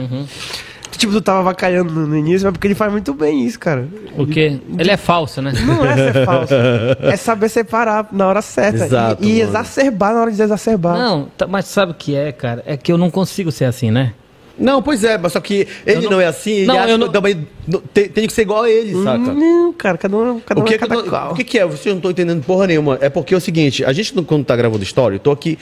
C: Tipo, tu tava avacalhando no, no início, mas porque ele faz muito bem isso, cara.
B: O quê? Ele é falso, né?
C: Não é ser falso. é saber separar na hora certa.
A: Exato,
C: e e
A: mano.
C: exacerbar na hora de exacerbar.
B: Não, tá- mas sabe o que é, cara? É que eu não consigo ser assim, né?
A: Não, pois é, mas só que ele não, Uhum.
B: não-
A: é assim, ele
B: Não,
A: acha
B: eu
A: que
B: não-
A: eu também não- te- tenho que ser igual a ele, saca?
C: Não, cara, cada um, cada
A: Tá, O
C: um
A: que,
C: é
A: que, eu
C: cada
A: tô-
C: qual.
A: o que, que é? Vocês não estão entendendo porra nenhuma. É porque é o seguinte, a gente não- quando tá gravando história, eu tô aqui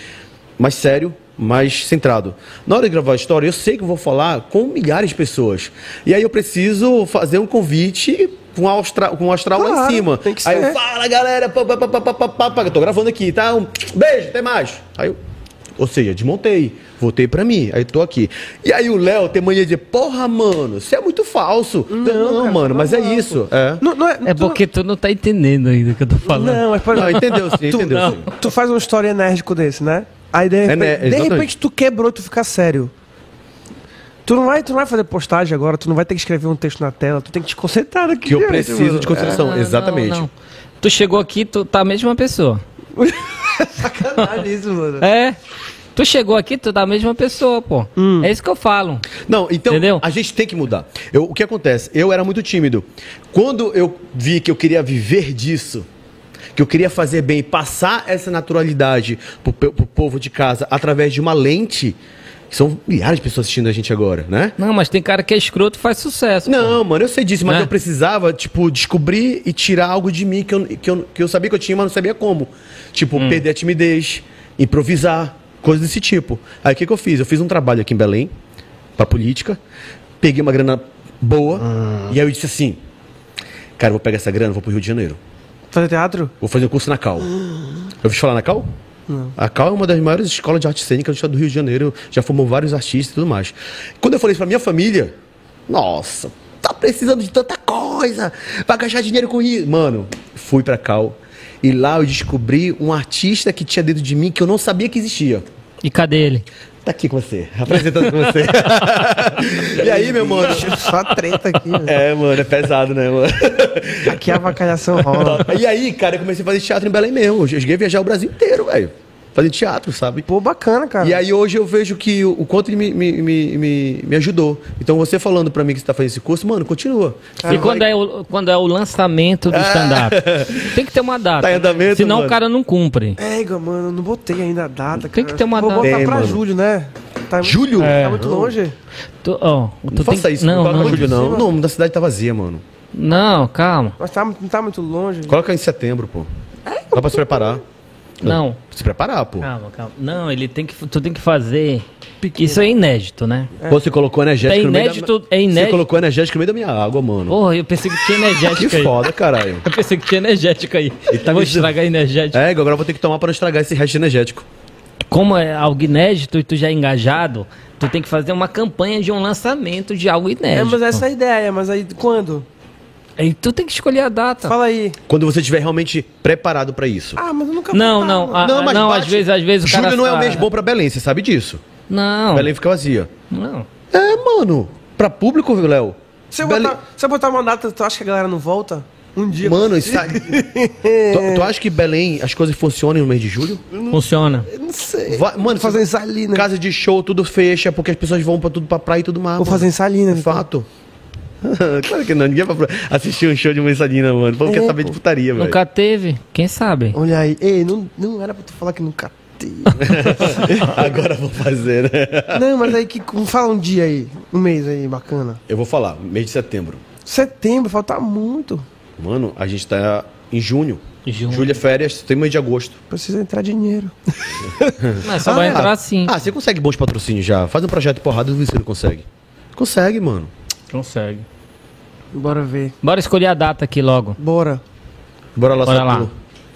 A: mais sério, mais centrado. Na hora de gravar a história, eu sei que eu vou falar com milhares de pessoas. E aí eu preciso fazer um convite com a Austra, com o astral lá
C: Claro,
A: em cima.
C: tem que
A: aí
C: ser.
A: eu fala, galera, pá, pá, pá, pá, pá, pá, pá, pá, eu tô gravando aqui, tá? Um beijo, até mais. Aí eu ou seja, desmontei, voltei pra mim, aí tô aqui. E aí o Léo tem mania de, porra, mano, você é muito falso. Não,
C: cara,
A: mano, mas é
C: não.
A: isso. É.
C: Não, não
B: É
C: tu-
B: porque tu não tá entendendo ainda o que eu tô falando.
C: Não, mas por
A: Não,
C: exemplo,
A: entendeu sim,
C: tu,
A: entendeu sim.
C: tu faz um story enérgico desse, né? Aí de repente,
A: né,
C: de
A: exatamente.
C: repente tu quebrou, tu fica sério. Tu não, vai, tu não vai fazer postagem agora, tu não vai ter que escrever um texto na tela, tu tem que te concentrar aqui.
A: Que eu
C: dentro,
A: preciso
C: mano.
A: de concentração,
B: Ah,
A: Então, exatamente.
B: não, não. Tu chegou aqui, tu tá a mesma pessoa.
C: Sacanagem isso, mano.
B: É. Tu chegou aqui, tu tá a mesma pessoa, pô. É isso que eu falo.
A: Não, então
B: Entendeu?
A: a gente tem que mudar. Eu- o que acontece? Eu era muito tímido. Quando eu vi que eu queria viver disso, que eu queria fazer bem, passar essa naturalidade pro, pe- pro povo de casa através de uma lente, que são milhares de pessoas assistindo a gente agora, né?
B: Não, mas tem cara que é escroto e faz sucesso. pô.
A: Não, mano, eu sei disso, mas
B: Né?
A: eu precisava, tipo, descobrir e tirar algo de mim que eu, que eu, que eu sabia que eu tinha, mas não sabia como. Tipo, perder a timidez, improvisar, coisas desse tipo. Aí o que, que eu fiz? Eu fiz um trabalho aqui em Belém, pra política, peguei uma grana boa, e aí eu disse assim: Cara, eu vou pegar essa grana, eu vou pro Rio de Janeiro.
C: Fazer teatro?
A: Vou fazer um curso na Cal. Eu fiz falar na Cal? Não. A Cal é uma das maiores escolas de arte cênica do estado do Rio de Janeiro, já formou vários artistas e tudo mais. Quando eu falei isso pra minha família, nossa, tá precisando de tanta coisa, vai gastar dinheiro com isso. Mano, fui pra Cal e lá eu descobri um artista que tinha dentro de mim que eu não sabia que existia.
B: E cadê ele?
A: Tá aqui com você, apresentando com você. e aí, meu mano?
C: Só treta aqui, mano.
A: É, mano, é pesado, né, mano?
C: Aqui a avacalhação rola.
A: E aí, cara, eu comecei a fazer teatro em Belém mesmo. Eu cheguei a viajar o Brasil inteiro, velho. fazendo teatro, sabe?
C: Pô, bacana, cara.
A: E aí hoje eu vejo que o, o quanto ele me, me, me, me, me ajudou. Então você falando pra mim que você tá fazendo esse curso, mano, continua.
B: E quando é, o, quando é o lançamento do stand-up? Tem que ter uma data.
A: Ah. Tá em andamento,
B: Senão
A: mano.
B: o cara não cumpre.
C: Ega, mano, eu não botei ainda a data,
B: Tem
C: cara.
B: que ter uma
C: Vou
B: data. É.
C: botar
A: Tem,
C: pra
A: mano.
C: julho, né? Tá muito-
A: Julho?
C: Tá muito longe.
B: Tu, ó, tu
A: Não
B: Então tem-
A: faça isso, não,
B: Não,
A: coloca
B: não,
A: julho, não. Não, da cidade tá vazia, mano.
B: não, calma.
C: Mas tá, não tá muito longe.
A: Coloca em setembro, pô. Dá pra se preparar.
B: Não. Ah.
A: Se preparar, pô.
B: Calma, calma. Não, ele tem que, tu tem que fazer. Isso é inédito, né?
A: Você colocou energético
B: É
A: no meio
B: inédito-
A: da...
B: é inédito.
A: Você colocou energético no meio da minha água, mano.
B: Porra, eu pensei que tinha
A: que
B: energética aí.
A: foda, caralho.
B: Eu pensei que tinha energética aí.
A: E tá
B: Vou
A: me-
B: estragar a energética.
A: É, Igor, agora eu vou ter que tomar pra não estragar esse resto energético.
B: Como é algo inédito e tu já é engajado, tu tem que fazer uma campanha de um lançamento de algo
C: É,
B: inédito.
C: mas essa é a ideia, mas aí quando?
B: E tu tem que escolher a data.
C: Fala aí.
A: Quando você estiver realmente preparado pra isso.
C: Tá. Ah, mas eu nunca
B: Não,
C: vou-
B: não.
C: Ah,
B: a- a- não, às
A: bate.
B: vezes, às vezes o
A: Julho
B: cara.
A: não é o
B: ah,
A: mês bom pra Belém, você sabe disso.
B: Não.
A: Belém fica vazia.
B: Não.
A: É, mano. Pra público, viu, Léo?
C: Se eu,
A: Belém-
C: botar, se eu botar uma data, tu acha que a galera não volta? Um dia.
A: Mano, isso... tá- tu, tu acha que Belém as coisas funcionam no mês de julho?
B: Funciona.
C: Eu não sei.
A: Vai- mano,
C: Vou fazer em
A: você-
C: Salinas.
A: casa de show, tudo fecha, porque as pessoas vão pra tudo pra praia e tudo mais.
C: Vou
A: mano.
C: fazer então. em Salinas.
A: É fato. claro que não, ninguém vai pra assistir um show de mensalina, mano. O povo
C: É.
A: quer saber de putaria, velho.
B: Nunca teve. Quem sabe?
C: Olha aí. Ei, não, não era pra tu falar que nunca teve.
A: Agora eu vou fazer, né?
C: não, mas aí que. Fala um dia aí. Um mês aí, bacana.
A: Eu vou falar, mês de setembro.
C: Setembro, falta muito.
A: Mano, a gente tá em junho.
B: Junho.
A: Julho é férias, tem mês de agosto.
C: Precisa entrar dinheiro.
B: Mas só vai entrar sim.
A: Ah, você consegue bons patrocínios já. Faz um projeto porrada e você não consegue. Consegue, mano.
B: Consegue.
C: Bora ver.
B: Bora escolher a data aqui logo.
C: Bora.
A: Bora lá,
B: Bora
A: Satu.
B: lá.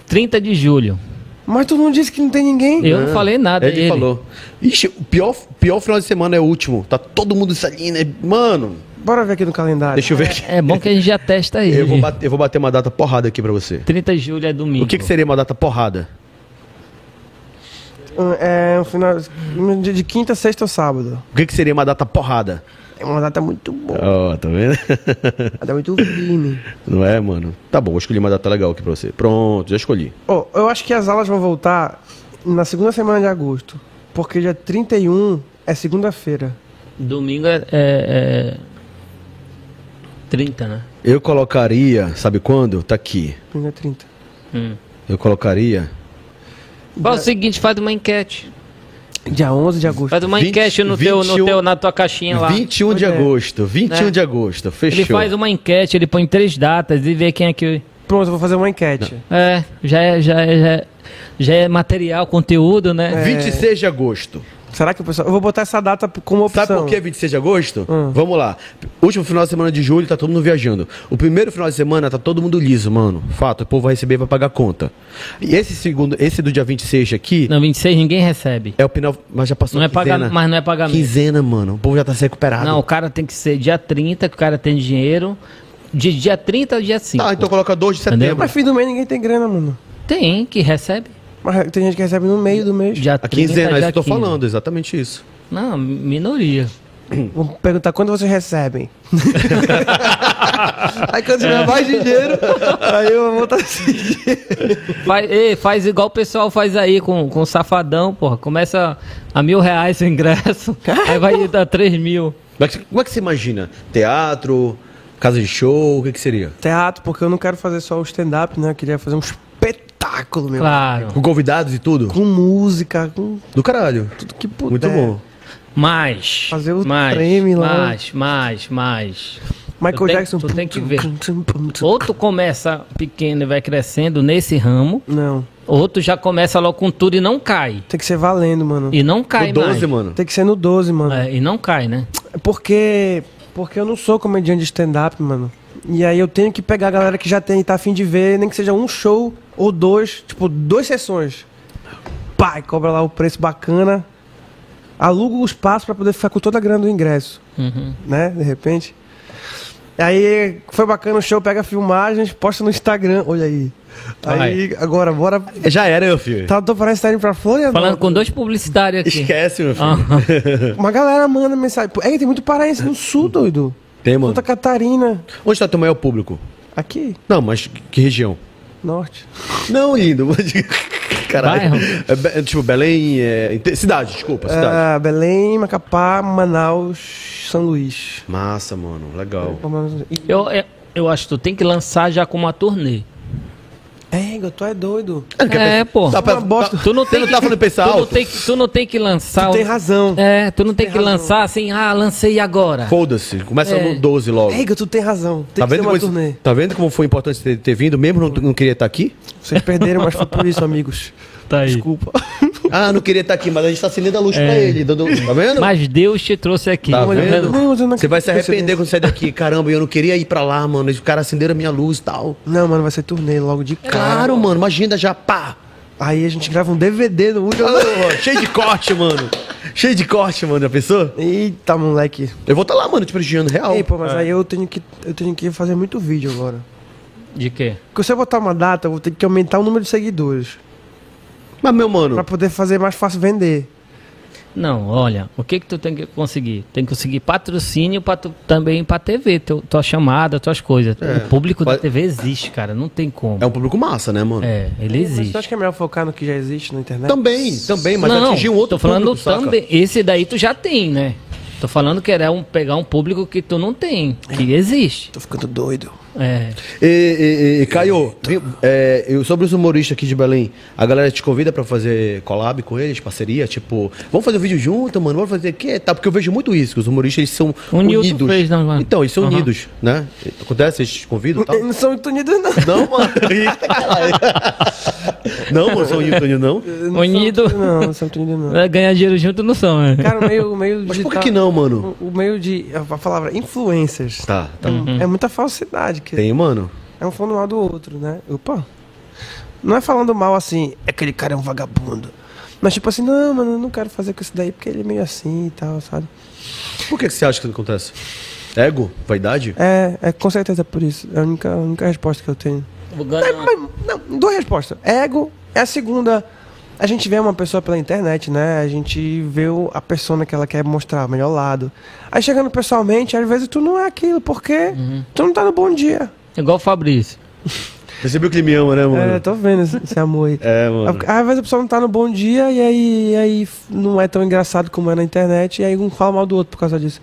B: 30 de julho.
C: Mas tu não disse que não tem ninguém?
B: Eu não falei nada.
A: Ah. Ele, falou. Ixi, o pior, pior final de semana é o último. Tá todo mundo em Salina. Mano,
C: Bora ver aqui no calendário.
A: deixa eu ver aqui.
B: É bom que a gente já testa ele.
A: Eu vou, bater, eu vou bater uma data porrada aqui pra você.
B: 30 de julho é domingo.
A: O que, que seria uma data porrada?
C: Ah, É um final. um dia De quinta, sexta ou sábado.
A: O que, que seria uma data porrada?
C: É uma data muito boa.
A: Ó, tá vendo?
C: Uma data muito firme.
A: Não é, mano? Tá bom, eu escolhi uma data legal aqui pra você. Pronto, já escolhi.
C: Ó, Oh, eu acho que as aulas vão voltar na segunda semana de agosto. Porque dia 31 é segunda-feira.
B: Domingo é, é, é 30, né?
A: Eu colocaria, sabe quando? Tá aqui.
C: Segunda 30.
A: Eu colocaria.
B: Faz o seguinte, faz uma enquete.
C: Dia 11 de agosto.
B: Faz uma
A: 20,
B: enquete no teu, no
A: 21,
B: teu, na tua caixinha lá.
A: 21 de
C: Pois é.
A: agosto, 21
B: É.
A: de agosto, fechou.
B: Ele faz uma enquete, ele põe três datas e vê quem é que.
C: Pronto, eu vou fazer uma enquete.
B: É, já é, já é, já é, já é material, conteúdo,
A: um
B: né?
A: 26 de agosto.
C: Será que o pessoal. Eu vou botar essa data como opção.
A: Sabe por que é 26 de agosto?
C: Hum.
A: Vamos lá. Último final de semana de julho, tá todo mundo viajando. O primeiro final de semana tá todo mundo liso, mano. Fato, o povo vai receber e vai pagar a conta. E esse segundo, esse do dia 26 aqui,
B: Não, 26 ninguém recebe.
A: é o final, mas já passou
B: Não é
A: a quinzena.
B: paga, mas não é pagamento.
A: Quinzena, mano. O povo já tá se recuperado.
B: Não, o cara tem que ser dia 30, que o cara tem dinheiro. De dia 30 ao dia 5.
A: Tá, então coloca 2 de
B: Entendeu?
A: setembro.
C: Mas fim do mês ninguém tem grana, mano.
B: Tem, que recebe.
C: Mas tem gente que recebe no meio do mês.
B: Dia
A: A
B: 30,
A: quinzena, é isso
B: dia
A: que eu tô
B: 15.
A: falando, exatamente isso.
B: Não, minoria.
C: Vou perguntar quando vocês recebem. aí quando tiver mais dinheiro, aí eu vou botar assim.
B: Faz, ei, faz igual o pessoal faz aí com, com o safadão, porra. Começa a mil reais o ingresso, aí vai dar três mil.
A: Mas como é que você imagina? Teatro, casa de show, o que que seria?
C: Teatro, porque eu não quero fazer só o stand-up, né? Eu queria fazer um espetáculo, meu.
B: Claro.
A: Com convidados e tudo?
C: Com música, com
A: Do caralho.
C: tudo que puder.
B: É.
A: Muito bom.
B: Mas.
C: Fazer o
B: mais,
C: treme lá.
B: Mais, mais, mais.
C: Michael
B: Tu tem-
C: Jackson.
B: tu tem que ver. Ou tu começa pequeno e vai crescendo nesse ramo,
C: Não,
B: ou tu já começa logo com tudo e não cai.
C: tem que ser valendo, mano.
B: E não cai
A: Do 12,
B: mais.
A: mano.
C: Tem que ser no 12, mano.
B: É, e não cai, né?
C: Porque. Porque eu não sou comediante de stand-up, mano. E aí eu tenho que pegar a galera que já tem e tá afim de ver, nem que seja um show ou dois, tipo, duas sessões. Pai, cobra lá o preço bacana. Aluga o espaço pra poder ficar com toda a grana do ingresso. Né? De repente. Aí foi bacana o show, pega filmagens, posta no Instagram. Olha aí. Aí, agora, bora.
A: Já era, meu filho.
C: Tá, tô parecendo estar indo pra Florianópolis.
B: Falando com dois publicitários aqui.
A: Esquece, meu filho.
B: Ah,
C: Uma galera manda mensagem. Pô, É, tem muito paraense no sul, doido.
A: Tem, mano.
C: Santa Catarina.
A: Onde tá teu maior público?
C: Aqui.
A: Não, mas que região?
C: Norte.
A: Não, lindo. Caralho.
B: Bairro?
A: É, Be- tipo, Belém. é, inte- Cidade, desculpa, cidade.
C: Ah, Belém, Macapá, Manaus, São Luís. um-
A: Massa, mano. Legal.
C: E-
B: Eu, eu, eu acho que tu tem que lançar já com uma turnê.
C: É, tu é doido.
B: É, pô.
A: Tá pra-
C: Uma bosta.
A: tá-
B: Tu não
A: Você
B: tem
A: não
B: que,
A: tá falando pensar
B: tu não
A: alto?
B: tem que- tu não tem que lançar.
C: Tu tem
B: o-
C: razão.
B: É, tu não tem, que
C: razão.
B: lançar assim, ah, lancei agora.
A: Foda-se. Começa
B: É.
A: no 12 logo.
C: É, Igor, tu tem razão. Tem
A: Tá
C: que ter
A: vendo,
C: uma
A: como,
C: turnê.
A: tá vendo como foi importante ter, ter vindo, mesmo não, não queria estar aqui?
C: Vocês perderam, mas foi por isso, amigos.
B: Tá aí.
C: Desculpa.
A: Ah, não queria estar aqui, mas a gente tá acendendo a luz pra ele. dando- tá vendo?
B: Mas Deus te trouxe aqui.
A: Tá vendo?
C: Não, mas eu não
A: Você vai se
C: acredito nisso.
A: arrepender quando sair daqui. Caramba, eu não queria ir pra lá, mano. Os caras acenderam a minha luz e tal.
C: Não, mano, vai ser turnê logo de cara.
A: Claro, mano. Uma agenda já, pá.
C: Aí a gente grava um DVD no último.
A: Porra, cheio de corte, mano. Cheio de corte, mano, já pensou?
C: Eita, moleque.
A: Eu vou estar lá, mano, te prestigiando real.
C: Ei, pô, mas aí eu tenho, que, eu tenho que fazer muito vídeo agora.
B: De quê?
C: Porque se eu botar uma data, eu vou ter que aumentar o número de seguidores.
A: Mas, meu
C: Pra
A: mano,
C: poder fazer mais fácil vender.
B: Não, olha, o que que tu tem que conseguir? Tem que conseguir patrocínio pra tu, também pra TV, teu, tua chamada, tuas coisas. O público da
A: Pode-
B: TV existe, cara, não tem como.
A: é um público massa, né, mano?
B: É, ele
C: Mas
B: existe.
C: você acha que é melhor focar no que já existe na internet?
A: Também, também, mas
B: não,
A: atingir um outro
B: tô falando
A: público, saca?
B: também. Esse daí tu já tem, né? Tô falando que era um, pegar um público que tu não tem, que existe.
C: Tô ficando doido.
B: É.
A: E, e, e, Caio, viu, é, eu- sobre os humoristas aqui de Belém, a galera te convida pra fazer collab com eles, parceria, tipo, vamos fazer um vídeo junto, mano, vamos fazer o quê? Tá, porque eu vejo muito isso, que os humoristas eles são
B: O Nilton
A: unidos.
B: fez, não, mano?
A: Então, eles são
B: Aham.
A: unidos, né? Acontece, eles te convidam e tal.
C: Eles não são muito unidos, não.
A: Não, mano. Eita, caralho. não, mano, são unidos, não. um
C: Eles não
B: Unido.
C: são- Não, não são muito unidos, não.
B: É, Ganhar dinheiro junto não são, né?
C: Cara, o meio, o meio
A: Mas
C: de
A: por
C: tá-
A: que que não, mano?
C: O o meio de. A palavra influencers.
A: Tá, tá.
C: É muita falsidade. Que
A: Tem, mano.
C: É um falando mal do outro, né? Opa. Não é falando mal assim, "É aquele cara é um vagabundo. Mas tipo assim, não, mano, eu não quero fazer com esse daí porque ele é meio assim e tal, sabe?
A: Por que, que você acha que isso acontece? Ego? Vaidade?
C: É, é com certeza por isso. É a única, a única resposta que eu tenho.
B: Vou ganhar-
C: É, mas- não, duas respostas. Ego é a segunda. A gente vê uma pessoa pela internet, né? A gente vê o- a persona que ela quer mostrar, o melhor lado. Aí chegando pessoalmente, às vezes tu não é aquilo, porque tu não tá no bom dia.
B: um, Igual o Fabrício.
A: Você viu que ele me ama, né, mano?
C: É, tô vendo esse, esse amor aí.
A: É, mano.
C: A- Às vezes a pessoa não tá no bom dia e aí, e aí f- não é tão engraçado como é na internet e aí um fala mal do outro por causa disso.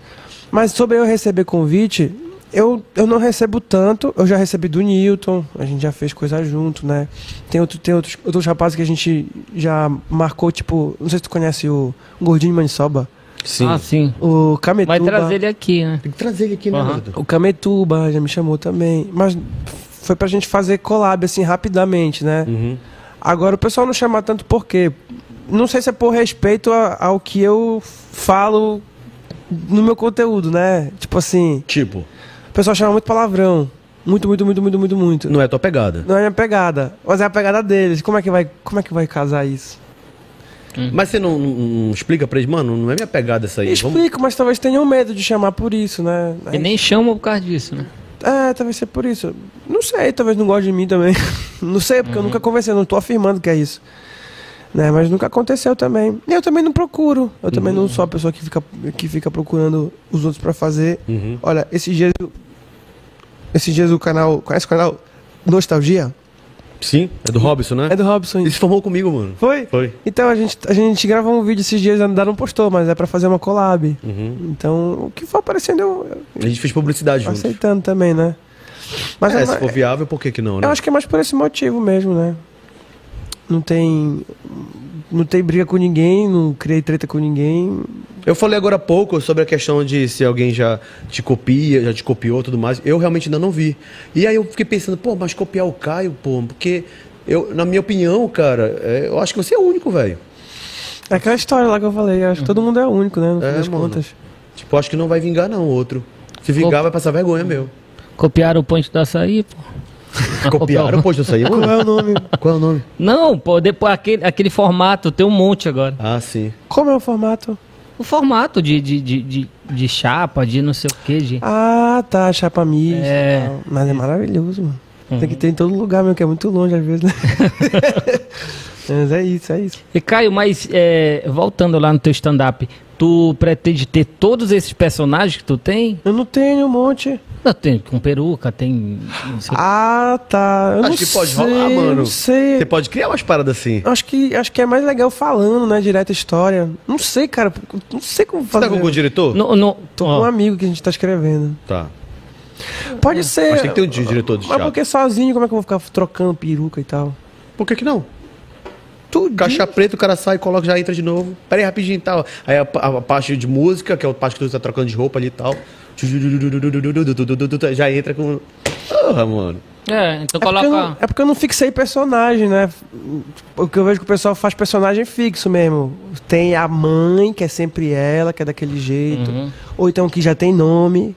C: Mas sobre eu receber convite, eu, eu não recebo tanto. Eu já recebi do Newton, a gente já fez coisa junto, né? Tem, outro, tem outros, outros rapazes que a gente já marcou, tipo, não sei se tu conhece o Gordinho Maniçoba,
A: Sim.
B: Ah, sim.
C: o Cametuba.
B: Vai trazer ele aqui, né?
A: Tem que trazer ele aqui, né,
B: Aham.
A: mano?
C: O Cametuba já me chamou também. Mas foi pra gente fazer collab, assim, rapidamente, né?
A: Uhum.
C: Agora, o pessoal não chama tanto porque... Não sei se é por respeito a- ao que eu falo no meu conteúdo, né? Tipo assim,
A: Tipo,
C: o pessoal chama muito palavrão. Muito, muito, muito, muito, muito, muito.
A: não é a tua pegada.
C: Não é a minha pegada. Mas é a pegada deles. Como é que vai, como é que vai casar isso?
A: Mas você não, não- não explica pra eles, mano, não é minha pegada essa aí. Vamos...
C: Explico, mas talvez tenham medo de chamar por isso, né?
B: E nem chama por causa disso, né?
C: É, talvez seja por isso. Não sei, talvez não goste de mim também. Não sei, porque eu
A: Uhum.
C: nunca conversei, não tô afirmando que é isso. Né, mas nunca aconteceu também. E eu também não procuro. Eu também
A: Uhum.
C: não sou a pessoa que fica, que fica procurando os outros pra fazer.
A: Uhum.
C: Olha, esses dias. Esses dias o canal. Conhece o canal Nostalgia?
A: Sim, é do Robson, né?
C: É do Robson.
A: Ele se formou comigo, mano.
C: Foi?
A: Foi.
C: Então a gente, a gente gravou um vídeo esses dias, ainda não postou, mas é pra fazer uma collab. Então, o que for aparecendo, eu,
A: Uhum. A gente fez publicidade
C: eu
A: junto.
C: aceitando também, né? Mas
A: É,
C: uma-
A: se for viável, por que que não, né?
C: Eu acho que é mais por esse motivo mesmo, né? Não tem. Não tem briga com ninguém, não criei treta com ninguém.
A: Eu falei agora há pouco sobre a questão de se alguém já te copia, já te copiou e tudo mais. Eu realmente ainda não vi. E aí eu fiquei pensando, pô, mas copiar o Caio, pô, porque eu, na minha opinião, cara, é, eu acho que você é o único, velho.
C: É aquela história lá que eu falei, eu acho que todo mundo é único, né? No fim
A: É,
C: das
A: mano.
C: contas.
A: Tipo, eu acho que não vai vingar, não, o outro. Se vingar, vai passar vergonha, meu.
B: Copiaram o ponte da açaí, pô. Ah,
A: Copiaram,
B: copiou.
A: poxa, isso aí,
C: Qual
A: mano?
C: é o nome?
A: Qual é o nome?
B: Não, pô, depois aquele, aquele formato, tem um monte agora.
A: Ah, sim.
C: Como é o formato?
B: O formato de, de, de, de, de chapa, de não sei o que, de.
C: Ah, tá, chapa mista.
B: É.
C: e tal.
A: Uhum.
C: Mas é maravilhoso, mano. Tem que ter em todo lugar mesmo, que é muito longe às vezes, né? Mas é isso, é isso.
B: E Caio, mas é, voltando lá no teu stand-up, tu pretende ter todos esses personagens que tu tem?
C: Eu não tenho um monte.
B: Não, tem com peruca, tem. não sei-
C: Ah, tá. Eu
A: Acho
C: não
A: que pode
C: sei,
A: rolar, mano.
C: Não sei.
A: Você pode criar umas paradas assim.
C: Acho que, acho que é mais legal falando, né? Direto a história. Não sei, cara. Não sei como
A: Você
C: fazer.
A: tá com algum diretor?
B: Não, não,
C: Tô com
B: ó,
C: um amigo que a gente tá escrevendo.
A: Tá.
C: Pode ser.
A: Mas tem que ter um di- diretor de
C: Mas
A: teatro.
C: porque sozinho, como é que eu vou ficar trocando peruca e tal?
A: Por que que não?
C: Tudo.
A: Caixa preta, o cara sai, coloca, já entra de novo. Pera aí, rapidinho e tal. Aí a, pa- a parte de música, que é a parte que tu tá trocando de roupa ali e tal. Já entra com. Porra, mano.
B: É, então
C: É porque, eu não,
B: coloca.
C: é porque eu não fixei personagem, né? O que eu vejo que o pessoal faz personagem fixo mesmo. Tem a mãe, que é sempre ela, que é daquele jeito.
B: Uhum.
C: Ou então que já tem nome.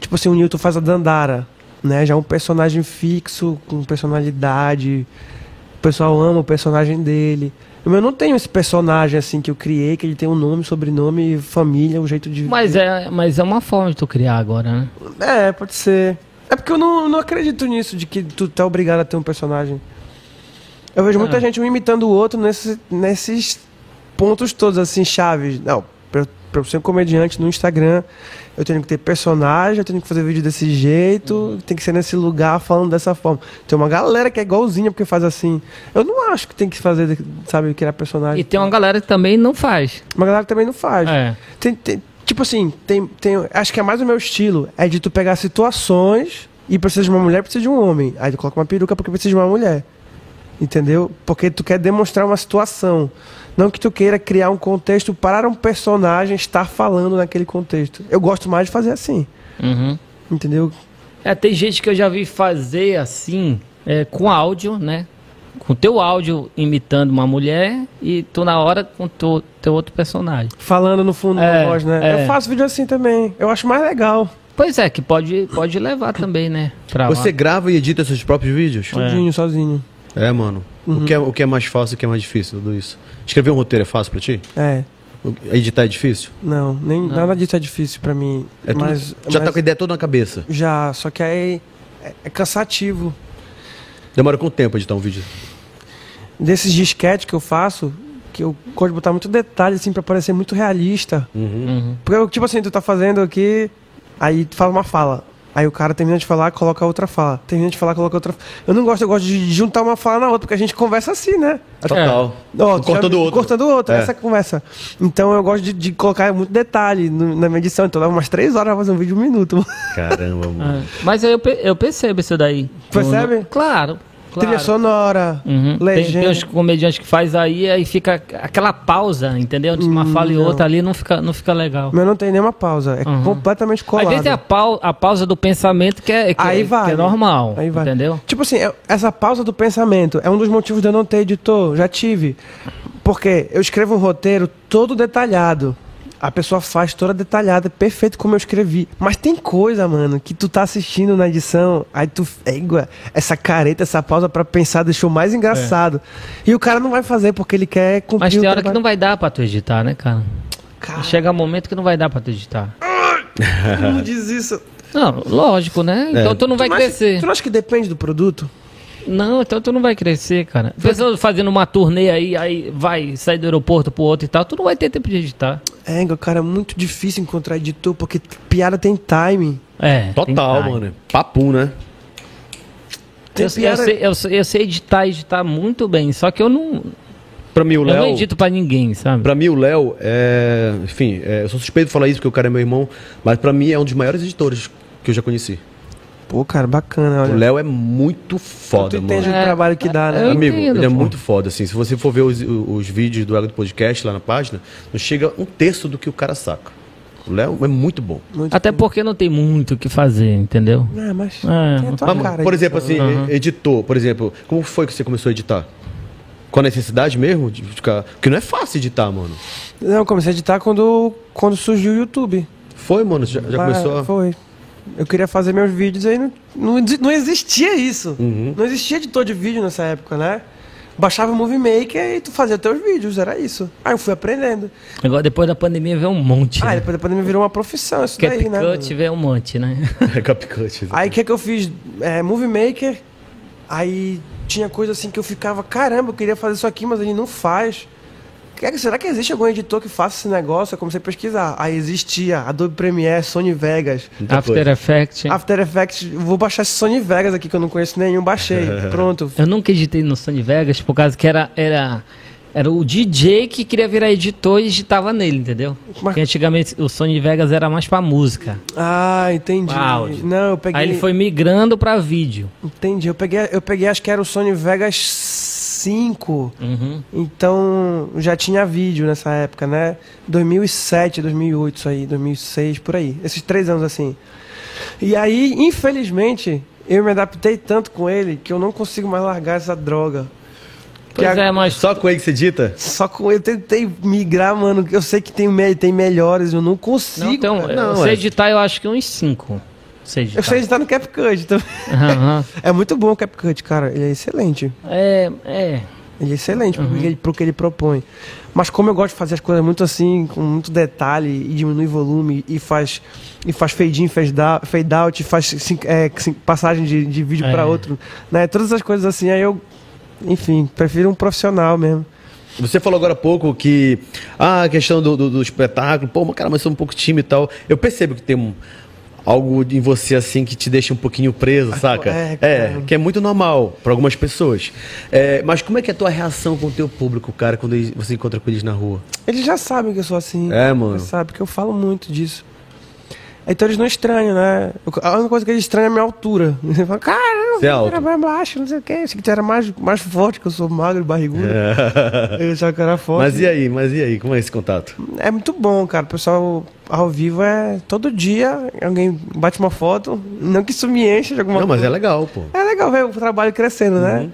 C: Tipo assim, o Newton faz a Dandara, né? Já é um personagem fixo, com personalidade. O pessoal ama o personagem dele. Eu não tenho esse personagem assim que eu criei, que ele tem um nome, sobrenome, família, um jeito de.
B: Mas é, mas é uma forma de tu criar agora, né?
C: É, pode ser. É porque eu não, não acredito nisso, de que tu tá obrigado a ter um personagem. Eu vejo muita
B: Ah.
C: gente um imitando o outro nesse- nesses pontos todos, assim, chaves. Não, pra, pra eu ser um comediante no Instagram, eu tenho que ter personagem, eu tenho que fazer vídeo desse jeito, tem que ser nesse lugar falando dessa forma. Tem uma galera que é igualzinha porque faz assim. Eu não acho que tem que fazer, sabe, criar personagem.
B: E tem uma galera que também não faz.
C: Uma galera que também não faz.
B: É.
C: Tem- tem- tipo assim, tem, tem, acho que é mais o meu estilo. É de tu pegar situações e precisa de uma mulher, precisa de um homem. Aí tu coloca uma peruca porque precisa de uma mulher. Entendeu? Porque tu quer demonstrar uma situação. Não que tu queira criar um contexto para um personagem estar falando naquele contexto. Eu gosto mais de fazer assim.
B: Uhum.
C: Entendeu?
B: É, tem gente que eu já vi fazer assim, é, com áudio, né? Com teu áudio imitando uma mulher e tu na hora com teu, teu outro personagem.
C: Falando no fundo
B: É,
C: da voz, né?
B: é.
C: Eu faço vídeo assim também. Eu acho mais legal.
B: Pois é, que pode, pode levar também, né? Pra lá.
A: Você grava e edita seus próprios vídeos?
B: É.
C: Tudinho, sozinho.
A: É, mano. O, que é, o que é mais fácil e o que é mais difícil tudo isso? Escrever um roteiro é fácil pra ti?
C: É.
A: O- Editar é difícil?
C: Não, nem, nada disso é difícil pra mim.
A: É tudo-
C: mas,
A: já
C: mas-
A: tá com a ideia toda na cabeça.
C: Já, só que aí é, é cansativo.
A: Demora quanto tempo editar um vídeo?
C: Desses disquetes que eu faço, que eu gosto de botar muito detalhe, assim, pra parecer muito realista.
B: Uhum.
C: Porque, eu, tipo assim, tu tá fazendo aqui, aí tu fala uma fala. Aí o cara termina de falar, coloca outra fala. Termina de falar, coloca outra Eu não gosto, eu gosto de juntar uma fala na outra, porque a gente conversa assim, né?
A: Total.
C: Ó, tu
A: cortando
C: já-
A: o outro.
C: Cortando o outro,
A: É.
C: essa conversa. Então eu gosto de, de colocar muito detalhe no- na minha edição. Então leva umas três horas pra fazer um vídeo de um minuto.
A: Caramba, mano.
B: É. Mas aí eu, pe- eu percebo isso daí.
C: Percebe?
B: No- no- Claro. claro.
C: Trilha sonora,
B: Uhum. Tem,
C: legenda.
B: tem uns comediantes que faz aí, aí fica aquela pausa, entendeu? De
C: Hum,
B: uma fala e outra ali não fica, não fica legal.
C: Mas não tem nenhuma pausa. É completamente colado.
B: Uhum. Às vezes é a, pau- a pausa do pensamento que é, que, que
C: Aí vale.
B: é normal,
C: Aí vai.
B: entendeu?
C: Tipo assim, eu- essa pausa do pensamento é um dos motivos de eu não ter editor. Já tive. Porque eu escrevo um roteiro todo detalhado. A pessoa faz toda detalhada, perfeito como eu escrevi. Mas tem coisa, mano, que tu tá assistindo na edição, aí tu. Égua, essa careta, essa pausa pra pensar deixou mais engraçado. E o cara não vai fazer porque ele quer
B: É.
C: cumprir
B: Mas
C: o Ah.
B: tem hora que
C: trabalho.
B: não vai dar pra tu editar, né, cara?
C: Cara,
B: Chega um momento que não vai dar pra tu editar.
C: não diz isso.
B: Não, lógico, né?
A: É.
B: Então tu não vai
C: Mas
B: crescer.
C: Tu não acha que depende do produto?
B: Não, então tu não vai crescer, cara. Pessoas fazendo uma turnê aí, aí vai sair do aeroporto pro outro e tal, tu não vai ter tempo de editar.
C: É, cara, é muito difícil encontrar editor, porque piada tem timing.
B: É. tem
A: Total,
B: time.
A: mano. Papum, né?
C: Tem
B: Eu, eu,
C: piada-
B: sei, eu, sei, eu sei editar, editar muito bem, só que eu não,
A: Pra mim, o
B: eu não
A: Léo.
B: edito pra ninguém, sabe?
A: Pra mim, o Léo é. Enfim, é, eu sou suspeito de falar isso porque o cara é meu irmão, mas pra mim é um dos maiores editores que eu já conheci.
C: Pô, cara, bacana,
A: O
C: olha.
A: Léo é muito foda,
C: tu entende
A: mano.
C: o
B: É,
C: trabalho que dá, né?
B: eu-
A: Amigo,
B: entendo,
A: ele é
B: pô.
A: muito foda, assim. Se você for ver os, os vídeos do Ego do Podcast lá na página, não chega um terço do que o cara saca. O Léo é muito bom.
C: Muito-
B: Até porque não tem muito o que fazer, entendeu?
C: Ah, mas
B: É,
C: tem a tua
A: Mas,
C: cara
A: por
C: aí,
A: exemplo,
C: cara.
A: assim,
B: Uhum.
A: editor, por exemplo, como foi que você começou a editar? Com a necessidade mesmo de ficar. Porque não é fácil editar, mano.
C: Não, eu comecei a editar quando, quando surgiu o YouTube.
A: Foi, mano? Já, já
C: Ah,
A: começou? A...
C: Foi. Eu queria fazer meus vídeos aí, não, não, exi- não existia isso.
A: Uhum.
C: Não existia editor de vídeo nessa época, né? Baixava o Movie Maker e tu fazia teus vídeos, era isso. Aí eu fui aprendendo.
B: Agora, depois da pandemia, veio um monte.
C: Ah,
A: é
B: né?
C: depois, depois me virou uma profissão isso
B: Cap
C: daí, né?
B: Cut veio um monte, né?
A: É CapCut.
C: Aí o que, é que eu fiz? É, Movie Maker, Aí tinha coisa assim que eu ficava, caramba, eu queria fazer isso aqui, mas ele não faz. Cara, Será que existe algum editor que faça esse negócio? Eu comecei a pesquisar. Aí existia Adobe Premiere, Sony Vegas,
B: After Effects.
C: After Effects. Vou baixar esse Sony Vegas aqui que eu não conheço nenhum. Baixei. Pronto.
B: Eu nunca editei no Sony Vegas por causa que era, era, era o DJ que queria virar editor e editava nele, entendeu?
C: Mas-
B: Porque antigamente o Sony Vegas era mais pra música.
C: Ah, entendi.
B: Áudio.
C: Não, eu peguei.
B: Aí ele foi migrando pra vídeo.
C: Entendi. Eu peguei, eu peguei, acho que era o Sony Vegas 5.
B: Uhum.
C: Então já tinha vídeo nessa época, né? 2007, 2008, isso aí, 2006, por aí. Esses três anos assim. E aí, infelizmente, eu me adaptei tanto com ele que eu não consigo mais largar essa droga. Que
B: Pois
C: a-
B: é, mas
A: Só com ele que você dita?
C: Só com eu tentei migrar, mano. que Eu sei que tem, me- tem melhores, eu não consigo.
B: não, então,
C: cara.
A: Não,
B: se
A: é.
B: editar eu acho que uns 5. Se editar.
C: Eu sei editar no CapCut também.
B: Aham.
C: É muito bom o CapCut, cara. Ele é excelente.
B: É, é.
C: Ele é excelente pro, que ele, pro que ele propõe. Mas como eu gosto de fazer as coisas muito assim, com muito detalhe, e diminui volume, e faz, e faz fade in, fade out, fade out e faz sin- é, sin- passagem de, de vídeo
B: É.
C: pra outro, né? Todas essas coisas assim, aí eu, enfim, prefiro um profissional mesmo.
A: Você falou agora há pouco que ah, a questão do, do- do espetáculo, pô, mas, cara, mas eu sou um pouco tímido e tal. Eu percebo que tem um, algo em você assim que te deixa um pouquinho preso, saca?
C: é,
A: É,
C: cara.
A: que é muito normal pra algumas pessoas. É, mas como é que é a tua reação com o teu público, cara, quando eles- você encontra com eles na rua?
C: Eles já sabem que eu sou assim.
A: É, mano.
C: Eles sabem, porque eu falo muito disso. Então eles não estranham, né? Eu- A única coisa que eles estranham é a minha altura. Eles falam, caramba,
A: Você é alto."
C: era mais baixo, não sei o quê. Esse que tu era mais, mais forte, que eu sou magro, barrigudo. Eu sou o cara forte.
A: É. Mas e aí, mas e aí, como é esse contato?
C: É muito bom, cara. O pessoal ao vivo é todo dia. Alguém bate uma foto. Não que isso me encha de alguma
A: Não, mas é
C: coisa.
A: legal, pô.
C: É legal ver o trabalho crescendo, né?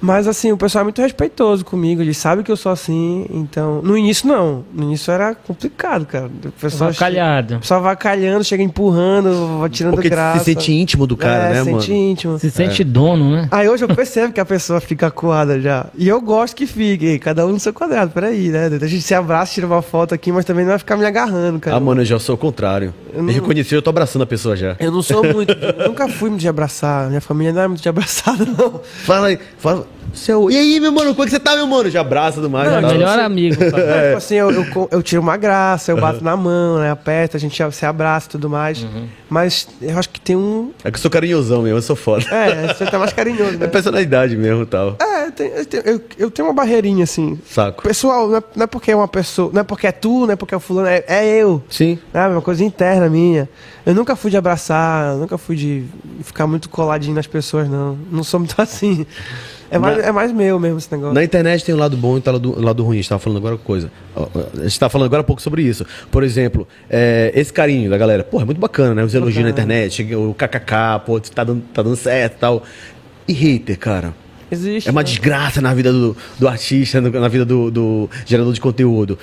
C: Mas assim, o pessoal é muito respeitoso comigo. Eles sabem que eu sou assim. Então. No início, não. No início era complicado, cara. O pessoal. O
B: Avacalhado.
C: pessoal vai calhando, chega empurrando, vai tirando
A: Porque
C: graça.
A: se sente íntimo do cara,
C: é,
A: né,
C: se
A: mano?
C: sente íntimo.
B: Se
A: É.
B: sente dono, né?
C: Aí hoje eu percebo que a pessoa fica coada já. E eu gosto que fique, Ei, cada um no seu quadrado, peraí, né? A gente se abraça, tira uma foto aqui, mas também não vai ficar me agarrando, cara.
A: Ah, mano, eu já sou o contrário. Eu
C: um não-
A: reconheci, eu tô abraçando a pessoa já.
C: Eu não sou muito, eu nunca fui muito de abraçar, minha família não é muito de abraçar, não.
A: Fala aí, fala. Seu, e aí, meu mano, como é que você tá, meu mano? Já abraça do mais.
B: É
A: já
B: o
A: tá-
B: melhor amigo. cara.
C: Tipo assim, eu, eu, co- eu tiro uma graça, eu bato na mão, né? Aperto, a gente se abraça e tudo mais.
A: Uhum.
C: Mas eu acho que tem um.
A: É que eu sou carinhosão mesmo, eu sou foda.
C: É, você tá mais carinhoso,
A: É
C: né?
A: personalidade mesmo e tal.
C: É, eu tenho- eu tenho- eu, eu tenho uma barreirinha assim.
A: Saco.
C: Pessoal, não é, não é porque é uma pessoa. Não é porque é tu, não é porque é o fulano, é, é eu.
A: Sim.
C: É uma coisa interna minha. Eu nunca fui de abraçar, nunca fui de ficar muito coladinho nas pessoas, não. Não sou muito assim. É mais,
A: Na-
C: é mais meu mesmo esse negócio.
A: Na internet tem o lado bom e tem o lado, o lado ruim. A gente tava falando agora coisa. Ó, ó, A gente tava falando agora há pouco sobre isso. Por exemplo, é, esse carinho da galera. Porra, é muito bacana, né? Os elogios na internet, o kkk, pô, tá dando, tá dando certo e tal. E hater, cara.
C: Existe.
A: É uma
C: né?
A: desgraça na vida do, do artista, no- na vida do, do gerador de conteúdo.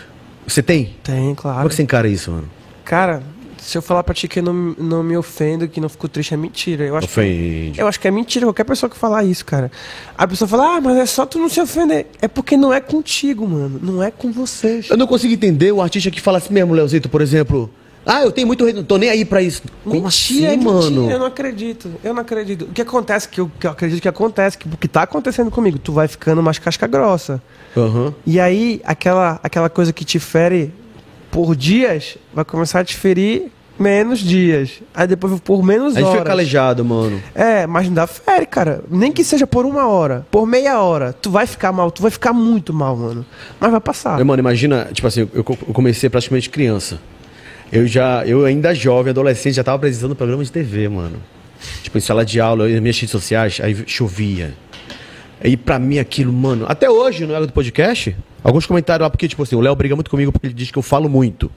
A: Você tem?
C: Tem, claro.
A: Como é que você encara isso, mano?
C: Cara, se eu falar pra ti que eu não, não me ofendo, que não fico triste, é mentira. Eu acho, que,
A: Ofende.
C: eu acho que é mentira qualquer pessoa que falar isso, cara. A pessoa fala, ah, mas é só tu não se ofender. É porque não é contigo, mano. Não é com vocês.
A: Eu não consigo entender o artista que fala assim mesmo, Leozito, por exemplo. Ah, eu tenho muito rei, não tô nem aí pra isso. Como
C: Mentira,
A: assim,
C: é
A: mano?
C: Mentira, eu não acredito. Eu não acredito. O que acontece, que eu, que eu acredito que acontece, que o que tá acontecendo comigo, tu vai ficando mais casca grossa.
A: Aham.
C: E aí, aquela, aquela coisa que te fere por dias, vai começar a te ferir menos dias. Aí depois por menos
A: A gente fica
C: horas.
A: calejado, mano.
C: É, mas não dá fere, cara. Nem que seja por uma hora, por meia hora. Tu vai ficar mal, tu vai ficar muito mal, mano. Mas vai passar.
A: Mas, Mano, imagina, tipo assim, eu, co- eu comecei praticamente criança. Eu já, eu ainda jovem, adolescente, já tava apresentando programa de TV, mano. Tipo, em sala de aula, eu, nas minhas redes sociais, aí chovia. E pra mim aquilo, mano, até hoje, não era do podcast, alguns comentários lá, porque, tipo assim, o Léo briga muito comigo porque ele diz que eu falo muito.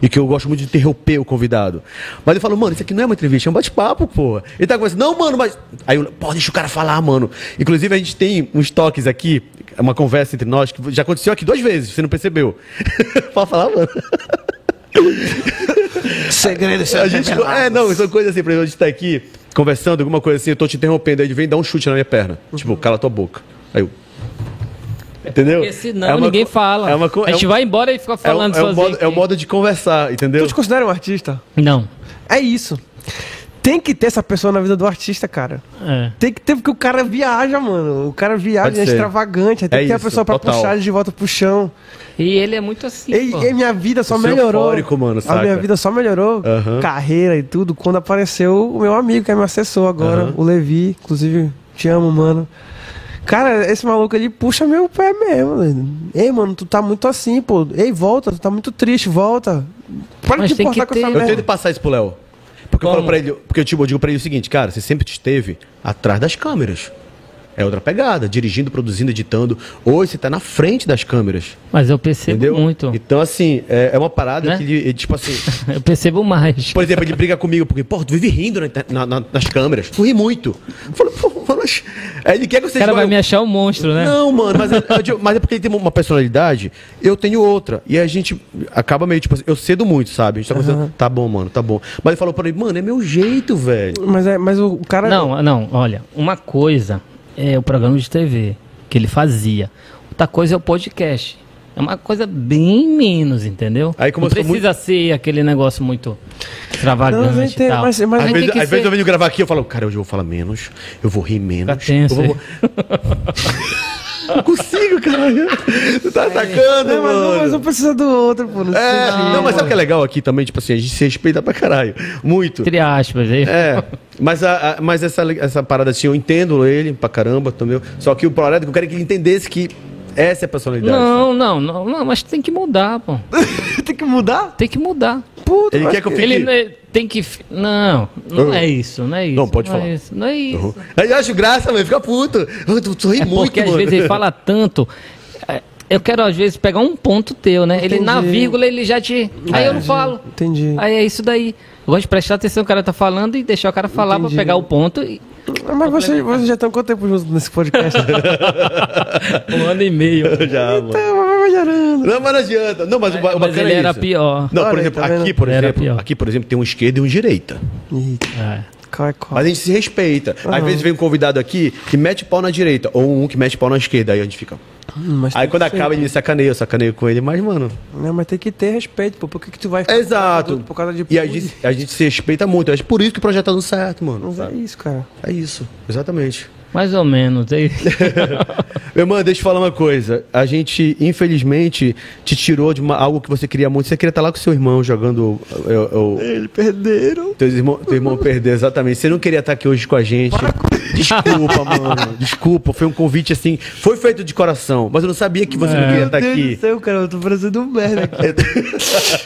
A: E que eu gosto muito de interromper o convidado. Mas eu falo, mano, isso aqui não é uma entrevista, é um bate-papo, porra. Ele tá conversando, não, mano, mas. Aí eu, pô, deixa o cara falar, mano. Inclusive, a gente tem uns toques aqui, uma conversa entre nós, que já aconteceu aqui duas vezes, você não percebeu. Pode falar, mano.
C: Segredo,
A: A gente, é, não, são coisas assim, por exemplo, a gente tá aqui conversando, alguma coisa assim, eu tô te interrompendo, aí ele vem dar um chute na minha perna. Tipo, cala tua boca. Aí eu. Entendeu?
B: Porque senão
A: É uma
B: ninguém
A: co-
B: fala.
A: É uma co-
B: a gente
A: é um-
B: vai embora e fica
A: é um,
B: falando
A: é um
B: sozinho.
A: modo, é um
B: aqui.
A: modo de conversar, entendeu?
C: Tu te considera um artista?
B: Não.
C: É isso. Tem que ter essa pessoa na vida do artista, cara.
B: É.
C: Tem que ter, porque o cara viaja, mano. O cara viaja,
A: Pode
C: é
A: ser.
C: extravagante. Aí Tem
A: É
C: que ter a
A: isso,
C: pessoa pra
A: total.
C: puxar ele de volta pro chão.
B: E ele é muito assim,
C: E,
B: pô.
C: e minha vida só
A: Eu sou
C: melhorou.
A: é eufórico, mano,
C: a
A: saca?
C: minha vida só melhorou,
A: Aham.
C: carreira e tudo, quando apareceu o meu amigo que é meu assessor agora,
A: Aham.
C: o Levi. Inclusive, te amo, mano. Cara, esse maluco ele puxa meu pé mesmo. doido. Ei, mano, tu tá muito assim, pô. Ei, volta, tu tá muito triste, volta. Para
B: Mas
C: de te
B: tem que
C: importar com
B: ter,
C: essa
B: né?
A: Eu
C: merda.
A: tento passar isso pro Léo. Porque eu
B: Como?
A: falo pra ele, porque eu, tipo, eu digo pra ele o seguinte, cara, você sempre esteve atrás das câmeras. É outra pegada, dirigindo, produzindo, editando. Hoje você tá na frente das câmeras.
B: Mas eu percebo
A: Entendeu?
B: muito.
A: Então, assim, é, é uma parada
B: Né?
A: que ele, ele, tipo assim.
B: Eu percebo mais.
A: Por exemplo, ele briga comigo porque, pô, tu vive rindo na inter- na- na- nas câmeras. Tu ri muito. Eu falo, pô, mas. Aí ele quer que
B: O
A: você
B: cara vai
A: igual-
B: me achar um monstro, né?
A: Não, mano, mas, é- eu digo- mas é porque ele tem uma personalidade, eu tenho outra. E a gente acaba meio, tipo assim, eu cedo muito, sabe? A gente tá conversando, tá bom, mano, tá bom. Mas ele falou pra mim, mano, é meu jeito, velho.
C: Mas, é, mas o cara.
B: Não, não, olha, uma coisa é o programa de TV que ele fazia. Outra coisa é o podcast. É uma coisa bem menos, entendeu?
A: Aí como
B: não
A: eu sou
B: precisa ser aquele negócio muito
C: Não, eu
B: extravagante
C: entendo,
B: e tal.
C: mas- é mas-
A: Às
B: tem
A: vezes,
B: que
A: às
B: ser-
A: vezes eu venho gravar aqui, eu falo, cara, hoje eu vou falar menos, eu vou rir menos.
B: Tá tenso,
A: eu vou- Não consigo, cara. Tu tá atacando,
C: Não, mas,
A: mano.
C: um- mas um precisa do outro, pô. Não
A: É,
C: precisa de-
A: não, mas sabe o que é legal aqui também? Tipo assim, a gente se respeita pra caralho. Muito.
B: Entre aspas, aí.
A: É, mas, a, a- mas essa, essa parada assim, eu entendo ele pra caramba também. Só que o parada que eu quero é que ele entendesse que essa é a personalidade.
B: Não, não, não, não, mas tem que mudar, pô.
C: Tem que mudar?
B: Tem que mudar.
C: Puta,
A: Ele
C: mas-
A: quer que eu fique.
B: Ele não é- tem que. fi- Não, não
A: Eu-
B: é isso, não é isso.
A: Não, pode
B: é
A: falar.
B: isso, não é isso.
A: Uhum. Aí eu acho graça, mano, fica puto. Eu, tu, tu ri
B: É
A: muito,
B: porque
A: mano.
B: às vezes ele fala tanto. é, Eu quero, às vezes, pegar um ponto teu, né? Ele, na
C: Entendi. É.
B: vírgula, ele já te. Aí eu não falo.
C: Entendi.
B: Aí é isso daí. Eu gosto de prestar atenção no que o cara tá falando e deixar o cara falar
C: Entendi.
B: pra pegar o ponto. E...
C: Ah, Mas
B: é
C: vocês, vocês já estão quanto tempo juntos nesse podcast?
B: Um ano e meio.
A: Já,
C: Tá,
A: mano.
C: Tava melhorando.
A: Não, mas não adianta. Não, mas, o ba- o
B: Mas
A: bacana
B: ele
A: é
B: era
A: isso.
B: pior.
A: Não,
C: Olha
A: por
C: aí,
A: exemplo,
C: tá vendo?
A: aqui, por
B: Ele era
A: exemplo,
B: pior.
A: aqui, por exemplo, tem um esquerda e um direita.
C: Eita,
B: É.
C: qual é qual?
A: Mas a gente se respeita.
C: Ah.
A: Às vezes vem um convidado aqui que mete pau na direita, ou um que mete pau na esquerda, aí a gente fica.
C: Hum, mas
A: Aí
C: tem
A: quando
C: que ser.
A: acaba, ele me sacaneia, eu sacaneio com ele, mas, mano.
C: Não, mas tem que ter respeito, pô. Por que, que tu vai ficar com o
A: Exato.
C: outro Por causa de
A: E a gente, a gente se respeita muito. Acho por isso que o projeto tá dando certo, mano.
C: Mas é isso, cara.
A: É isso, exatamente.
B: Mais ou menos. é isso.
A: Meu irmão, deixa eu falar uma coisa. A gente, infelizmente, te tirou de uma- algo que você queria muito. Você queria estar lá com seu irmão jogando. eh, o-
C: Eles perderam.
A: Teu irmão, teu irmão perdeu, exatamente. Você não queria estar aqui hoje com a gente. Desculpa, mano. Desculpa. Foi um convite assim. Foi feito de coração, mas eu não sabia que você não queria
C: Meu
A: estar
C: Deus
A: tá aqui.
C: do céu, cara. Eu tô parecendo um merda aqui.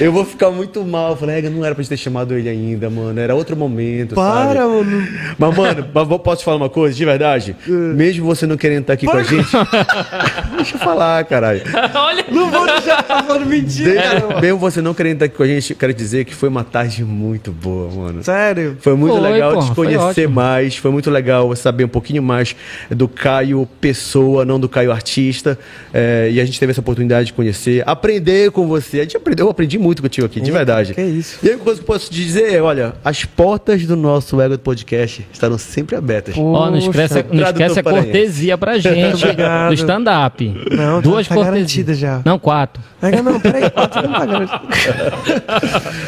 A: Eu vou ficar muito mal. Eu Falei, "Ega, não era pra gente ter chamado ele ainda, mano. Era outro momento. sabe?
C: Para, mano. É.
A: Mas, mano, mas vou- posso te falar uma coisa, de verdade? Mesmo você não querendo estar aqui com a gente. deixa eu falar, caralho.
B: Olha.
C: Não vou deixar tá falando mentira.
A: Desde- mesmo você não querendo estar aqui com a gente, quero dizer que foi uma tarde muito boa, mano.
C: Sério.
A: Foi muito
B: Foi,
A: legal
B: porra,
A: te
B: foi
A: conhecer
B: ótimo.
A: mais, foi muito legal saber um pouquinho mais do Caio Pessoa, não do Caio Artista. É, e a gente teve essa oportunidade de conhecer, aprender com você. A gente aprendeu, eu aprendi muito contigo aqui, de
C: Eita,
A: verdade.
C: que isso.
A: E a única coisa que eu posso te dizer é, olha, as portas do nosso Ego do Podcast estarão sempre abertas.
B: Ó, não esquece, não
A: Tradutor
B: esquece a
A: paraense.
B: cortesia pra gente
C: Obrigado.
B: do stand-up.
C: Não, tá-
B: Duas
C: tá garantida
B: cortesias.
C: já.
B: Não, quatro.
C: Pega, É não, peraí. Quatro não tá garantido.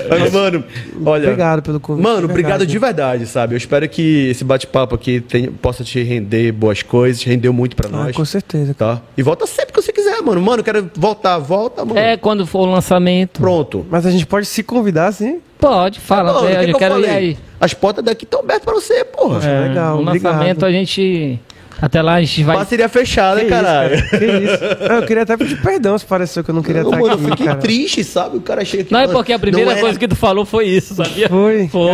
A: Mas, Ah, mano, olha.
C: Obrigado pelo convite,
A: Mano,
C: de
A: obrigado
C: verdade.
A: de verdade, sabe? Eu espero que esse bate-papo aqui tenha- possa te render boas coisas, rendeu muito pra
C: Ah,
A: nós.
C: com certeza.
A: Tá? E volta sempre que você quiser, mano. Mano, eu quero voltar, volta, mano.
B: É quando for o lançamento.
A: Pronto.
C: Mas a gente pode se convidar, sim?
B: Pode, fala.
C: Tá
B: É,
A: Mano, o
B: eu
A: que que eu
B: quero ir
A: falei?
B: aí.
A: As portas daqui estão abertas pra você, porra.
C: É, legal,
B: no
C: obrigado.
B: lançamento a gente. Até lá a gente vai.
A: Parceria fechada,
C: Que isso,
A: caralho.
C: cara, que isso. Ah, Eu queria até pedir perdão se pareceu que eu não queria
A: Não,
C: estar
A: mano, eu
C: aqui,
A: fiquei
C: cara.
A: triste, sabe? O cara chega aqui.
B: Não, é
A: mano,
B: porque a primeira
A: não era-
B: coisa que tu falou foi isso, sabia?
C: Foi.
B: Foi.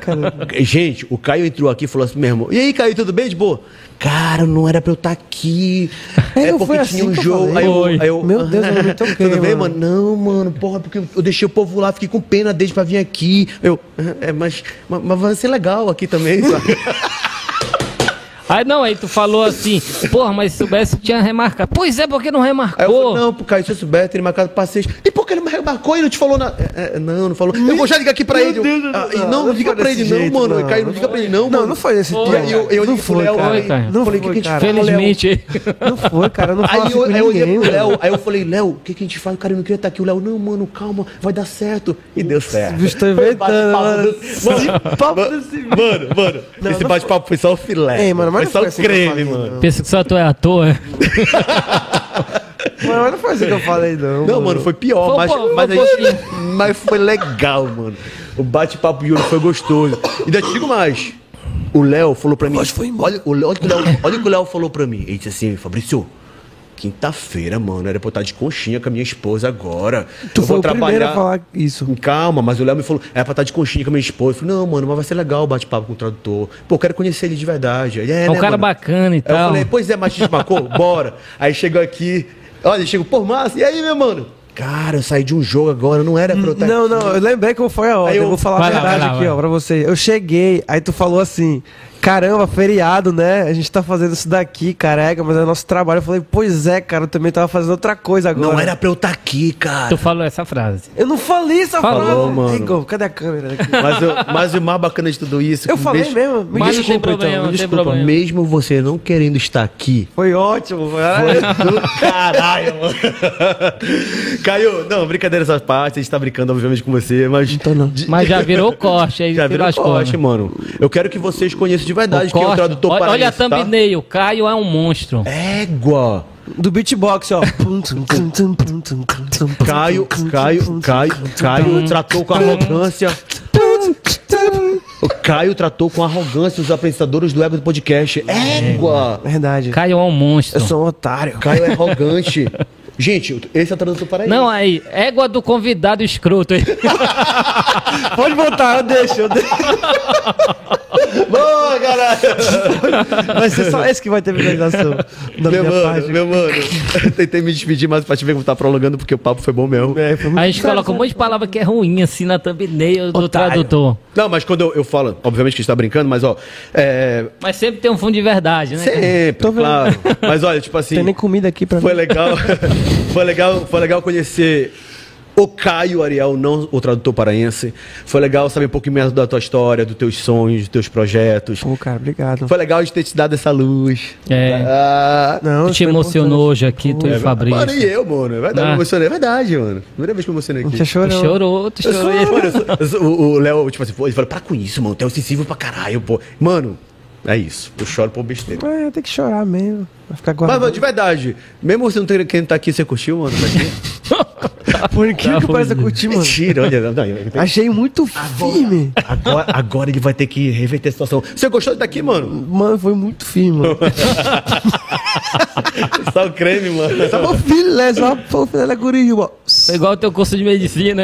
C: Caraca.
A: Gente, o Caio entrou aqui e falou assim, meu irmão, e aí, Caio, tudo bem? De boa? Cara, não era pra eu estar aqui.
C: É,
A: É,
C: não foi
A: porque tinha
C: assim
A: um
C: que eu
A: jogo.
C: falei.
A: Aí eu,
B: Foi.
A: aí eu-
C: Meu Deus, eu não me toquei,
A: Tudo bem,
C: mano?
A: mano? Não, mano, porra, porque eu deixei o povo lá, fiquei com pena deles pra vir aqui. Eu, é, mas, mas, mas vai ser legal aqui também, sabe?
B: Aí não, aí tu falou assim, porra, mas se soubesse tinha remarcado. Pois é, porque não
A: Aí eu
B: remarcou?
A: falei, não, pro Caio, se eu souber, teria marcado pra seis. E por que ele me remarcou e não te falou nada? É, é, não, não falou. Eu vou já ligar aqui pra ele. Eu, ah, e não, não,
C: não
A: liga
C: foi
A: pra ele,
C: desse
A: não,
C: jeito,
A: mano.
C: não.
A: Caio, não liga pra ele, não,
C: Não,
A: mano.
C: não foi esse
B: Pô,
A: E
C: dia.
A: aí eu, eu
C: não
A: liguei pro Léo,
B: cara.
A: aí-
B: Foi, cara.
C: Não
A: falei, o que
C: foi,
A: que a gente
C: cara.
A: fala, Léo?
B: Felizmente.
C: Não foi, cara. Não fala
A: Aí
C: assim
A: eu,
C: com
A: aí eu olhei
C: ninguém,
A: pro
C: mano.
A: Léo, aí eu falei, Léo, o que, que a gente faz? O cara não queria estar aqui. O Léo, não, mano, calma, vai dar certo. E deu certo.
C: bicho tá inventando, mano.
A: Esse papo desse Mano, mano, esse
C: não
A: bate-papo foi só o filé.
C: Ei, mano,
A: foi
C: mas não
A: só
C: foi
A: o
C: assim que eu
A: creme,
C: falei,
A: mano.
C: não.
B: Pensa que só tu é ator. é?
C: Mano, mas não foi assim que eu falei, não.
A: Não, mano, foi pior,
B: Foi,
A: mas,
B: pô,
A: mas, a
B: foi
A: gente- mas foi legal, mano. O bate-papo Yuri foi gostoso. E ainda te digo mais. O Léo falou pra mim. Olha, o Léo- olha que o Léo- olha o que o Léo falou pra mim. Ele disse assim, Fabrício. Quinta-feira, mano, era pra eu estar de conchinha com a minha esposa agora.
C: Tu
A: eu
C: foi
A: vou
C: o primeiro
A: trabalhar.
C: a falar isso.
A: Calma, mas o Léo me falou, era pra estar de conchinha com a minha esposa. Eu falei, não, mano, mas vai ser legal o bate-papo com o tradutor. Pô, eu quero conhecer ele de verdade. Ele, é,
B: É um
A: né,
B: cara
A: mano?"
B: bacana e
A: Aí eu
B: tal.
A: falei, pois é, mas a gente marcou, bora. Aí chegou aqui, olha, ele chegou, pô, massa, e aí, meu mano? Cara, eu saí de um jogo agora, não era pra eu tá estar
C: Não, não, eu lembrei como foi a hora.
A: Aí eu-
C: Eu vou falar
B: Vai
C: a
B: lá,
C: verdade
B: vai lá,
C: aqui,
B: vai.
C: ó, pra você. Eu cheguei, aí tu falou assim: caramba, feriado, né? A gente tá fazendo isso daqui, careca, mas é nosso trabalho. Eu falei: pois é, cara, eu também tava fazendo outra coisa agora.
A: Não era pra eu estar aqui, cara.
B: Tu falou essa frase.
C: Eu não falei essa
B: Falou,
C: palavra.
A: mano.
C: Igor, cadê a câmera?
A: Mas, eu- mas o mais bacana de tudo isso... é
C: Eu
A: que
C: falei
A: mes-
C: mesmo.
B: Mas não
C: Me
B: tem
C: desculpa,
B: problema,
C: então.
B: não
C: Me
B: tem
C: desculpa.
B: problema.
A: Mesmo você não querendo estar aqui...
C: Foi ótimo. Foi...
A: Do caralho, mano. Caio, não, brincadeira essas partes, a gente tá brincando, obviamente, com você, mas...
B: Então,
C: não.
A: de-
B: Mas já virou corte, é aí
A: Já virou
B: as
A: corte, mano. Eu quero que vocês conheçam de verdade quem é o tradutor
B: né? olha, olha a
A: paraense, tá?
B: thumbnail, Caio é um monstro.
A: Égua.
C: Do beatbox, ó.
A: Caio, Caio, Caio, Caio tratou com arrogância. O Caio tratou com arrogância os apresentadores do Ego do Podcast. Égua!
C: Verdade.
B: Caio é um monstro.
C: Eu sou um otário.
A: Caio é arrogante. Gente, esse é o tradutor paraíso.
B: Não, aí, égua do convidado escroto. hein?
C: Pode voltar, eu deixo, eu deixo.
A: Boa, caralho!
C: Vai ser só esse que vai ter visualização.
A: Meu
C: Da minha
A: mano,
C: parte.
A: meu mano. Eu tentei me despedir, mas pra te ver como tá prolongando, porque o papo foi bom mesmo.
C: É, foi muito
B: A gente
C: sério,
B: coloca um
C: sério.
B: monte de palavra que é ruim, assim, na thumbnail do
C: Otário.
B: tradutor.
A: Não, mas quando eu, eu falo, obviamente que a gente tá brincando, mas ó. É,
B: Mas sempre tem um fundo de verdade, né?
A: sempre,
C: Tô vendo.
A: claro. Mas olha, tipo assim.
C: Tem nem comida aqui pra
A: Foi
C: mim.
A: legal, foi legal, foi legal conhecer o Caio Ariel, não o tradutor paraense. Foi legal saber um pouquinho mais da tua história, dos teus sonhos, dos teus projetos.
C: Pô, cara, obrigado.
A: Foi legal de ter te dado essa luz.
B: É.
A: Ah,
C: Não,
B: Tu te
C: isso foi
B: emocionou
C: importante.
B: hoje aqui, tu e o Fabrício.
A: mano, e eu, mano? É verdade,
B: Ah.
A: me emocionei. É verdade, mano. Primeira vez que eu me emocionei aqui.
C: Você
B: Tu
C: chorou.
B: chorou, tu
A: Eu sou-
B: chorou.
A: mano, eu sou- eu sou- o o Léo, tipo assim, pô, ele falou, para com isso, mano. Tu é sensível pra caralho, pô. Mano, é isso. Eu choro por besteira.
C: É, tem que chorar mesmo. Vai ficar
A: Mas, mano,
C: guardado.
A: de verdade, mesmo você não ter quem tá aqui, você curtiu, mano? Tá aqui?
C: Por incrível que
B: Tá
C: pareça, eu
B: ruim.
C: curti, mano. Ah,
A: Mentira, olha. Não, não, eu-
C: Achei muito firme.
A: Agora, agora ele vai ter que reverter a situação. Você gostou de estar aqui, mano?
C: Mano, foi muito firme, mano.
A: Só o creme, mano.
C: Tava o filé, só o filé da gurijuma.
B: Foi É igual o teu curso de medicina.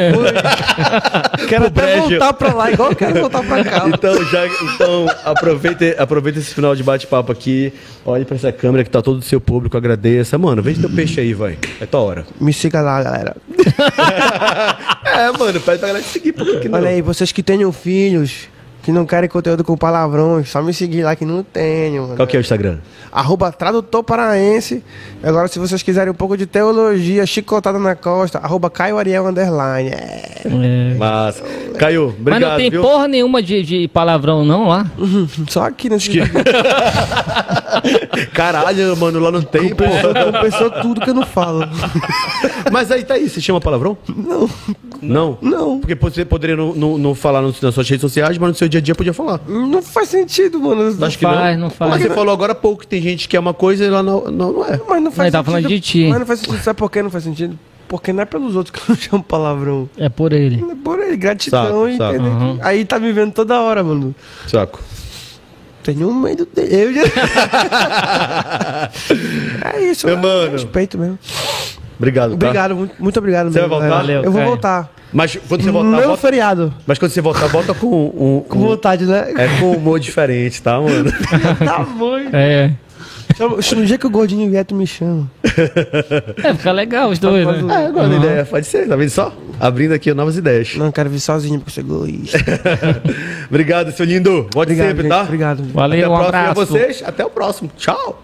C: Quero até
A: brejo.
C: voltar pra lá, igual eu quero voltar pra cá.
A: Então, já, então aproveita, aproveita esse final de bate-papo aqui. Olhe pra essa câmera que tá todo o seu público. Agradeça. Mano, vende teu peixe aí, vai. É tua hora.
C: Me siga lá, galera.
A: É, mano, pede pra galera te seguir. Por que que não?
C: Olha aí, vocês que tenham filhos, que não querem conteúdo com palavrões, só me seguir lá que não tenho. mano.
A: Qual que é o Instagram?
C: Arroba tradutor paraense. Agora, se vocês quiserem um pouco de teologia, chicotada na costa, arroba Caio Ariel Underline. É,
B: É.
A: Mas, Caio,
B: Mas
A: obrigado,
B: não tem
A: viu?
B: porra nenhuma de, de palavrão, não, lá.
C: só aqui nesse
A: Que- Caralho, mano, lá não tem, pô.
C: Compensou tudo que eu não falo.
A: Mas aí tá aí, você chama palavrão?
C: Não,
A: Não.
C: não.
A: Porque você poderia não, não, não falar nas suas redes sociais, mas no seu dia a dia podia falar.
C: Não faz sentido, mano.
A: Acho que
B: faz,
A: não.
B: não faz.
A: Mas você falou agora há pouco que tem gente que é uma coisa e lá não, não, não é.
C: Mas não
B: Mas
C: faz sentido.
B: tá falando de ti.
C: Mas não faz sentido. Sabe por que não faz sentido? Porque não é pelos outros que eu não chamo palavrão.
B: É por ele.
C: É Por ele, gratidão,
A: Saco, saco.
C: entendeu?
B: Uhum.
C: Aí tá me vendo toda hora, mano.
A: Saco.
C: Tenho um medo dele. Eu já... é isso,
A: Meu
C: é
A: mano.
C: respeito mesmo.
A: Obrigado. tá?
C: Obrigado, muito, muito obrigado.
A: Você
C: mesmo,
A: vai voltar?
C: galera.
B: Valeu,
C: eu vou
B: Caio.
C: voltar.
A: Mas quando você
C: Meu
A: voltar, volta.
C: feriado.
A: Mas quando você voltar, volta com um. um-
C: Com vontade, né?
A: É com um humor diferente, tá, mano?
C: tá bom.
B: É.
C: Então, no dia que o gordinho vier, tu me chama.
B: É, fica legal os dois, né?
A: Ah, eu gosto da ideia. Pode ser, tá vendo só? Abrindo aqui novas ideias.
C: Não, eu quero vir sozinho porque você é egoísta.
A: Obrigado, seu lindo. Volte
C: Obrigado,
A: sempre,
C: gente.
A: tá?
C: Obrigado.
A: Até a
B: Valeu, um
A: próxima. E a
B: abraço.
A: vocês, até o próximo. Tchau.